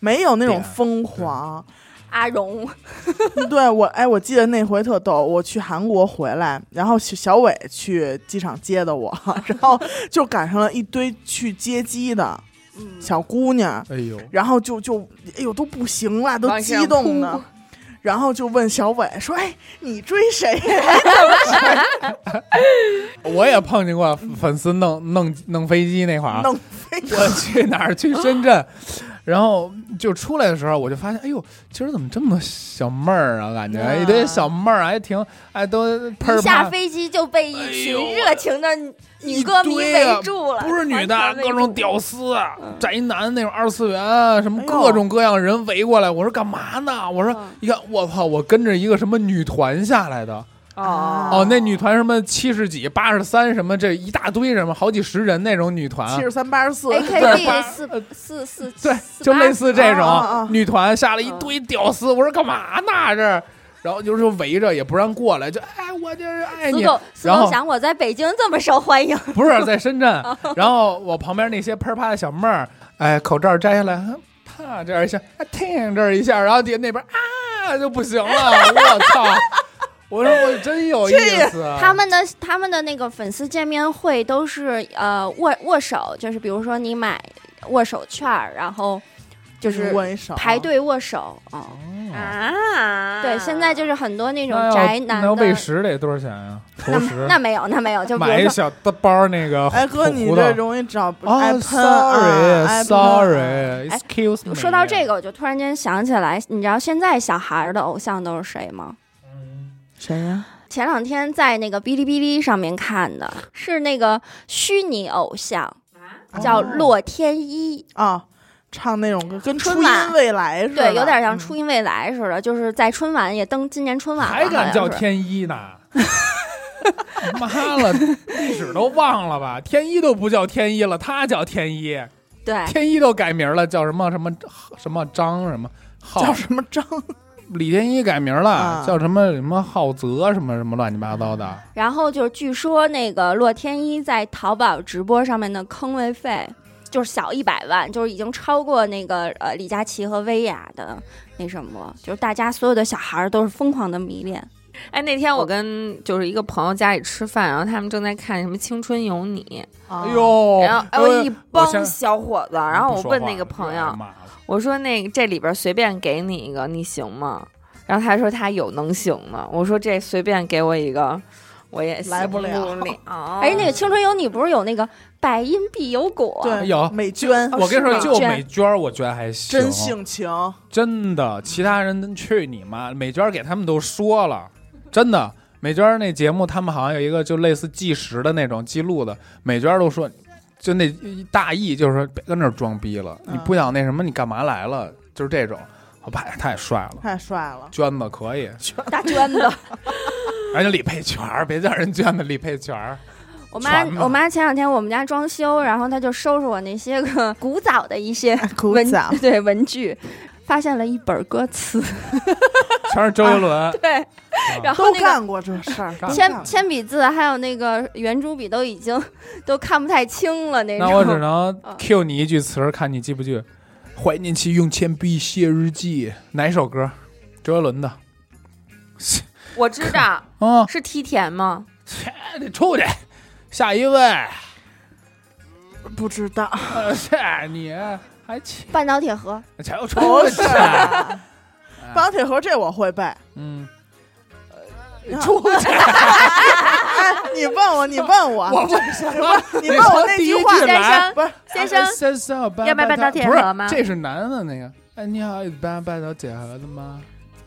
[SPEAKER 1] 没有那种
[SPEAKER 4] 点
[SPEAKER 1] 疯狂。
[SPEAKER 3] 阿荣，
[SPEAKER 1] 对我，哎，我记得那回特逗，我去韩国回来，然后小小伟去机场接的我， 然后就赶上了一堆去接机的
[SPEAKER 3] 嗯，
[SPEAKER 1] 小姑娘，
[SPEAKER 4] 哎呦，
[SPEAKER 1] 然后就就哎呦都不行了，都
[SPEAKER 2] 往
[SPEAKER 1] 激
[SPEAKER 2] 上
[SPEAKER 1] 动
[SPEAKER 2] 扑
[SPEAKER 1] 的，然后就问小伟说：“哎，你追谁？”你
[SPEAKER 4] 我也碰见过粉丝弄弄弄飞机那会儿啊
[SPEAKER 1] 怎么，嗯弄飞机？
[SPEAKER 4] 我 去哪儿？去深圳，然后就出来的时候，我就发现，哎呦，今儿怎么这么多小妹儿啊？感
[SPEAKER 1] 啊
[SPEAKER 4] 觉一堆小妹儿，还挺哎，都喷儿
[SPEAKER 3] 一下
[SPEAKER 4] 啪。
[SPEAKER 3] 飞机就被一群热情的
[SPEAKER 4] 哎一
[SPEAKER 3] 女歌迷
[SPEAKER 4] 堆啊
[SPEAKER 3] 围住了，
[SPEAKER 4] 不是女
[SPEAKER 3] 团
[SPEAKER 4] 的，
[SPEAKER 3] 团围
[SPEAKER 4] 各种
[SPEAKER 3] 住
[SPEAKER 4] 屌丝、啊宅男那种二次元啊，什
[SPEAKER 1] 嗯
[SPEAKER 4] 么
[SPEAKER 1] 哎呦
[SPEAKER 4] 各种各样的人围过来。我说干嘛呢？我说
[SPEAKER 3] 嗯
[SPEAKER 4] 一看，我操，我跟着一个什么女团下来的。
[SPEAKER 1] 啊
[SPEAKER 4] 哦，那女团什么七十几、八十三什么，这一大堆什么好几十人那种女团啊
[SPEAKER 1] 七，十三八十四，
[SPEAKER 3] 哎 AKB 四四四
[SPEAKER 4] 呃对
[SPEAKER 3] 四，
[SPEAKER 4] 就
[SPEAKER 3] 八哦
[SPEAKER 4] 类似这
[SPEAKER 1] 啊啊
[SPEAKER 4] 种
[SPEAKER 1] 啊
[SPEAKER 4] 女团下了一
[SPEAKER 3] 嗯
[SPEAKER 4] 堆屌丝，我说干嘛呢这儿？然后就是围着也不让过来，就哎我就是爱
[SPEAKER 3] 死
[SPEAKER 4] 你，
[SPEAKER 3] 狗死
[SPEAKER 4] 然
[SPEAKER 3] 狗
[SPEAKER 4] 后啊
[SPEAKER 3] 想我在北京这么受欢迎，
[SPEAKER 4] 不是在深圳。
[SPEAKER 3] 哦
[SPEAKER 4] 然后我旁边那些喷儿啪的小妹儿，哎口罩摘下来，啊啪这样一下，啊听这儿一下，然后底下那边啊就不行了，我操！我说我真有意思，
[SPEAKER 3] 他们的他们的那个粉丝见面会都是呃握握手，就是比如说你买握手券儿，然后。
[SPEAKER 4] 嗯
[SPEAKER 3] 就是
[SPEAKER 1] 握一手
[SPEAKER 4] 啊
[SPEAKER 3] 排队握手啊。
[SPEAKER 2] 啊，
[SPEAKER 3] 对，现在就是很多那种
[SPEAKER 4] 那要
[SPEAKER 3] 宅男
[SPEAKER 4] 那要
[SPEAKER 3] 的，
[SPEAKER 4] 喂食得多少钱啊？投食
[SPEAKER 3] 那没有，那没有，就比
[SPEAKER 4] 买
[SPEAKER 3] 如
[SPEAKER 4] 一
[SPEAKER 3] 说。
[SPEAKER 4] 小的包那个胡。
[SPEAKER 1] 哎哥，你
[SPEAKER 4] 胡
[SPEAKER 1] 这
[SPEAKER 4] 的
[SPEAKER 1] 容易找
[SPEAKER 4] 哦
[SPEAKER 1] 爱喷啊爱喷啊
[SPEAKER 2] 哎
[SPEAKER 4] ，sorry，sorry，excuse、Sorry, sorry, excuse me。
[SPEAKER 3] 说到这个，我就突然间想起来，你知道现在小孩儿的偶像都是谁吗？
[SPEAKER 1] 谁呀？
[SPEAKER 3] 前两天在那个哔哩哔哩上面看的，是那个虚拟偶像，
[SPEAKER 4] 啊
[SPEAKER 3] 叫
[SPEAKER 4] 哦
[SPEAKER 3] 洛天依。
[SPEAKER 1] 啊，唱那种歌跟初
[SPEAKER 3] 春
[SPEAKER 1] 音
[SPEAKER 3] 晚
[SPEAKER 1] 未来似的，
[SPEAKER 3] 对，有点像
[SPEAKER 1] 嗯
[SPEAKER 3] 初音未来似的，就是在春晚也登今年春晚了，
[SPEAKER 4] 还敢叫
[SPEAKER 3] 好像是
[SPEAKER 4] 天一呢？ 妈了，历史都忘了吧？天一都不叫天一了，他叫天一，
[SPEAKER 2] 哎
[SPEAKER 3] 对，
[SPEAKER 4] 天一都改名了，叫什么什么什么张什么浩
[SPEAKER 1] 叫什么张？
[SPEAKER 4] 李天一改名了，
[SPEAKER 1] 啊
[SPEAKER 4] 叫什么什么浩泽什么什么乱七八糟
[SPEAKER 2] 啊
[SPEAKER 4] 的。
[SPEAKER 3] 然后就是据说那个洛天依在淘宝直播上面的坑位费就是小一百万，就是已经超过那个呃李佳琦和薇娅的那什么，就是大家所有的小孩儿都是疯狂的迷恋。
[SPEAKER 2] 哎，那天我跟就是一个朋友家里吃饭，然后他们正在看什么《青春有你
[SPEAKER 1] 哎
[SPEAKER 4] 哎，呦》，，
[SPEAKER 2] 然后哎呦一帮
[SPEAKER 4] 先
[SPEAKER 2] 小伙子，然后我问那个朋
[SPEAKER 4] 哎呀
[SPEAKER 2] 友，
[SPEAKER 4] 妈了
[SPEAKER 2] 我说那个这里边随便给你一个，你行吗？然后他说他有能行吗？我说这随便给我一个，我也
[SPEAKER 1] 来
[SPEAKER 2] 行哦
[SPEAKER 1] 不
[SPEAKER 2] 不
[SPEAKER 1] 了哦
[SPEAKER 3] 哎，那个《青春有你》不是有那个百因必有果？
[SPEAKER 1] 对，
[SPEAKER 4] 有
[SPEAKER 1] 美娟，
[SPEAKER 4] 我跟你说，
[SPEAKER 3] 是
[SPEAKER 4] 就
[SPEAKER 3] 美娟
[SPEAKER 4] 美娟儿，我觉得还行，
[SPEAKER 1] 哦真性情，
[SPEAKER 4] 真的，其他人真去你妈！美娟儿给他们都 说了，真的，美娟儿那节目他们好像有一个就类似计时的那种记录的，美娟儿都说，就那大意就是说别跟那儿装逼了，
[SPEAKER 1] 嗯
[SPEAKER 4] 你不想那什么，你干嘛来了？就是这种，我爸太帅了。
[SPEAKER 1] 太帅 了。
[SPEAKER 4] 娟子可 以，
[SPEAKER 3] 大娟子，
[SPEAKER 4] 而且李佩泉儿，别叫人娟子，李佩泉儿，
[SPEAKER 3] 我妈
[SPEAKER 4] 全，嘛
[SPEAKER 3] 我妈前两天我们家装修，然后她就收拾我那些个 古早的一些
[SPEAKER 1] 古
[SPEAKER 3] 文
[SPEAKER 1] 早
[SPEAKER 3] 对文具，发现了一本歌词，
[SPEAKER 4] 全是周杰
[SPEAKER 1] 啊
[SPEAKER 4] 伦，
[SPEAKER 3] 对，然后
[SPEAKER 1] 都
[SPEAKER 3] 那个。
[SPEAKER 1] 干过这事儿，都干
[SPEAKER 3] 铅
[SPEAKER 1] 过
[SPEAKER 3] 铅笔字还有那个圆珠笔都已经 都看不太清了
[SPEAKER 1] 哎
[SPEAKER 3] 那
[SPEAKER 4] 那我只
[SPEAKER 3] 种，
[SPEAKER 4] 能
[SPEAKER 1] 嗯
[SPEAKER 4] cue 你一句词儿，看你记不记。怀念期用铅笔写日记，哪首歌？周杰伦的。
[SPEAKER 2] 我知道
[SPEAKER 4] 啊，
[SPEAKER 2] 是梯田吗？
[SPEAKER 4] 切，你出去。下一位，
[SPEAKER 1] 不知 道，
[SPEAKER 4] 呃切、你还切，
[SPEAKER 3] 半导体盒
[SPEAKER 4] 切，我出
[SPEAKER 1] 不哦
[SPEAKER 4] 去
[SPEAKER 1] 是。 啊钢铁盒这我会背，哎
[SPEAKER 4] 嗯，
[SPEAKER 1] 出 去。哎，你问啊我，你问我，
[SPEAKER 4] 我问
[SPEAKER 1] 什么？你问我那句话，
[SPEAKER 4] 你从第一句啊
[SPEAKER 2] 来
[SPEAKER 1] 不是
[SPEAKER 2] 先生，
[SPEAKER 4] 先生，
[SPEAKER 2] 要卖半导体
[SPEAKER 4] 不是
[SPEAKER 2] 盒吗
[SPEAKER 4] 这是男的那个。哎，你好，有半半导体盒的吗？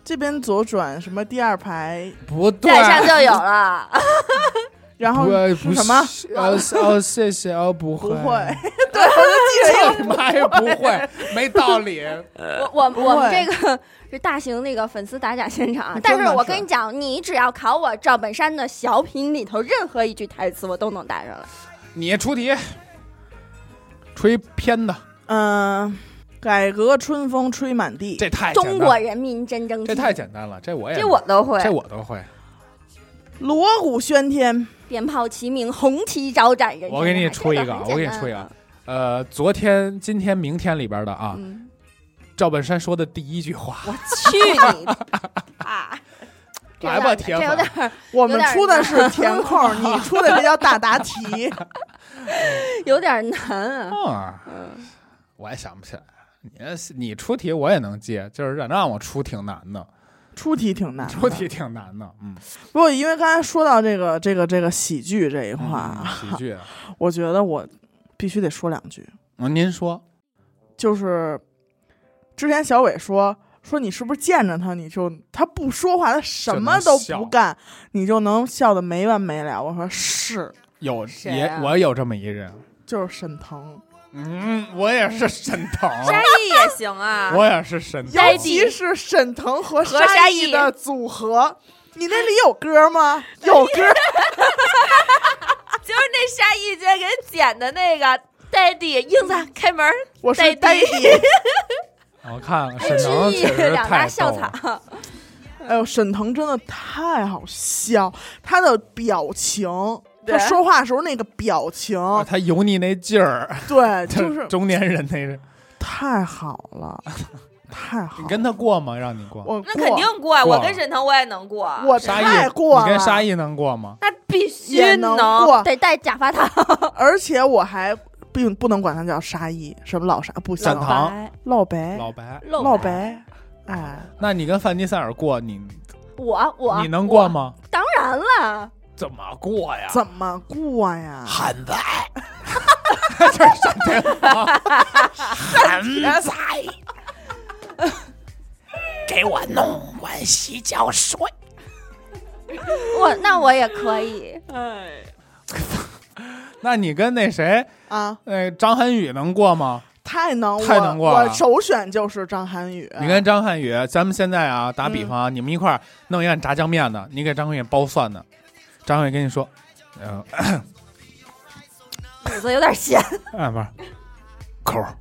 [SPEAKER 1] 这边左转什么第二排，
[SPEAKER 4] 不对，
[SPEAKER 3] 在上就有了，
[SPEAKER 2] 啊
[SPEAKER 1] 然后
[SPEAKER 4] 不
[SPEAKER 1] 是什么？？
[SPEAKER 4] 不哦哦，谢谢哦，不
[SPEAKER 1] 不
[SPEAKER 4] 会，
[SPEAKER 1] 会，对，我就记着一个
[SPEAKER 4] 这妈也不 会，没道理。呃
[SPEAKER 3] 我我
[SPEAKER 1] 不会
[SPEAKER 3] 我们这个 是大型那个粉丝打假现场，啊但
[SPEAKER 1] 真的
[SPEAKER 3] 是
[SPEAKER 1] 是
[SPEAKER 3] 我跟你讲，你只要考我赵本山的小品里头任何一句台词，我都能答上来。
[SPEAKER 4] 你出题，出一偏的，
[SPEAKER 1] 嗯，改革春风吹满地，
[SPEAKER 4] 这太简单
[SPEAKER 3] 中国人民真争气，
[SPEAKER 4] 这太简单了，这我也
[SPEAKER 2] 这我都会。
[SPEAKER 4] 这我都会。
[SPEAKER 1] 锣鼓喧天，
[SPEAKER 3] 鞭炮齐鸣，红旗招展，人生
[SPEAKER 4] 我给你
[SPEAKER 3] 海
[SPEAKER 4] 出一个
[SPEAKER 3] 这很
[SPEAKER 4] 我给你
[SPEAKER 3] 简单
[SPEAKER 4] 出一个
[SPEAKER 3] 啊
[SPEAKER 4] 呃，昨天、今天、明天里边的啊，
[SPEAKER 3] 嗯，
[SPEAKER 4] 赵本山说的第一句话，
[SPEAKER 3] 我去你 啊！这有
[SPEAKER 4] 来吧，
[SPEAKER 3] 点
[SPEAKER 4] 铁
[SPEAKER 3] 这有点
[SPEAKER 4] 粉，
[SPEAKER 1] 我们出的是填 空，你出的这叫大答题。
[SPEAKER 3] 有点难啊。
[SPEAKER 2] 嗯
[SPEAKER 4] 啊，我也想不起来。你你出题我也能接，就是让让我出挺难的，
[SPEAKER 2] 啊
[SPEAKER 1] 出题挺难的，
[SPEAKER 4] 出题挺难的，嗯，
[SPEAKER 1] 不过因为刚才说到这个这个这个喜剧这一块儿
[SPEAKER 4] 嗯
[SPEAKER 1] 啊，
[SPEAKER 4] 喜剧，
[SPEAKER 1] 我觉得我必须得说两句，
[SPEAKER 4] 嗯，您说，
[SPEAKER 1] 就是之前小伟说。说你是不是见着他，你就他不说话，他什么都
[SPEAKER 4] 就能
[SPEAKER 1] 不
[SPEAKER 4] 笑
[SPEAKER 1] 干，你就能笑得没完没了。我说是，
[SPEAKER 4] 有
[SPEAKER 2] 谁
[SPEAKER 4] 也
[SPEAKER 2] 啊
[SPEAKER 4] 我有这么一人，
[SPEAKER 1] 就是沈腾，
[SPEAKER 4] 嗯，我也是沈腾，
[SPEAKER 2] 沙溢也行 啊，
[SPEAKER 4] 我也是沈腾，
[SPEAKER 1] 尤其是沈腾和
[SPEAKER 2] 和沙
[SPEAKER 1] 溢
[SPEAKER 2] 溢
[SPEAKER 1] 的组合，你那里有歌吗？ 哎有歌，
[SPEAKER 2] 就是那沙溢姐给剪的那个 daddy 英子开门，
[SPEAKER 1] 我是呆
[SPEAKER 2] 呆
[SPEAKER 1] 弟
[SPEAKER 2] 弟。
[SPEAKER 4] 我看
[SPEAKER 3] 哎
[SPEAKER 4] 沈腾
[SPEAKER 3] 致
[SPEAKER 4] 确
[SPEAKER 3] 意
[SPEAKER 4] 实
[SPEAKER 3] 两大
[SPEAKER 4] 太
[SPEAKER 3] 笑
[SPEAKER 4] 逗了，
[SPEAKER 3] 场，
[SPEAKER 1] 哎呦，沈腾真的太好笑，他的表情，他
[SPEAKER 2] 对
[SPEAKER 1] 说话时候那个表情，
[SPEAKER 4] 啊他油腻那劲 儿，
[SPEAKER 1] 对，哦就是哦
[SPEAKER 4] 中年人那是，
[SPEAKER 1] 太好了，太好
[SPEAKER 4] 你
[SPEAKER 1] 了。
[SPEAKER 4] 跟他过吗？让你过，
[SPEAKER 1] 我
[SPEAKER 2] 那
[SPEAKER 1] 过
[SPEAKER 2] 肯定过啊。
[SPEAKER 4] 过
[SPEAKER 2] 我跟沈腾我也能过，
[SPEAKER 1] 我
[SPEAKER 4] 沙
[SPEAKER 1] 太
[SPEAKER 4] 溢，
[SPEAKER 1] 过了，
[SPEAKER 4] 你跟沙溢能过吗？
[SPEAKER 2] 那必
[SPEAKER 1] 也
[SPEAKER 2] 须
[SPEAKER 1] 能过，
[SPEAKER 3] 得戴假发套。
[SPEAKER 1] 而且我还。并不能管它叫沙溢，什么老沙不行
[SPEAKER 4] 散，糖
[SPEAKER 1] 老白
[SPEAKER 4] 老白，
[SPEAKER 3] 露
[SPEAKER 1] 老白，哎，
[SPEAKER 4] 那你跟范迪塞尔过，你
[SPEAKER 3] 我我啊
[SPEAKER 4] 你能过？吗？
[SPEAKER 3] 我当然了，
[SPEAKER 4] 怎么过呀？
[SPEAKER 1] 怎么过呀？
[SPEAKER 4] 汉子，这是山田芳，汉子，给我弄碗洗脚水。
[SPEAKER 3] 我那我也可以。
[SPEAKER 2] 哎，
[SPEAKER 4] 那你跟那谁，
[SPEAKER 1] 啊，
[SPEAKER 4] 呃，张涵予能过吗？
[SPEAKER 1] 太能我
[SPEAKER 4] 太能过了
[SPEAKER 1] 我首选就是张涵予。
[SPEAKER 4] 你
[SPEAKER 3] 嗯
[SPEAKER 4] 跟张涵予，咱们现在啊，打比方啊，你们一块儿弄一碗炸酱面呢，你给张涵予包蒜呢，张涵予跟你说， 呃，
[SPEAKER 3] 肚子有点 咸，
[SPEAKER 4] 哎，不是，抠儿，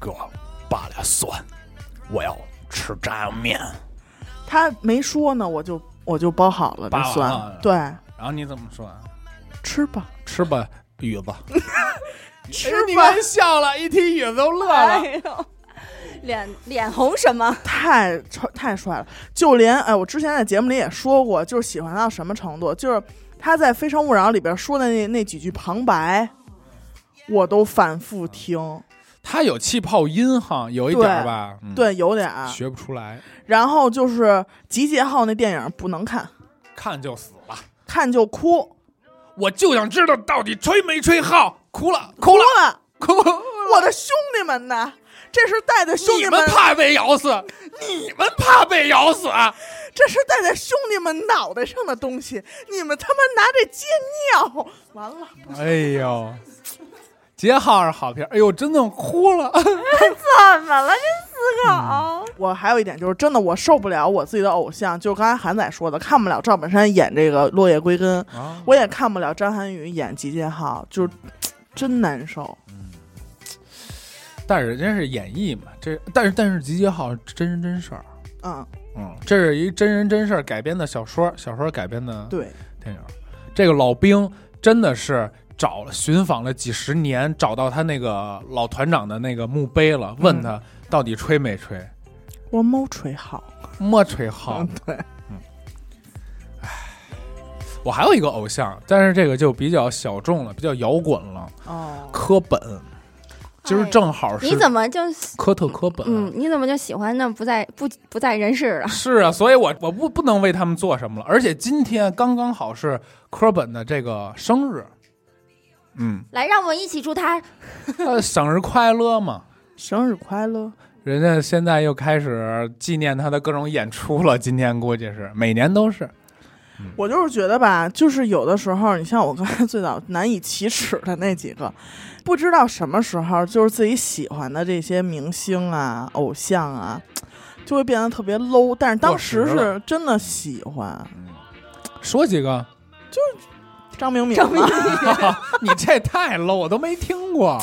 [SPEAKER 4] 给我扒俩蒜，我要吃炸酱面。
[SPEAKER 1] 他没说呢，我就我就包好了
[SPEAKER 4] 扒
[SPEAKER 1] 这
[SPEAKER 4] 完
[SPEAKER 1] 蒜
[SPEAKER 4] 了，
[SPEAKER 1] 对，
[SPEAKER 4] 然后你怎么说啊？
[SPEAKER 1] 吃吧，
[SPEAKER 4] 吃吧，雨子。
[SPEAKER 1] 吃
[SPEAKER 4] 哎你
[SPEAKER 1] 吧，
[SPEAKER 4] 们笑了，一听雨子都乐 了。
[SPEAKER 3] 哎呦，脸脸红什么？
[SPEAKER 1] 太丑太帅了。就连哎，我之前在节目里也说过，就是喜欢到什么程度，就是他在《非诚勿扰》里边说的那那几句旁白，我都反复听，
[SPEAKER 4] 他有气泡音哈，有一点儿吧，嗯，
[SPEAKER 1] 对，有点儿。
[SPEAKER 4] 学不出来，
[SPEAKER 1] 然后就是集结号那电影不能看，
[SPEAKER 4] 看就死了。
[SPEAKER 1] 看就哭，
[SPEAKER 4] 我就想知道到底吹没吹号，哭了，哭
[SPEAKER 1] 哭
[SPEAKER 4] 了，
[SPEAKER 1] 了，
[SPEAKER 4] 哭 了。
[SPEAKER 1] 我的兄弟们呐！这是带着兄
[SPEAKER 4] 你
[SPEAKER 1] 弟
[SPEAKER 4] 们怕被咬死，你们怕被咬死啊！
[SPEAKER 1] 这是戴在兄弟们脑袋上的东西，你们他妈拿这接尿，完了，
[SPEAKER 4] 哎呦，杰号是好片儿，哎呦，真的哭了。
[SPEAKER 3] 怎么了？
[SPEAKER 4] 嗯
[SPEAKER 3] 这死狗！
[SPEAKER 1] 我还有一点就是，真的我受不了我自己的偶像，就刚才韩仔说的，看不了赵本山演这个《落叶归根》，
[SPEAKER 4] 啊
[SPEAKER 1] 我也看不了张涵予演集结号，就是真难受。
[SPEAKER 4] 但是人家是演绎嘛，这但是但是集结号是真人真事儿，
[SPEAKER 1] 嗯，
[SPEAKER 4] 嗯，这是一真人真事儿改编的小说，小说改编的
[SPEAKER 1] 对，
[SPEAKER 4] 电影。这个老兵真的是找了寻访了几十年，找到他那个老团长的那个墓碑了，问他到底吹没吹，
[SPEAKER 1] 我没吹好，
[SPEAKER 4] 没吹好
[SPEAKER 1] 嗯。，对，
[SPEAKER 4] 我还有一个偶像，但是这个就比较小众了，比较摇滚了，
[SPEAKER 1] 哦，
[SPEAKER 4] 科本。今儿正好是
[SPEAKER 3] 哎你怎么就
[SPEAKER 4] 科特科本？
[SPEAKER 3] 嗯？你怎么就喜欢那不在不不在人世了？
[SPEAKER 4] 是啊，所以我我不不能为他们做什么了。而且今天刚刚好是科本的这个 生日，嗯，
[SPEAKER 3] 来，让我一起祝他
[SPEAKER 4] 呃，生日快乐嘛！
[SPEAKER 1] 生日快乐！
[SPEAKER 4] 人家现在又开始纪念他的各种演出了，今天估计是每年都是。
[SPEAKER 1] 我就是觉得吧，就是有的时候，你像我刚才最早 难以启齿的那几个，不知道什么时候，就是自己喜欢的这些明星啊、偶像啊，就会变得特别 low。但是当时
[SPEAKER 4] 过时
[SPEAKER 1] 是真的喜欢
[SPEAKER 4] 嗯说几个，
[SPEAKER 1] 张明敏嘛，
[SPEAKER 4] 你这太 low，我都没听过。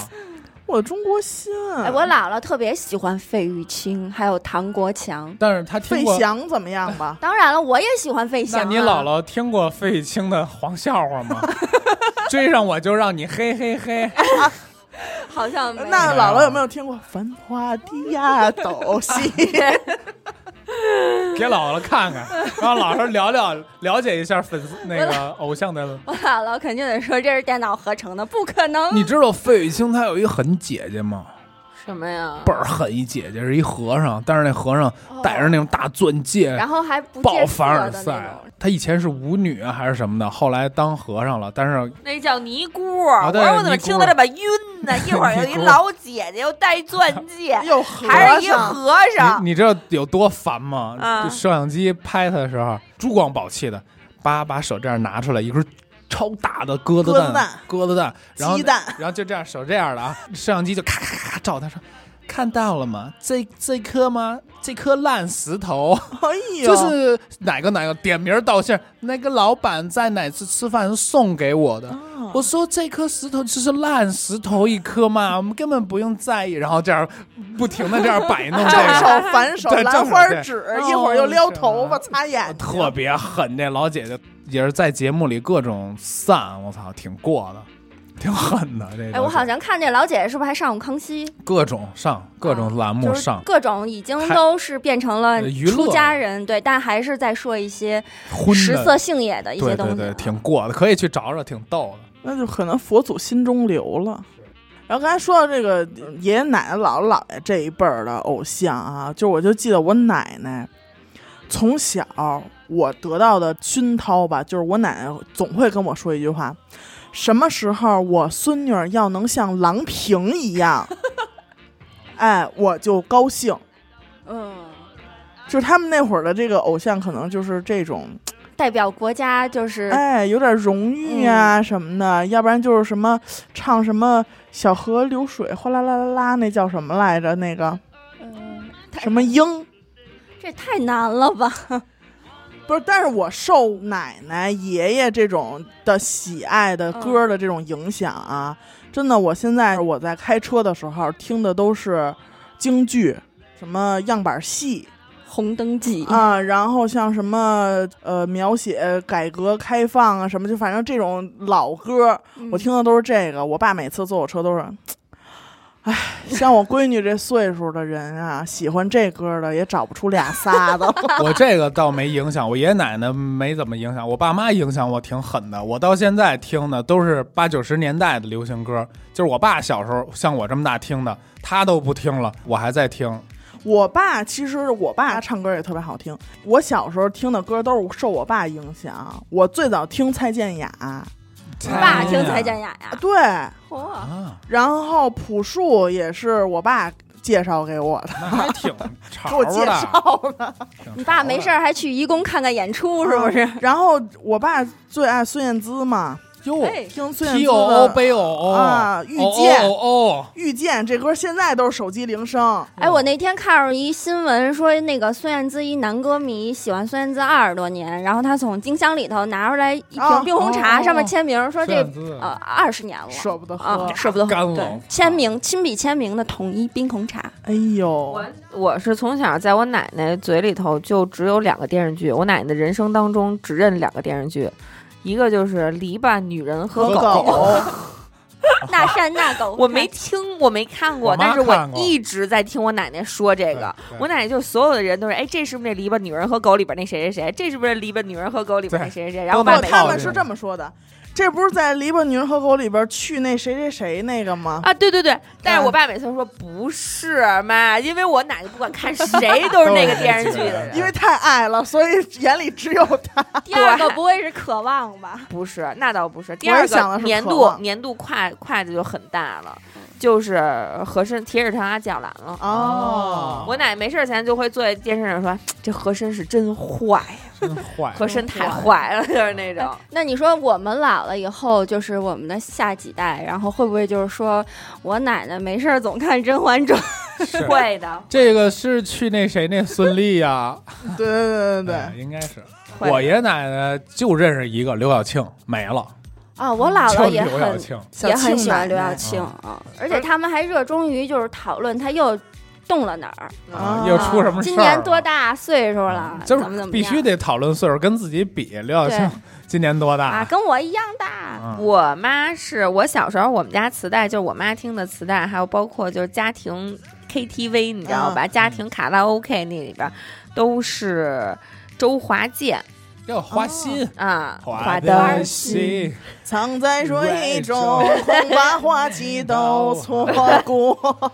[SPEAKER 1] 我的中国心，啊
[SPEAKER 3] 哎，我姥姥特别喜欢费玉清，还有唐国强。
[SPEAKER 4] 但是他听
[SPEAKER 1] 费
[SPEAKER 4] 过。
[SPEAKER 1] 翔怎么样 吧？
[SPEAKER 3] 当然了，我也喜欢费翔、
[SPEAKER 4] 那
[SPEAKER 3] 啊。
[SPEAKER 4] 你姥姥听过费玉清的黄笑话吗？ 追上我就让你嘿 嘿嘿。
[SPEAKER 3] 好像没有
[SPEAKER 1] 那姥姥有没有听过《繁花的 呀斗西》，
[SPEAKER 4] 给姥姥看看，让姥姥聊聊了解一下粉丝那 个偶像的。
[SPEAKER 3] 我姥姥肯定得说这是电脑合成的，不可能。
[SPEAKER 4] 你知道费玉清他有一狠姐姐吗？
[SPEAKER 2] 什么呀？
[SPEAKER 4] 倍儿狠一姐姐，是一和尚，但是那和尚戴着那种大钻戒，
[SPEAKER 3] 哦然后还不
[SPEAKER 4] 爆
[SPEAKER 3] 借
[SPEAKER 4] 凡
[SPEAKER 3] 色
[SPEAKER 4] 尔
[SPEAKER 3] 的
[SPEAKER 4] 赛
[SPEAKER 3] 那种。
[SPEAKER 4] 他以前是舞女啊还是什么的，后来当和尚了，但是
[SPEAKER 2] 那叫尼姑儿。
[SPEAKER 4] 啊
[SPEAKER 2] 我
[SPEAKER 4] 对
[SPEAKER 2] 说我怎么
[SPEAKER 4] 尼姑
[SPEAKER 2] 听着这么晕呢？一会儿又
[SPEAKER 4] 尼
[SPEAKER 2] 一
[SPEAKER 4] 姑
[SPEAKER 2] 老姐姐，又戴钻戒
[SPEAKER 1] 又和
[SPEAKER 2] 还是一
[SPEAKER 1] 尚，
[SPEAKER 2] 和尚。
[SPEAKER 4] 你你知道有多烦吗？
[SPEAKER 2] 啊
[SPEAKER 4] 就摄像机拍他的时候，珠光宝气的，把把手这样拿出来一根超大的鸽
[SPEAKER 1] 鸽
[SPEAKER 4] 子
[SPEAKER 1] 子
[SPEAKER 4] 蛋
[SPEAKER 1] 蛋，
[SPEAKER 4] 鸽子蛋，然后
[SPEAKER 1] 鸡蛋
[SPEAKER 4] 然后就这样手这样的啊，摄像机就咔咔咔咔照他说，看到了吗？这这颗吗？这颗烂石头。
[SPEAKER 1] 哎呦，
[SPEAKER 4] 就是哪个哪个点名道姓，那个老板在哪次吃饭是送给我的。
[SPEAKER 1] 哦
[SPEAKER 4] 我说这颗石头就是烂石头一颗嘛，我们根本不用在意。然后这样不停的这样摆弄这
[SPEAKER 1] 正手
[SPEAKER 4] 个，
[SPEAKER 1] 反手
[SPEAKER 4] 对正手
[SPEAKER 1] 兰花
[SPEAKER 4] 对
[SPEAKER 1] 指
[SPEAKER 4] 哦，
[SPEAKER 1] 一会儿又撩
[SPEAKER 4] 是
[SPEAKER 1] 头
[SPEAKER 4] 啊
[SPEAKER 1] 发擦眼睛，
[SPEAKER 4] 特别狠。这老姐姐也是在节目里各种散，我操，挺过的， 挺狠的。这
[SPEAKER 3] 哎，我好像啊看这老姐姐是不是还上过康熙？
[SPEAKER 4] 各种上各种栏目
[SPEAKER 3] 就是
[SPEAKER 4] 上，
[SPEAKER 3] 各种已经
[SPEAKER 4] 还
[SPEAKER 3] 都是变成了
[SPEAKER 4] 呃娱乐
[SPEAKER 3] 出家人，对，但还是在说一些
[SPEAKER 4] 荤
[SPEAKER 3] 食
[SPEAKER 4] 的
[SPEAKER 3] 色。性也的一
[SPEAKER 4] 对
[SPEAKER 3] 些东
[SPEAKER 4] 对
[SPEAKER 3] 西。
[SPEAKER 4] 对，挺过的，可以去找找，挺逗的。
[SPEAKER 1] 那就可能佛祖心中留了。然后刚才说到这个呃爷爷奶奶、姥姥姥爷这一辈儿的偶像啊，就我就记得我奶奶从小我得到的熏陶吧，就是我奶奶总会跟我说一句话：什么时候我孙女儿要能像郎平一样，哎，我就高兴。
[SPEAKER 3] 嗯，
[SPEAKER 1] 就是他们那会儿的这个偶像，可能就是这种，
[SPEAKER 3] 代表国家就是
[SPEAKER 1] 哎，有点荣誉啊什么的，要不然就是什么唱什么小河流水哗啦啦啦啦，那叫什么来着？那个
[SPEAKER 3] 嗯，太
[SPEAKER 1] 什么鹰。
[SPEAKER 3] 这太难了吧？
[SPEAKER 1] 不是，但是我受奶奶、爷爷这种的喜爱的歌儿的这种影响啊，真的，我现在我在开车的时候听的都是京剧，什么样板戏
[SPEAKER 3] 红灯记，
[SPEAKER 1] 啊，然后像什么呃描写改革开放啊什么，就反正这种老歌儿，
[SPEAKER 3] 嗯
[SPEAKER 1] 我听的都是这个。我爸每次坐我车都是。哎，像我闺女这岁数的人啊， 喜欢这歌儿的也找不出俩仨的了。
[SPEAKER 4] 我这个倒没影响，我爷爷奶奶没怎么影响，我爸妈影响我挺狠的。我到现在听的都是八九十年代的流行歌，就是我爸小时候像我这么大听的，他都不听了，我还在听。
[SPEAKER 1] 我爸其实我爸唱歌也特别好听，我小时候听的歌都是受我爸影响。我最早听蔡健雅，
[SPEAKER 3] 爸听蔡健雅呀，
[SPEAKER 1] 对，
[SPEAKER 3] 嚯，
[SPEAKER 4] 啊，
[SPEAKER 1] 然后朴树也是我爸介绍给我的，
[SPEAKER 4] 那还挺
[SPEAKER 1] 给
[SPEAKER 4] 潮
[SPEAKER 1] 我介
[SPEAKER 4] 的。
[SPEAKER 1] 绍的。
[SPEAKER 3] 你爸没事儿还去义工看看演出是不是？
[SPEAKER 1] 然后我爸最爱孙燕姿嘛，
[SPEAKER 4] 哟
[SPEAKER 3] 哎
[SPEAKER 1] 听孙燕
[SPEAKER 4] ，T
[SPEAKER 1] 姿
[SPEAKER 4] O O
[SPEAKER 1] 的
[SPEAKER 4] 背偶偶哦
[SPEAKER 1] 啊遇
[SPEAKER 4] 偶
[SPEAKER 1] 见
[SPEAKER 4] 偶偶
[SPEAKER 1] 《遇见》这歌，现在都是手机铃声。
[SPEAKER 3] 哎，我那天看着一新闻说，那个孙燕姿一男歌迷喜欢孙燕姿二十多年，然后他从冰箱里头拿出来一
[SPEAKER 1] 哦
[SPEAKER 3] 瓶冰红茶，
[SPEAKER 4] 哦
[SPEAKER 3] 上面签名说这
[SPEAKER 4] 孙燕姿
[SPEAKER 3] 呃二十年了，
[SPEAKER 1] 舍不得喝
[SPEAKER 3] 啊，舍不得
[SPEAKER 4] 干
[SPEAKER 3] 喝，
[SPEAKER 4] 了
[SPEAKER 3] 对，签名亲笔签名的统一冰红 茶，
[SPEAKER 1] 哎呦，
[SPEAKER 2] 我是从小在我奶奶嘴里头就只有两个电视剧，我奶奶的人生当中只认两个电视剧，一个就是《篱笆女人和
[SPEAKER 1] 和
[SPEAKER 2] 狗》
[SPEAKER 1] 狗，
[SPEAKER 3] 那山那狗，
[SPEAKER 2] 我没听，我没看过，
[SPEAKER 4] 我妈
[SPEAKER 2] 但是我
[SPEAKER 4] 看过
[SPEAKER 2] 一直在听我奶奶说这个
[SPEAKER 4] 对。对
[SPEAKER 2] 我奶奶就所有的人都是，哎，这是不是那《篱笆女人和狗》里边那谁谁谁？这是不是《篱笆女人和狗》里边那谁谁谁？然后我
[SPEAKER 4] 都那
[SPEAKER 1] 不，
[SPEAKER 2] 爸每
[SPEAKER 1] 哦他
[SPEAKER 4] 套
[SPEAKER 1] 们
[SPEAKER 4] 这
[SPEAKER 1] 是
[SPEAKER 4] 个
[SPEAKER 1] 这么说的。这不是在《篱笆女人和狗》里边去那谁谁谁那个吗？
[SPEAKER 2] 啊，对对对，但是我爸每次说不是妈，因为我奶奶不管看谁都是那个电视剧的人，
[SPEAKER 1] 因为太爱了，所以眼里只有他。
[SPEAKER 3] 第二个不会是渴望吧？
[SPEAKER 2] 不是，那倒不是。第
[SPEAKER 1] 我也
[SPEAKER 2] 二
[SPEAKER 1] 想
[SPEAKER 2] 个
[SPEAKER 1] 的是嗯
[SPEAKER 2] 年
[SPEAKER 1] 渴
[SPEAKER 2] 度
[SPEAKER 1] 望
[SPEAKER 2] 年度跨跨的就很大了，就是和珅铁齿铜牙纪晓岚了。
[SPEAKER 1] 哦，
[SPEAKER 2] 我奶奶没事儿前就会坐在电视上说：“这和珅是真坏呀，
[SPEAKER 4] 真坏。
[SPEAKER 1] 哎
[SPEAKER 2] 和珅太坏了，就是那种。
[SPEAKER 3] 那你说我们老了以后，就是我们的下几代，然后会不会就是说我奶奶没事儿总看《甄嬛传》？
[SPEAKER 4] 是
[SPEAKER 2] 会的，
[SPEAKER 4] 这个是去那谁那孙俪呀？
[SPEAKER 1] 对对对对 对
[SPEAKER 4] 哎，应该是。
[SPEAKER 2] 会的
[SPEAKER 4] 我爷爷奶奶就认识一个刘晓庆，没了，
[SPEAKER 3] 啊，我姥
[SPEAKER 4] 嗯就
[SPEAKER 3] 姥也
[SPEAKER 4] 刘晓
[SPEAKER 3] 很
[SPEAKER 4] 庆。
[SPEAKER 1] 小
[SPEAKER 3] 也很
[SPEAKER 1] 庆
[SPEAKER 3] 喜
[SPEAKER 1] 奶
[SPEAKER 3] 欢刘
[SPEAKER 1] 奶
[SPEAKER 3] 晓庆啊，而且他们还热衷于就是讨论他又动了哪儿，
[SPEAKER 4] 啊，又出什么事儿了？嗯
[SPEAKER 3] 今年多大岁数了，
[SPEAKER 4] 就
[SPEAKER 3] 怎么怎
[SPEAKER 4] 是
[SPEAKER 3] 么
[SPEAKER 4] 必须
[SPEAKER 3] 样
[SPEAKER 4] 得讨论岁数，跟自己比。刘晓庆
[SPEAKER 3] 对
[SPEAKER 4] 今年多
[SPEAKER 3] 啊，
[SPEAKER 4] 大？
[SPEAKER 3] 跟我一样大，
[SPEAKER 4] 嗯
[SPEAKER 2] 我妈是我小时候我们家磁带，就是我妈听的磁带，还有包括就是家庭 KTV，你知道
[SPEAKER 1] 嗯
[SPEAKER 2] 吧？家庭卡拉 OK 那里边都是周华健
[SPEAKER 4] 要花
[SPEAKER 3] 哦
[SPEAKER 4] 心，
[SPEAKER 2] 啊，华
[SPEAKER 4] 花
[SPEAKER 2] 灯
[SPEAKER 4] 的
[SPEAKER 1] 灯
[SPEAKER 4] 心，
[SPEAKER 1] 藏在水中，恐怕花期都错过。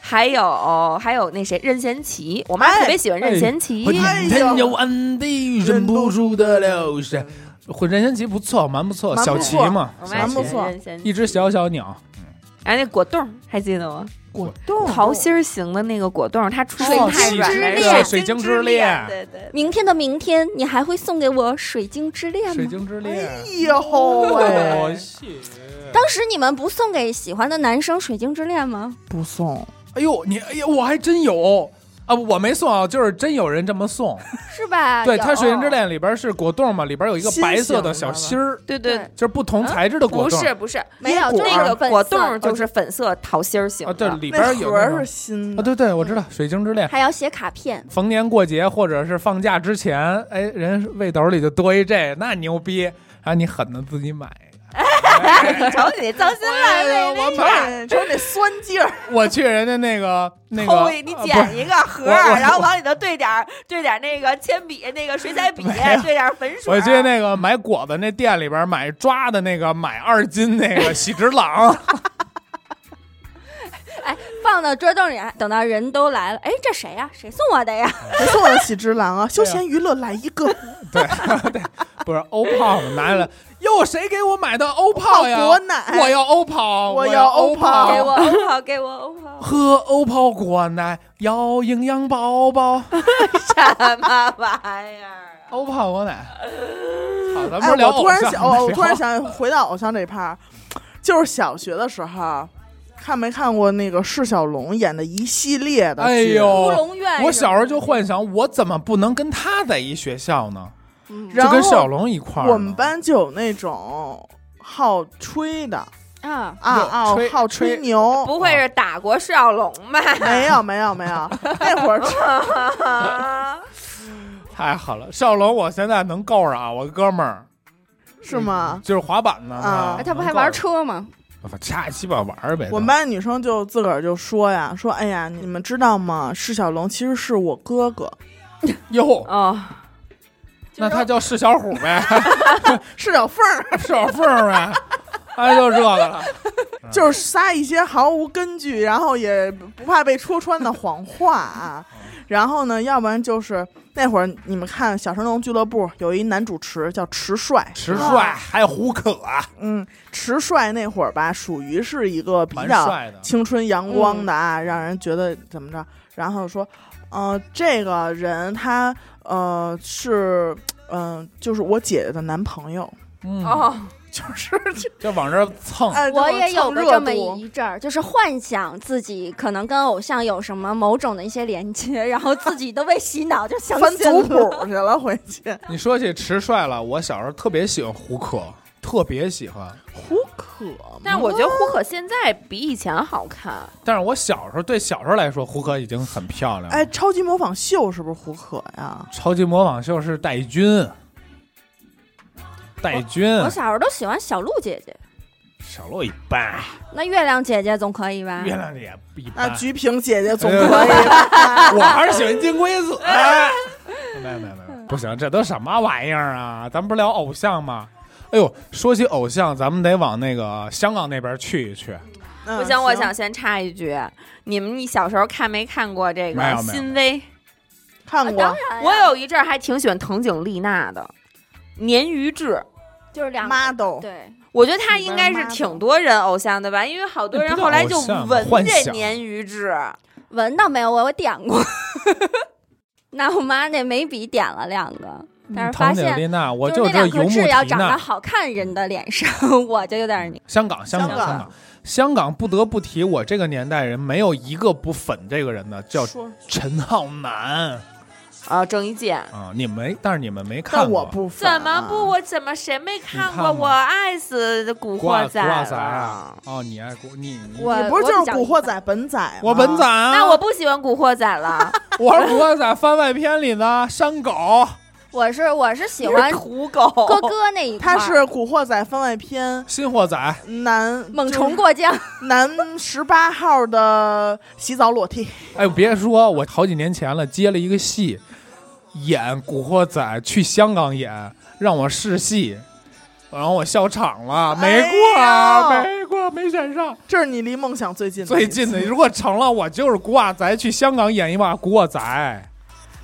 [SPEAKER 2] 还有还有那谁任贤齐，我妈
[SPEAKER 1] 哎
[SPEAKER 2] 特别喜欢任贤齐。
[SPEAKER 1] 哎
[SPEAKER 4] 眼
[SPEAKER 1] 呦
[SPEAKER 4] 看着暗地忍不住的流水。混任贤齐不错，蛮不错，
[SPEAKER 1] 蛮不
[SPEAKER 4] 小
[SPEAKER 1] 错
[SPEAKER 4] 齐嘛
[SPEAKER 2] 我，
[SPEAKER 4] 小
[SPEAKER 2] 妈
[SPEAKER 1] 蛮
[SPEAKER 4] 齐
[SPEAKER 1] 不
[SPEAKER 2] 喜
[SPEAKER 1] 错
[SPEAKER 2] 欢任贤齐
[SPEAKER 4] 一只小小鸟，
[SPEAKER 2] 哎，那果冻儿还记得吗？
[SPEAKER 1] 果冻
[SPEAKER 2] 桃心儿形的那个果冻儿，它出
[SPEAKER 3] 水
[SPEAKER 2] 来太
[SPEAKER 3] 晶
[SPEAKER 2] 软
[SPEAKER 3] 之
[SPEAKER 2] 了，
[SPEAKER 3] 恋
[SPEAKER 2] 水
[SPEAKER 4] 水晶之恋
[SPEAKER 2] 对对。
[SPEAKER 3] 明天的明天，你还会送给我水晶之恋
[SPEAKER 4] 水
[SPEAKER 3] 吗？
[SPEAKER 4] 晶之恋。哦
[SPEAKER 1] 哎呦喂，
[SPEAKER 4] 去！
[SPEAKER 3] 当时你们不送给喜欢的男生水晶之恋吗？
[SPEAKER 1] 不送，
[SPEAKER 4] 哎呦，你哎呀，我还真有啊，我没送啊，就是真有人这么送。
[SPEAKER 3] 是
[SPEAKER 1] 哎
[SPEAKER 3] 吧？
[SPEAKER 4] 对，
[SPEAKER 3] 有
[SPEAKER 4] 它《水晶之恋》里边是果冻嘛，里边有一个
[SPEAKER 1] 心
[SPEAKER 4] 白色
[SPEAKER 1] 形
[SPEAKER 4] 的
[SPEAKER 1] 的
[SPEAKER 4] 小
[SPEAKER 1] 吧
[SPEAKER 4] 心儿，
[SPEAKER 2] 对对
[SPEAKER 3] 对，
[SPEAKER 4] 就是不同材质的果
[SPEAKER 2] 不
[SPEAKER 4] 冻。
[SPEAKER 1] 哎
[SPEAKER 2] 是不是，
[SPEAKER 3] 没有
[SPEAKER 1] 果
[SPEAKER 3] 就是
[SPEAKER 2] 那个
[SPEAKER 3] 粉
[SPEAKER 2] 果
[SPEAKER 3] 色
[SPEAKER 2] 冻儿就是粉色桃心儿形
[SPEAKER 4] 啊，对，
[SPEAKER 2] 的，
[SPEAKER 4] 里边
[SPEAKER 1] 那
[SPEAKER 4] 有
[SPEAKER 1] 盒
[SPEAKER 4] 那
[SPEAKER 1] 儿是
[SPEAKER 4] 种
[SPEAKER 1] 新
[SPEAKER 4] 啊，
[SPEAKER 1] 的。
[SPEAKER 4] 对对，我知道《水晶之恋》。
[SPEAKER 3] 还要写卡片，
[SPEAKER 4] 逢年过节或者是放假之前，哎，人胃兜里就多一这，那牛逼！然、后你狠的自己买。
[SPEAKER 2] 瞅你脏心
[SPEAKER 4] 哎呀，我买，
[SPEAKER 1] 瞅那酸劲儿，
[SPEAKER 4] 我去人家那个那个，
[SPEAKER 2] 抠一，你
[SPEAKER 4] 呃不
[SPEAKER 2] 捡
[SPEAKER 4] 是
[SPEAKER 2] 一个盒
[SPEAKER 4] 我
[SPEAKER 2] 儿，
[SPEAKER 4] 我
[SPEAKER 2] 然后往里头兑点儿兑点儿那个铅笔、那个水彩笔，兑点儿粉水儿。
[SPEAKER 4] 我去那个买果子那店里边买抓的那个，买二斤那个喜之郎，
[SPEAKER 3] 哎放到桌凳里，等到人都来了，哎，这谁呀、谁送我的呀？
[SPEAKER 1] 还送了喜之郎啊，休闲娱乐来一个，
[SPEAKER 4] 对对，不是欧泡嘛拿下来，哟，谁给我买的欧泡呀？
[SPEAKER 1] 果奶，
[SPEAKER 4] 我要欧泡，
[SPEAKER 1] 我
[SPEAKER 4] 要
[SPEAKER 1] 要
[SPEAKER 4] 欧
[SPEAKER 1] 欧泡
[SPEAKER 3] 给我
[SPEAKER 4] 哦
[SPEAKER 3] 欧泡，给我欧泡，
[SPEAKER 4] 喝欧泡果奶要营养宝宝，
[SPEAKER 2] 什么玩意儿？啊
[SPEAKER 4] 欧泡果奶。好，咱们
[SPEAKER 1] 哎，
[SPEAKER 4] 不是聊
[SPEAKER 1] 我
[SPEAKER 4] 偶
[SPEAKER 1] 突然
[SPEAKER 4] 像
[SPEAKER 1] 想，哦我
[SPEAKER 4] 聊
[SPEAKER 1] 突 然想回到偶像这一趴儿，就是小学的时候，看没看过那个释小龙演的一系列的
[SPEAKER 4] 哎
[SPEAKER 1] 剧
[SPEAKER 4] 呦，
[SPEAKER 3] 乌龙院。
[SPEAKER 4] 我小时候就幻想，我怎么不能跟他在一学校呢？
[SPEAKER 1] 然
[SPEAKER 4] 就跟小
[SPEAKER 1] 后
[SPEAKER 4] 龙一块儿呢。
[SPEAKER 1] 我们班就有那种好吹的
[SPEAKER 3] 啊，
[SPEAKER 1] 啊啊
[SPEAKER 4] 吹，
[SPEAKER 1] 好吹
[SPEAKER 4] 吹
[SPEAKER 1] 牛。
[SPEAKER 2] 不会是打过释小龙 吧？
[SPEAKER 1] 没有没有没 有，那会儿
[SPEAKER 2] 哦
[SPEAKER 4] 太好了，少龙，我现在能够上啊，我哥们儿
[SPEAKER 1] 是吗？
[SPEAKER 4] 就是滑板呢。
[SPEAKER 1] 啊
[SPEAKER 7] 哎，
[SPEAKER 1] 哎
[SPEAKER 7] 他不还玩？车吗？
[SPEAKER 4] 瞎鸡巴玩儿呗。
[SPEAKER 1] 我们班女生就自个儿就说呀，说哎呀，你们知道吗？释小龙其实是我哥哥，
[SPEAKER 4] 哟，
[SPEAKER 2] 哦，
[SPEAKER 4] 那他叫释小虎 呗，
[SPEAKER 1] 释小凤儿，
[SPEAKER 4] 释小凤儿 呗，他就这个了。
[SPEAKER 1] 就是撒一些毫无根据，然后也不怕被戳穿的谎话啊。然后呢，要不然就是那会儿你们看《小神龙俱乐部》有一男主持叫迟帅，
[SPEAKER 4] 迟帅还有胡可，啊
[SPEAKER 1] 嗯，迟帅那会儿吧，属于是一个比
[SPEAKER 4] 蛮
[SPEAKER 1] 较
[SPEAKER 4] 帅的。
[SPEAKER 1] 青春阳
[SPEAKER 3] 嗯
[SPEAKER 1] 光的啊，让人觉得怎么着。然后说，呃，这个人他呃是嗯、呃就是我姐姐的男朋友，
[SPEAKER 4] 嗯，
[SPEAKER 2] 哦，
[SPEAKER 1] 就是就
[SPEAKER 4] 就往这儿蹭。
[SPEAKER 1] 哎，
[SPEAKER 3] 我也有
[SPEAKER 1] 个
[SPEAKER 3] 过这么一阵儿，就是幻想自己可能跟偶像有什么某种的一些连接，然后自己都被洗脑，就相
[SPEAKER 1] 翻
[SPEAKER 3] 信
[SPEAKER 1] 族
[SPEAKER 3] 了。
[SPEAKER 1] 谱去了，回去。
[SPEAKER 4] 你说起迟帅了，我小时候特别喜欢胡可，特别喜欢。
[SPEAKER 1] 胡可吗，
[SPEAKER 2] 但我觉得胡可现在比以前好看。
[SPEAKER 4] 但是我小时候对小时候来说，胡可已经很漂亮了。
[SPEAKER 1] 哎，超级模仿秀是不是胡可呀？
[SPEAKER 4] 超级模仿秀是戴军，戴军，
[SPEAKER 3] 我小时候都喜欢小鹿姐姐，
[SPEAKER 4] 小鹿一般，
[SPEAKER 3] 那月亮姐姐总可以吧？
[SPEAKER 4] 月亮也一般
[SPEAKER 1] 那。
[SPEAKER 3] 啊
[SPEAKER 1] 菊萍姐姐总可
[SPEAKER 4] 哎
[SPEAKER 1] 以，
[SPEAKER 4] 我还是喜欢金龟子。
[SPEAKER 3] 哎
[SPEAKER 4] 哎没有没有没有，不行，这都什么玩意儿啊？咱们不是聊偶像吗？哎呦，说起偶像，咱们得往那个香港那边去一去。
[SPEAKER 1] 嗯
[SPEAKER 2] 不行，我想先插一句，你们你小时候看没看过这个
[SPEAKER 4] 没有没有
[SPEAKER 2] 新薇？
[SPEAKER 1] 看过
[SPEAKER 3] 啊然
[SPEAKER 2] 我
[SPEAKER 3] 我
[SPEAKER 2] 有一阵儿还挺喜欢藤井丽娜的。鲶鱼志，
[SPEAKER 3] 就是两个
[SPEAKER 1] model，
[SPEAKER 3] 对，
[SPEAKER 2] 我觉得她应该是挺多人偶像的吧，因为好多人后来就
[SPEAKER 4] 那不叫偶像
[SPEAKER 2] 闻
[SPEAKER 4] 幻
[SPEAKER 2] 这
[SPEAKER 4] 想
[SPEAKER 2] 鲶鱼志，
[SPEAKER 3] 闻到没有？我我点过， 拿我妈那眉笔点了两个，但是发
[SPEAKER 4] 唐井
[SPEAKER 3] 现
[SPEAKER 4] 丽娜，我
[SPEAKER 3] 就
[SPEAKER 4] 就是知
[SPEAKER 3] 那两
[SPEAKER 4] 道游
[SPEAKER 3] 颗
[SPEAKER 4] 牧
[SPEAKER 3] 痣要
[SPEAKER 4] 缇
[SPEAKER 3] 长到
[SPEAKER 4] 娜。
[SPEAKER 3] 好看人的脸上， 我就有点儿
[SPEAKER 4] 香港，香港，
[SPEAKER 1] 香
[SPEAKER 4] 香
[SPEAKER 1] 港
[SPEAKER 4] 港，香港不得不提，我这个年代人没有一个不粉这个人的，叫
[SPEAKER 1] 说
[SPEAKER 4] 陈浩南
[SPEAKER 2] 啊，郑伊健，
[SPEAKER 4] 啊。你没，但是你们没看
[SPEAKER 1] 但
[SPEAKER 4] 过。
[SPEAKER 1] 我不粉啊
[SPEAKER 2] 怎么不？我怎么谁没看过？
[SPEAKER 4] 看吗
[SPEAKER 2] 我爱死《古惑仔》
[SPEAKER 4] 古
[SPEAKER 2] 了。
[SPEAKER 4] 惑仔啊！哦，你爱古你你
[SPEAKER 3] 我
[SPEAKER 1] 你不是就是《古惑仔》
[SPEAKER 3] 我比较一般
[SPEAKER 1] 本仔吗？
[SPEAKER 4] 我本仔啊，
[SPEAKER 2] 那我不喜欢《古惑仔》 了，
[SPEAKER 4] 我是古惑仔番外篇里的山狗，
[SPEAKER 3] 我是我是喜欢
[SPEAKER 2] 土狗。
[SPEAKER 3] 哥哥那一块
[SPEAKER 1] 他
[SPEAKER 3] 儿，
[SPEAKER 1] 是《古惑仔》番外篇
[SPEAKER 4] 新货仔，
[SPEAKER 1] 男
[SPEAKER 3] 猛虫过江，
[SPEAKER 1] 就是男十八号的洗澡裸替，
[SPEAKER 4] 哎，别说，我好几年前了，接了一个戏，演古惑仔去香港演，让我试戏，然后我笑场了，没过啊，
[SPEAKER 1] 哎
[SPEAKER 4] 没过，没选上。
[SPEAKER 1] 这是你离梦想最近的
[SPEAKER 4] 最近的，如果成了，我就是古惑仔去香港演一把古惑仔。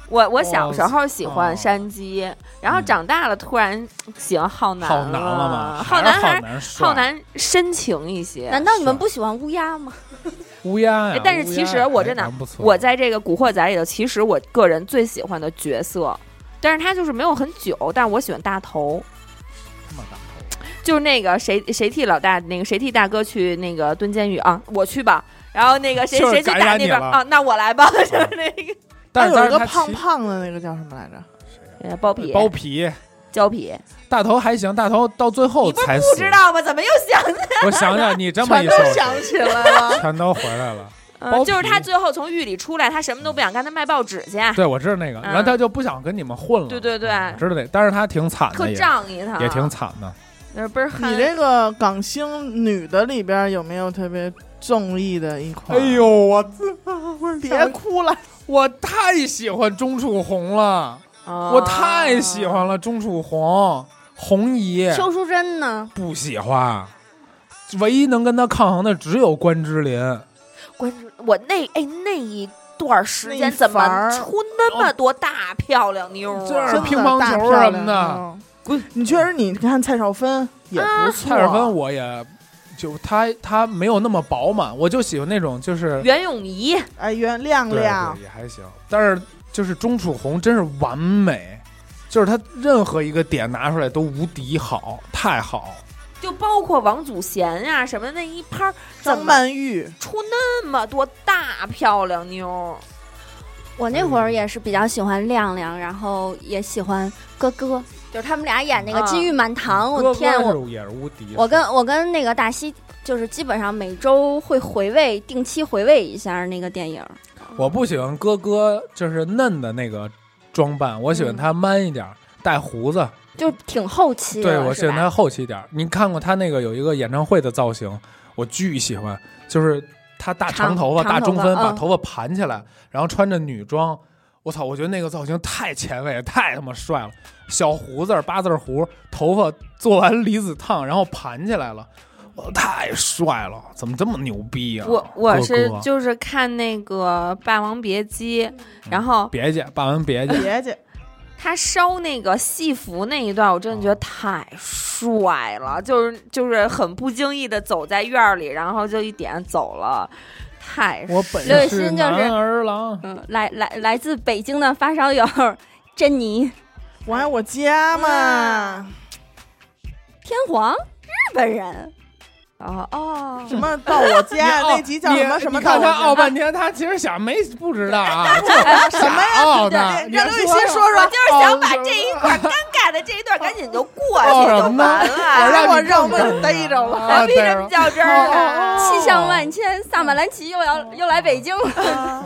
[SPEAKER 2] 我我小时候喜欢
[SPEAKER 4] 哦
[SPEAKER 2] 山鸡，然后长大了突然喜欢浩南
[SPEAKER 4] 浩南了吗？
[SPEAKER 2] 浩
[SPEAKER 4] 还
[SPEAKER 2] 南
[SPEAKER 4] 是浩
[SPEAKER 2] 啊还
[SPEAKER 4] 南帅，
[SPEAKER 2] 浩南深情一些。
[SPEAKER 3] 难道你们不喜欢乌鸦吗？
[SPEAKER 4] 乌鸦呀
[SPEAKER 2] 哎。但是其实我真的
[SPEAKER 4] 的，
[SPEAKER 2] 我在这个《古惑仔》里头，其实我个人最喜欢的角色，但是他就是没有很久，但是我喜欢大头，
[SPEAKER 4] 这么大
[SPEAKER 2] 就是那个谁谁替老大那个谁替大哥去那个蹲监狱啊，我去吧。然后那个谁
[SPEAKER 4] 就是
[SPEAKER 2] 谁去
[SPEAKER 4] 感
[SPEAKER 2] 打
[SPEAKER 4] 染
[SPEAKER 2] 那
[SPEAKER 4] 你
[SPEAKER 2] 边
[SPEAKER 4] 了
[SPEAKER 2] 啊，那我来吧， 就是那个
[SPEAKER 4] 但是
[SPEAKER 1] 他有
[SPEAKER 4] 但
[SPEAKER 1] 一
[SPEAKER 4] 是
[SPEAKER 1] 个
[SPEAKER 4] 他
[SPEAKER 1] 胖
[SPEAKER 4] 其
[SPEAKER 1] 胖的那个叫什么来着？
[SPEAKER 2] 呃 包皮
[SPEAKER 4] 包皮，
[SPEAKER 2] 胶皮，
[SPEAKER 4] 大头还行，大头到最后
[SPEAKER 2] 你不是
[SPEAKER 4] 才死。
[SPEAKER 2] 不知道吗？怎么又想起
[SPEAKER 4] 我想想，你这么
[SPEAKER 1] 全
[SPEAKER 4] 一
[SPEAKER 1] 都
[SPEAKER 4] 说，
[SPEAKER 1] 想 起来了。
[SPEAKER 4] 全都回来了。
[SPEAKER 2] 嗯
[SPEAKER 4] 包皮
[SPEAKER 2] 就是他最后从狱里出来，他什么都不想干，他卖报纸去，
[SPEAKER 4] 对，我知道那个，
[SPEAKER 2] 嗯
[SPEAKER 4] 然后他就不想跟你们混了。
[SPEAKER 2] 对对对啊
[SPEAKER 4] 我知道那，但是他挺惨
[SPEAKER 2] 特
[SPEAKER 4] 的，也
[SPEAKER 2] 仗义他，
[SPEAKER 4] 也挺惨的。
[SPEAKER 2] 就是倍儿 憨
[SPEAKER 1] 你。这个港星女的里边有没有特别中意的一块？啊
[SPEAKER 4] 哎，呦，我
[SPEAKER 1] 别哭了，
[SPEAKER 4] 我太喜欢钟楚红了，
[SPEAKER 2] 哦
[SPEAKER 4] 我太喜欢
[SPEAKER 3] 啊
[SPEAKER 4] 了钟楚红，红姨
[SPEAKER 3] 邱淑贞呢？
[SPEAKER 4] 不喜欢，唯一能跟他抗衡的只有关之琳。
[SPEAKER 2] 关注我那哎那一段时间
[SPEAKER 1] 那
[SPEAKER 2] 怎
[SPEAKER 1] 一房
[SPEAKER 2] 么
[SPEAKER 1] 儿
[SPEAKER 2] 出那么多大漂亮妞儿
[SPEAKER 4] 这
[SPEAKER 2] 啊？
[SPEAKER 1] 真
[SPEAKER 4] 乒乓
[SPEAKER 1] 大
[SPEAKER 4] 球
[SPEAKER 1] 漂
[SPEAKER 4] 什
[SPEAKER 1] 亮
[SPEAKER 4] 么的
[SPEAKER 1] 嗯你确实，你看蔡少芬也不错，
[SPEAKER 4] 蔡少芬我也就她她没有那么饱满，我就喜欢那种就是
[SPEAKER 2] 袁咏仪
[SPEAKER 1] 哎，袁亮
[SPEAKER 4] 对
[SPEAKER 1] 亮
[SPEAKER 4] 对也还行，但是就是钟楚红真是完美，就是她任何一个点拿出来都无敌好，太好。
[SPEAKER 2] 就包括王祖贤啊什么那一拍儿，怎
[SPEAKER 1] 张
[SPEAKER 2] 么
[SPEAKER 1] 曼玉，
[SPEAKER 2] 出那么多大漂亮妞儿？
[SPEAKER 3] 我那会
[SPEAKER 4] 嗯
[SPEAKER 3] 儿也是比较喜欢亮亮，然后也喜欢哥哥，就是他们俩演那个
[SPEAKER 2] 啊
[SPEAKER 3] 《金玉满堂》
[SPEAKER 4] 哥
[SPEAKER 3] 我
[SPEAKER 4] 哥
[SPEAKER 3] 天，我
[SPEAKER 4] 是也是无敌，
[SPEAKER 3] 我跟我跟那个大西，就是基本上每周会回味，定期回味一下那个电影。
[SPEAKER 4] 我不喜欢哥哥就是嫩的那个装扮，我喜欢
[SPEAKER 3] 嗯
[SPEAKER 4] 他 man 一点儿，带胡子。
[SPEAKER 3] 就挺后期
[SPEAKER 4] 对，
[SPEAKER 3] 了
[SPEAKER 4] 我
[SPEAKER 3] 是
[SPEAKER 4] 喜欢
[SPEAKER 3] 吧
[SPEAKER 4] 他后期点儿。你看过他那个有一个演唱会的造型，我巨喜欢，就是他大
[SPEAKER 3] 长
[SPEAKER 4] 长头发、
[SPEAKER 3] 长
[SPEAKER 4] 大
[SPEAKER 3] 头
[SPEAKER 4] 中
[SPEAKER 3] 发
[SPEAKER 4] 分，把
[SPEAKER 3] 嗯
[SPEAKER 4] 头发盘起来，然后穿着女装。我操，我觉得那个造型太前卫，太他妈帅了！小胡子儿、八字儿胡，头发做完离子烫，然后盘起来了，我太帅了！怎么这么牛逼呀、
[SPEAKER 2] 我我
[SPEAKER 4] 哥
[SPEAKER 2] 是
[SPEAKER 4] 哥
[SPEAKER 2] 就是看那个《霸王别姬》，然后
[SPEAKER 4] 别介，霸王别介，
[SPEAKER 1] 别介，
[SPEAKER 2] 他烧那个戏服那一段，我真的觉得
[SPEAKER 4] 哦
[SPEAKER 2] 太帅了，就是就是很不经意的走在院儿里，然后就一点走了，太
[SPEAKER 4] 我本
[SPEAKER 3] 刘雨欣
[SPEAKER 4] 是
[SPEAKER 3] 嗯就是
[SPEAKER 4] 男儿郎，
[SPEAKER 3] 嗯，来来来自北京的发烧友珍妮，
[SPEAKER 1] 我爱我家嘛，
[SPEAKER 3] 天皇，日本人，
[SPEAKER 2] 哦哦，
[SPEAKER 1] 什么到我家那集叫什么什么
[SPEAKER 4] 哦你
[SPEAKER 1] 到
[SPEAKER 4] 看
[SPEAKER 1] 我
[SPEAKER 4] 他
[SPEAKER 1] 家
[SPEAKER 4] 傲半天，他其实想没不知道啊， 什么呀？傲呢？
[SPEAKER 1] 让刘雨欣说
[SPEAKER 2] 我
[SPEAKER 1] 说，
[SPEAKER 2] 就是想把这一块尴尬的这一段赶紧就过去
[SPEAKER 4] 哦
[SPEAKER 2] 就
[SPEAKER 4] 什
[SPEAKER 2] 完
[SPEAKER 4] 么呢
[SPEAKER 1] 让
[SPEAKER 2] 了。
[SPEAKER 4] 让
[SPEAKER 1] 哎我
[SPEAKER 4] 你
[SPEAKER 1] 让我
[SPEAKER 4] 更
[SPEAKER 1] 们逮着了，
[SPEAKER 4] 啊
[SPEAKER 2] 何必
[SPEAKER 4] 对
[SPEAKER 2] 这么较真儿
[SPEAKER 1] 哦
[SPEAKER 2] 呢？
[SPEAKER 3] 气象万千，萨马兰奇又要又来北京了。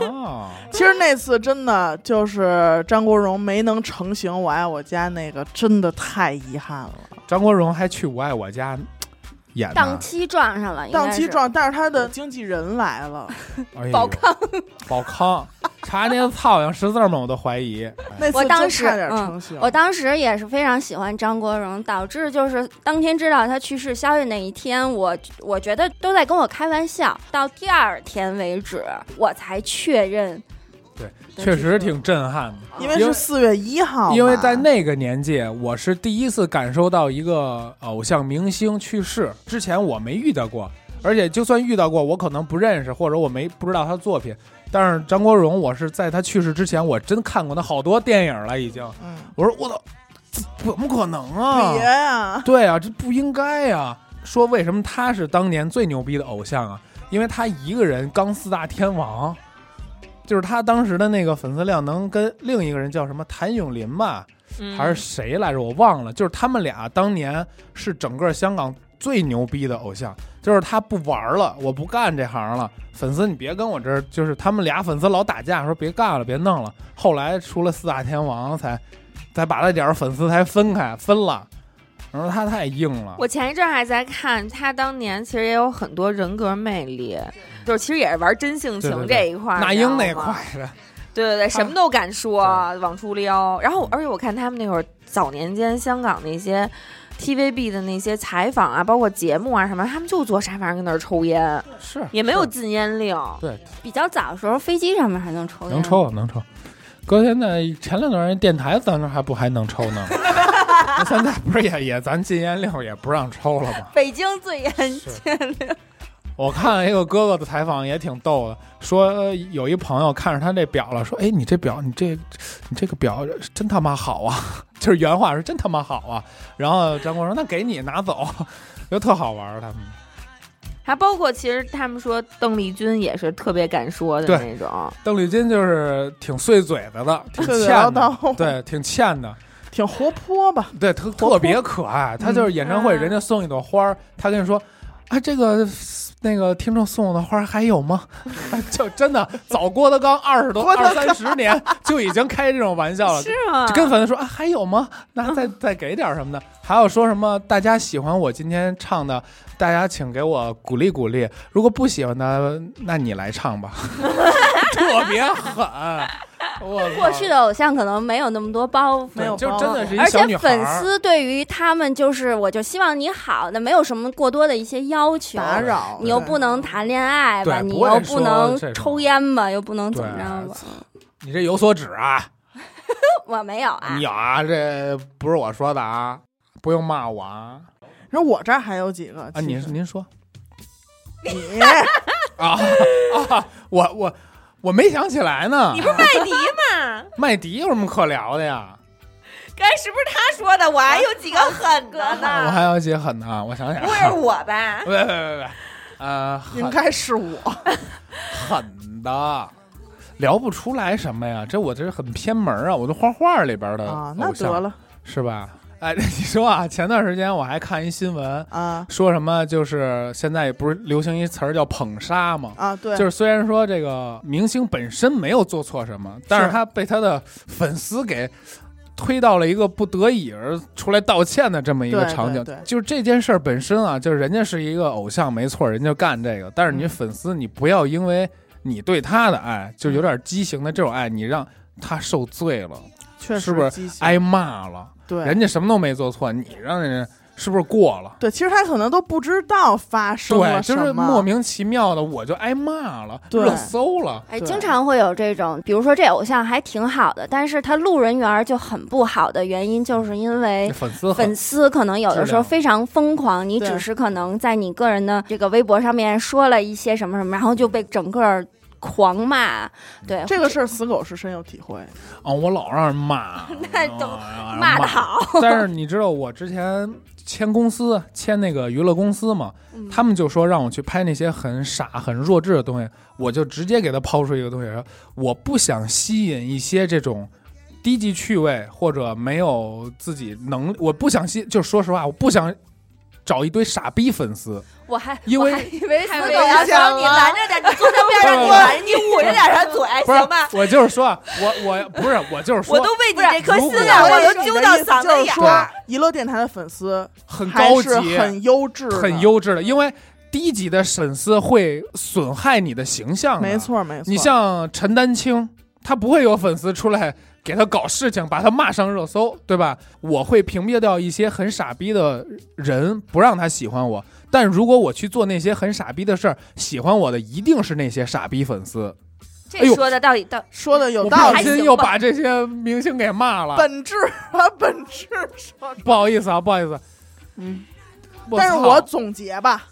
[SPEAKER 4] 哦，
[SPEAKER 1] 其实那次真的就是张国荣没能成型《我爱我家》那个，真的太遗憾了。
[SPEAKER 4] 张国荣还去《我爱我家》演呢
[SPEAKER 3] 档期撞上了，应该
[SPEAKER 1] 档期
[SPEAKER 3] 是
[SPEAKER 1] 撞，但是他的经纪人来了，
[SPEAKER 4] 哎呦
[SPEAKER 3] 宝
[SPEAKER 4] 康，宝康，查那操样识字儿吗？我都怀疑。哎
[SPEAKER 1] 那次
[SPEAKER 3] 我当
[SPEAKER 1] 真
[SPEAKER 3] 时
[SPEAKER 1] 差点
[SPEAKER 3] 嗯
[SPEAKER 1] 成型。
[SPEAKER 3] 我当时也是非常喜欢张国荣，导致就是当天知道他去世消息那一天，我我觉得都在跟我开玩笑。到第二天为止，我才确认。
[SPEAKER 4] 对，
[SPEAKER 3] 去
[SPEAKER 4] 确
[SPEAKER 3] 世
[SPEAKER 4] 实
[SPEAKER 3] 了
[SPEAKER 4] 挺震撼的，
[SPEAKER 1] 因为
[SPEAKER 4] 因
[SPEAKER 1] 是
[SPEAKER 4] 为
[SPEAKER 1] 四月一号嘛，
[SPEAKER 4] 因为在那个年纪，我是第一次感受到一个偶像明星去世，之前我没遇到过，而且就算遇到过，我可能不认识或者我没不知道他作品。但是张国荣，我是在他去世之前，我真看过他好多电影了，已经。
[SPEAKER 1] 嗯，
[SPEAKER 4] 我说我操，这怎么可能啊
[SPEAKER 1] 别？呀，
[SPEAKER 4] 对啊，这不应该啊！说为什么他是当年最牛逼的偶像啊？因为他一个人刚四大天王，就是他当时的那个粉丝量能跟另一个人叫什么谭咏麟吧，
[SPEAKER 2] 嗯
[SPEAKER 4] 还是谁来着？我忘了。就是他们俩当年是整个香港最牛逼的偶像。就是他不玩了，我不干这行了。粉丝，你别跟我这儿，就是他们俩粉丝老打架，说别干了，别弄了。后来出了四大天王才，才把那点儿粉丝才分开分了。然后他太硬了，
[SPEAKER 2] 我前一阵还在看他当年，其实也有很多人格魅力，就是其实也是玩真性情
[SPEAKER 4] 对对
[SPEAKER 2] 这
[SPEAKER 4] 对
[SPEAKER 2] 一块儿，
[SPEAKER 4] 那
[SPEAKER 2] 你知道
[SPEAKER 4] 英那
[SPEAKER 2] 吗
[SPEAKER 4] 块的，
[SPEAKER 2] 对对对，什么都敢说，
[SPEAKER 4] 对
[SPEAKER 2] 往出撩。然后，而且我看他们那会儿早年间香港那些 TVB 的那些采访啊，包括节目啊什么，他们就坐沙发上跟那儿抽烟，
[SPEAKER 4] 是
[SPEAKER 2] 也没有禁烟令。
[SPEAKER 4] 对
[SPEAKER 3] 比较早的时候，飞机上面还能抽烟，
[SPEAKER 4] 能抽能抽。哥，现在前两段人电台咱们还不还能抽 呢？那现在不是也也咱禁烟令也不让抽了吗？
[SPEAKER 3] 北京最严
[SPEAKER 4] 是
[SPEAKER 3] 监令。
[SPEAKER 4] 我看一个哥哥的采访也挺逗的，说呃有一朋友看着他这表了，说：“哎，你这表，你这，你这个表真他妈好啊！” 就是原话是真他妈好啊。然后张国荣说：“那给你拿走。” 就特好玩儿，他们
[SPEAKER 2] 还包括其实他们说邓丽君也是特别敢说的
[SPEAKER 4] 对
[SPEAKER 2] 那种，
[SPEAKER 4] 邓丽君就是挺碎嘴子的，挺
[SPEAKER 1] 碎嘴
[SPEAKER 4] 欠
[SPEAKER 1] 唠
[SPEAKER 4] 的
[SPEAKER 1] 叨，
[SPEAKER 4] 对，挺欠的，
[SPEAKER 1] 挺活泼吧？
[SPEAKER 4] 对，特
[SPEAKER 1] 活泼
[SPEAKER 4] 特别可爱。他就是演唱会，
[SPEAKER 2] 嗯
[SPEAKER 4] 人家送一朵花儿，他跟你说：“啊，这个那个听众送我的花儿还有吗？” 就真的早郭德纲二十多
[SPEAKER 1] 郭德
[SPEAKER 4] 二
[SPEAKER 1] 纲
[SPEAKER 4] 三十年就已经开这种玩笑了，
[SPEAKER 2] 是吗？
[SPEAKER 4] 就跟粉丝说啊还有吗？那再再给点儿什么的，还有说什么大家喜欢我今天唱的，大家请给我鼓励鼓励。如果不喜欢的，那你来唱吧，特别狠。我操
[SPEAKER 3] 过去的偶像可能没有那么多包袱，
[SPEAKER 1] 没有
[SPEAKER 4] 就
[SPEAKER 1] 包
[SPEAKER 4] 真的是一
[SPEAKER 3] 而
[SPEAKER 4] 小
[SPEAKER 3] 且
[SPEAKER 4] 女孩
[SPEAKER 3] 粉
[SPEAKER 4] 儿
[SPEAKER 3] 丝对于他们就是，我就希望你好，那没有什么过多的一些要求。
[SPEAKER 1] 打扰，
[SPEAKER 3] 你又
[SPEAKER 1] 对
[SPEAKER 3] 不能
[SPEAKER 4] 嗯
[SPEAKER 3] 谈恋爱吧？
[SPEAKER 4] 对
[SPEAKER 3] 你
[SPEAKER 4] 不会
[SPEAKER 3] 又
[SPEAKER 4] 说
[SPEAKER 3] 不能
[SPEAKER 4] 这种
[SPEAKER 3] 抽烟吧？又不能
[SPEAKER 4] 对
[SPEAKER 3] 怎么着吧？
[SPEAKER 4] 你这有所指啊，
[SPEAKER 3] 我没有啊
[SPEAKER 4] 你，有啊，这不是我说的啊，不用骂我啊。
[SPEAKER 1] 然后我这儿还有几个
[SPEAKER 4] 啊，
[SPEAKER 1] 其
[SPEAKER 4] 您
[SPEAKER 1] 实
[SPEAKER 4] 您说
[SPEAKER 1] 你
[SPEAKER 4] 啊 啊，我我我没想起来呢
[SPEAKER 2] 你。不是麦 迪吗？
[SPEAKER 4] 麦迪有什么可聊的呀？
[SPEAKER 2] 刚才是不是他说的？我还有几个狠的
[SPEAKER 4] 我
[SPEAKER 2] 呢，
[SPEAKER 4] 还有些狠的啊，我想想
[SPEAKER 2] 不，会是 我吧？
[SPEAKER 4] 别别别别，呃，
[SPEAKER 1] 应
[SPEAKER 4] 狠
[SPEAKER 1] 该是 我，
[SPEAKER 4] 狠的，聊不出来什么呀？这我这很偏门啊，我都画画里边的
[SPEAKER 1] 啊，那
[SPEAKER 4] 呃偶像
[SPEAKER 1] 得了
[SPEAKER 4] 是吧？哎， 你说啊，前段时间我还看一新闻，
[SPEAKER 1] 啊
[SPEAKER 4] 说什么就是现在不是流行一词儿叫“捧杀”吗？
[SPEAKER 1] 啊，对，
[SPEAKER 4] 就是虽然说这个明星本身没有做错什么，但是他被他的粉丝给推到了一个不得已而出来道歉的这么一个
[SPEAKER 1] 对
[SPEAKER 4] 场景。
[SPEAKER 1] 对对
[SPEAKER 4] 就是这件事儿本身啊，就是人家是一个偶像没错，人家就干这个，但是你
[SPEAKER 1] 嗯
[SPEAKER 4] 粉丝你不要因为你对他的爱，就
[SPEAKER 1] 嗯
[SPEAKER 4] 有点畸形的这种爱，你让他受罪了，
[SPEAKER 1] 确
[SPEAKER 4] 是
[SPEAKER 1] 实
[SPEAKER 4] 不是
[SPEAKER 1] 畸形
[SPEAKER 4] 挨骂了，
[SPEAKER 1] 对
[SPEAKER 4] 人家什么都没做错，你让人家是不是过了？
[SPEAKER 1] 对，其实他可能都不知道发生
[SPEAKER 4] 对，
[SPEAKER 1] 了
[SPEAKER 4] 就
[SPEAKER 1] 什
[SPEAKER 4] 是
[SPEAKER 1] 么，
[SPEAKER 4] 莫名其妙的我就挨骂了，
[SPEAKER 1] 对
[SPEAKER 4] 热搜了。
[SPEAKER 3] 哎，
[SPEAKER 1] 对
[SPEAKER 3] 经常会有这种，比如说这偶像还挺好的，但是他路人缘儿就很不好的原因，就是因
[SPEAKER 1] 哎
[SPEAKER 3] 为
[SPEAKER 4] 粉 丝很
[SPEAKER 3] 粉丝可能有的时候
[SPEAKER 4] 质量
[SPEAKER 3] 非常疯狂，你
[SPEAKER 1] 对
[SPEAKER 3] 只是可能在你个人的这个微博上面说了一些什么什么，然后就被整个狂骂。对，
[SPEAKER 1] 这个事儿，死狗是深有体会。
[SPEAKER 4] 啊，我老让人骂，
[SPEAKER 3] 那
[SPEAKER 4] 嗯
[SPEAKER 3] 都
[SPEAKER 4] 啊
[SPEAKER 3] 骂的。好，
[SPEAKER 4] 但是你知道我之前签公司，签那个娱乐公司嘛，
[SPEAKER 3] 嗯
[SPEAKER 4] 他们就说让我去拍那些很傻、很弱智的东西，我就直接给他抛出一个东西，说我不想吸引一些这种。低级趣味或者没有自己能，我不想吸，就说实话，我不想找一堆傻逼粉丝，
[SPEAKER 3] 我还
[SPEAKER 4] 因为
[SPEAKER 3] 我还以为死
[SPEAKER 2] 太
[SPEAKER 3] 狗
[SPEAKER 2] 危
[SPEAKER 3] 要
[SPEAKER 1] 险
[SPEAKER 3] 说你
[SPEAKER 1] 了
[SPEAKER 3] 拦
[SPEAKER 2] 拦
[SPEAKER 3] 着
[SPEAKER 2] 着点，你坐 在边 上，你拦着，你捂着点他嘴，
[SPEAKER 3] 哎
[SPEAKER 4] 不是
[SPEAKER 2] 行吧？，
[SPEAKER 4] 我就是说啊，我我不是，我就是说，
[SPEAKER 2] 我都为你这颗
[SPEAKER 4] 如果
[SPEAKER 2] 心啊，
[SPEAKER 1] 我
[SPEAKER 2] 我
[SPEAKER 1] 也
[SPEAKER 2] 都
[SPEAKER 1] 是
[SPEAKER 2] 揪
[SPEAKER 1] 你的
[SPEAKER 2] 到
[SPEAKER 1] 意思
[SPEAKER 2] 嗓
[SPEAKER 1] 就
[SPEAKER 2] 子
[SPEAKER 1] 是
[SPEAKER 2] 眼
[SPEAKER 1] 说
[SPEAKER 2] 儿。
[SPEAKER 1] 娱乐电台的粉丝
[SPEAKER 4] 很
[SPEAKER 1] 还
[SPEAKER 4] 高级，
[SPEAKER 1] 是很优质，
[SPEAKER 4] 很，优质的，因为低级的粉丝会损害你的形象。啊
[SPEAKER 1] 没，错没错。
[SPEAKER 4] 你像陈丹青，他不会有粉丝出来给他搞事情，把他骂上热搜，对吧？我会屏蔽掉一些很傻逼的人，不让他喜欢我。但如果我去做那些很傻逼的事儿，喜欢我的一定是那些傻逼粉丝。哎
[SPEAKER 2] 这
[SPEAKER 4] 呦
[SPEAKER 2] 说的到底到
[SPEAKER 1] 说的有
[SPEAKER 4] 我不
[SPEAKER 1] 道
[SPEAKER 4] 小
[SPEAKER 1] 理，
[SPEAKER 4] 心又把这些明星给骂了，
[SPEAKER 1] 本质 把本质说出
[SPEAKER 4] 不好意思啊，不好意思。
[SPEAKER 1] 嗯，
[SPEAKER 4] 我
[SPEAKER 1] 但是
[SPEAKER 4] 操
[SPEAKER 1] 我总结吧，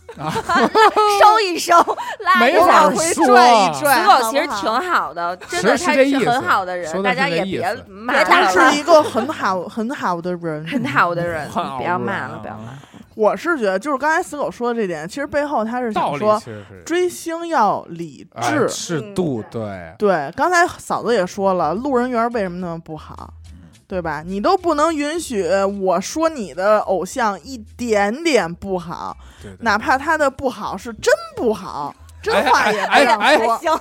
[SPEAKER 3] 收一收，拉
[SPEAKER 4] 没
[SPEAKER 3] 一
[SPEAKER 4] 法
[SPEAKER 3] 下
[SPEAKER 1] 往
[SPEAKER 4] 说
[SPEAKER 1] 回
[SPEAKER 3] 回。
[SPEAKER 1] 拽一拽，
[SPEAKER 2] 死
[SPEAKER 1] 好不
[SPEAKER 2] 狗
[SPEAKER 1] 好
[SPEAKER 2] 其实挺好的，真
[SPEAKER 4] 其
[SPEAKER 2] 的
[SPEAKER 4] 实
[SPEAKER 2] 他
[SPEAKER 4] 是这意思
[SPEAKER 2] 很好的人，
[SPEAKER 4] 说的
[SPEAKER 2] 大
[SPEAKER 4] 是
[SPEAKER 2] 家
[SPEAKER 4] 这
[SPEAKER 2] 也
[SPEAKER 4] 意 思
[SPEAKER 2] 别
[SPEAKER 3] 别
[SPEAKER 2] 骂
[SPEAKER 3] 打
[SPEAKER 1] 他
[SPEAKER 2] 他
[SPEAKER 1] 是
[SPEAKER 2] 了，
[SPEAKER 1] 一个很好很好的人，
[SPEAKER 2] 很好的 人，
[SPEAKER 1] 嗯
[SPEAKER 4] 好
[SPEAKER 2] 不要骂了，
[SPEAKER 4] 人
[SPEAKER 2] 不要骂。
[SPEAKER 1] 我是觉得，就是刚才死狗说的这点，其实背后他是
[SPEAKER 4] 道
[SPEAKER 1] 想
[SPEAKER 4] 理
[SPEAKER 1] 说
[SPEAKER 4] 其实是
[SPEAKER 1] 追星要理智
[SPEAKER 4] 哎。适度，对。
[SPEAKER 1] 对，刚才嫂子也说了，路人缘为什么那么不好，
[SPEAKER 4] 嗯
[SPEAKER 1] 对吧？你都不能允许我说你的偶像一点点不好，
[SPEAKER 4] 对对
[SPEAKER 1] 哪怕他的不好是真不好，真话也不
[SPEAKER 4] 哎
[SPEAKER 1] 让
[SPEAKER 4] 哎
[SPEAKER 1] 说。
[SPEAKER 3] 行，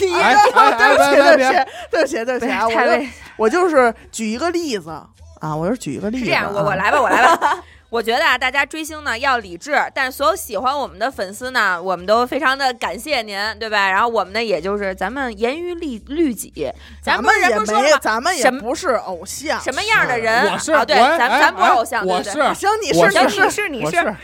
[SPEAKER 1] 你
[SPEAKER 4] 哎
[SPEAKER 1] 这
[SPEAKER 4] 哎哎
[SPEAKER 1] 对不起，对
[SPEAKER 4] 别别
[SPEAKER 1] 不起，对不起，对不 起啊！我
[SPEAKER 2] 太
[SPEAKER 1] 就
[SPEAKER 2] 危
[SPEAKER 1] 我就是举一个例子啊，我就是举一个例
[SPEAKER 2] 是
[SPEAKER 1] 子啊。
[SPEAKER 2] 这样， 我我来吧，我来吧。 我觉得啊，大家追星呢要理智，但是所有喜欢我们的粉丝呢，我们都非常的感谢您，对吧？然后我们呢，也就是咱们严于律律己，
[SPEAKER 1] 咱
[SPEAKER 2] 不
[SPEAKER 1] 们
[SPEAKER 2] 是
[SPEAKER 1] 也
[SPEAKER 2] 人不是说
[SPEAKER 1] 没
[SPEAKER 2] 了，吗？
[SPEAKER 1] 咱们也
[SPEAKER 2] 什么
[SPEAKER 1] 不是偶像，
[SPEAKER 2] 什么样的人？
[SPEAKER 4] 我是
[SPEAKER 2] 啊，对，
[SPEAKER 4] 我
[SPEAKER 2] 咱
[SPEAKER 4] 哎
[SPEAKER 2] 咱不是
[SPEAKER 4] 哎
[SPEAKER 2] 偶像，对
[SPEAKER 4] 我
[SPEAKER 2] 不对
[SPEAKER 4] 是
[SPEAKER 1] 行，你
[SPEAKER 4] 我
[SPEAKER 1] 是
[SPEAKER 2] 行，
[SPEAKER 1] 你
[SPEAKER 4] 是
[SPEAKER 1] 是，
[SPEAKER 2] 你是你
[SPEAKER 4] 我
[SPEAKER 2] 是
[SPEAKER 4] 是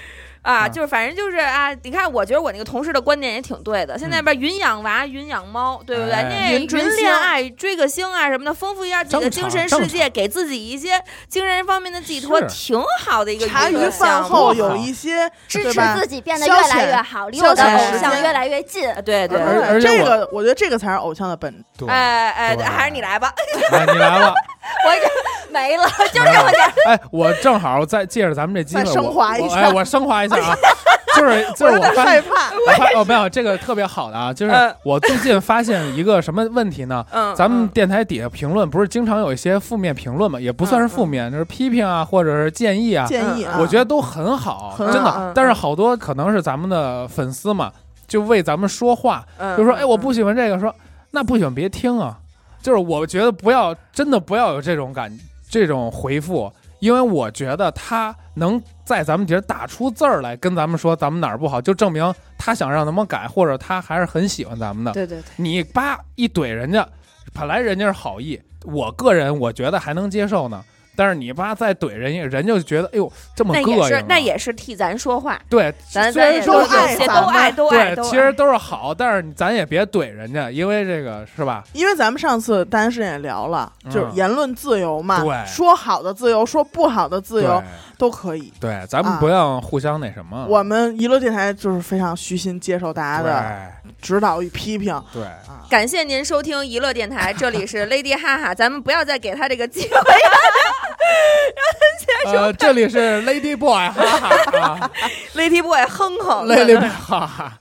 [SPEAKER 2] 啊，
[SPEAKER 4] 啊
[SPEAKER 2] 就是反正就是啊，你看，我觉得我那个同事的观点也挺对的。现在那边云养娃、云养猫，对不对？
[SPEAKER 4] 嗯哎
[SPEAKER 2] 那
[SPEAKER 1] 云追
[SPEAKER 2] 云
[SPEAKER 1] 星
[SPEAKER 2] 恋爱、追个星啊什么的，丰富一下自己的
[SPEAKER 4] 正
[SPEAKER 2] 精
[SPEAKER 4] 常
[SPEAKER 2] 神
[SPEAKER 4] 正
[SPEAKER 2] 世界，给自己一些精神方面的寄托，
[SPEAKER 4] 是
[SPEAKER 2] 挺好的一个娱
[SPEAKER 1] 茶余
[SPEAKER 2] 乐
[SPEAKER 1] 饭
[SPEAKER 2] 项目
[SPEAKER 1] 后有一些
[SPEAKER 3] 支
[SPEAKER 1] 对
[SPEAKER 3] 持
[SPEAKER 1] 吧
[SPEAKER 3] 自己变得
[SPEAKER 1] 消
[SPEAKER 3] 越来
[SPEAKER 1] 遣
[SPEAKER 3] 越好，离
[SPEAKER 1] 消
[SPEAKER 3] 我的
[SPEAKER 1] 遣
[SPEAKER 3] 偶
[SPEAKER 1] 时
[SPEAKER 3] 像
[SPEAKER 1] 间
[SPEAKER 3] 越来越近。
[SPEAKER 2] 啊对对，
[SPEAKER 4] 而
[SPEAKER 2] 对
[SPEAKER 1] 对
[SPEAKER 4] 而且
[SPEAKER 1] 这
[SPEAKER 4] 我
[SPEAKER 1] 个我觉得这个才是偶像的本
[SPEAKER 4] 对
[SPEAKER 2] 哎哎，
[SPEAKER 4] 对
[SPEAKER 2] 还是你来吧。
[SPEAKER 4] 哎你来了，
[SPEAKER 3] 我就没了，就
[SPEAKER 4] 这么点。哎，我正好再借着咱们这机会，
[SPEAKER 1] 再升
[SPEAKER 4] 我
[SPEAKER 1] 华一
[SPEAKER 4] 我
[SPEAKER 1] 下
[SPEAKER 4] 哎，我升华一下啊，就是就是
[SPEAKER 1] 有
[SPEAKER 4] 我
[SPEAKER 1] 点
[SPEAKER 4] 发
[SPEAKER 1] 害
[SPEAKER 4] 现。
[SPEAKER 1] 怕，
[SPEAKER 4] 我发哦，没有这个特别好的啊，就是
[SPEAKER 2] 嗯
[SPEAKER 4] 我最近发现一个什么问题呢？
[SPEAKER 2] 嗯，
[SPEAKER 4] 咱们电台底下评论不是经常有一些负面评论嘛，也不算是负面，就是批评啊，或者是建议啊，
[SPEAKER 1] 建议啊，
[SPEAKER 4] 我觉得都很好，
[SPEAKER 1] 很好
[SPEAKER 4] 真
[SPEAKER 2] 嗯
[SPEAKER 4] 的
[SPEAKER 2] 嗯。
[SPEAKER 4] 但是好多可能是咱们的粉丝嘛，就为咱们说话，
[SPEAKER 2] 嗯
[SPEAKER 4] 就说哎，我不喜欢这个，说那不喜欢别听啊。就是我觉得不要，真的不要有这种感这种回复，因为我觉得他能在咱们底下打出字儿来跟咱们说咱们哪儿不好，就证明他想让咱们改，或者他还是很喜欢咱们的。
[SPEAKER 6] 对对对，
[SPEAKER 4] 你叭一怼人家，本来人家是好意，我个人我觉得还能接受呢。但是你爸再怼人家，人就觉得哎呦这么
[SPEAKER 2] 那
[SPEAKER 4] 膈
[SPEAKER 2] 也
[SPEAKER 4] 应啊
[SPEAKER 2] 是，那也是替咱说话，
[SPEAKER 4] 对，
[SPEAKER 2] 咱
[SPEAKER 4] 虽
[SPEAKER 2] 咱
[SPEAKER 4] 然
[SPEAKER 2] 也
[SPEAKER 4] 说
[SPEAKER 2] 都
[SPEAKER 1] 都爱
[SPEAKER 2] 有些
[SPEAKER 1] 咱
[SPEAKER 2] 都
[SPEAKER 1] 们
[SPEAKER 2] 爱都爱
[SPEAKER 4] 对，
[SPEAKER 2] 都爱。
[SPEAKER 4] 其实都是好，但是咱也别怼人家，因为这个是吧？
[SPEAKER 1] 因为咱们上次单身也聊了，就是
[SPEAKER 4] 嗯
[SPEAKER 1] 言论自由嘛，
[SPEAKER 4] 对
[SPEAKER 1] 说好的自由，说不好的自由都可以。
[SPEAKER 4] 对，嗯对，咱们不要互相那什么。
[SPEAKER 1] 我们娱乐电台就是非常虚心接受大家的指导与批评。
[SPEAKER 4] 对对，
[SPEAKER 2] 感谢您收听娱乐电台，这里是 Lady 哈哈，咱们不要再给他这个机会了。
[SPEAKER 4] 呃，这里是 Lady Boy，哈哈啊
[SPEAKER 2] Lady Boy 哼哼
[SPEAKER 4] ，Lady Boy，哈哈，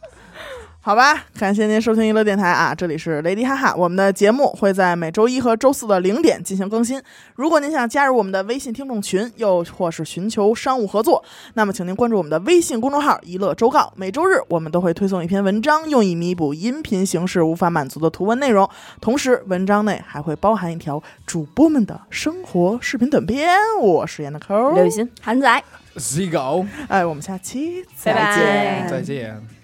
[SPEAKER 1] 好吧，感谢您收听娱乐电台啊，这里是雷迪哈哈，我们的节目会在每周一和周四的零点进行更新。如果您想加入我们的微信听众群，又或是寻求商务合作，那么请您关注我们的微信公众号“一乐周告”，每周日我们都会推送一篇文章，用以弥补音频形式无法满足的图文内容。同时，文章内还会包含一条主播们的生活视频短片。我是闫的抠儿，
[SPEAKER 2] 刘雨欣。
[SPEAKER 8] 韩仔。
[SPEAKER 4] z i g o
[SPEAKER 1] 哎，我们下期再
[SPEAKER 2] 拜拜
[SPEAKER 1] 见，
[SPEAKER 4] 再见。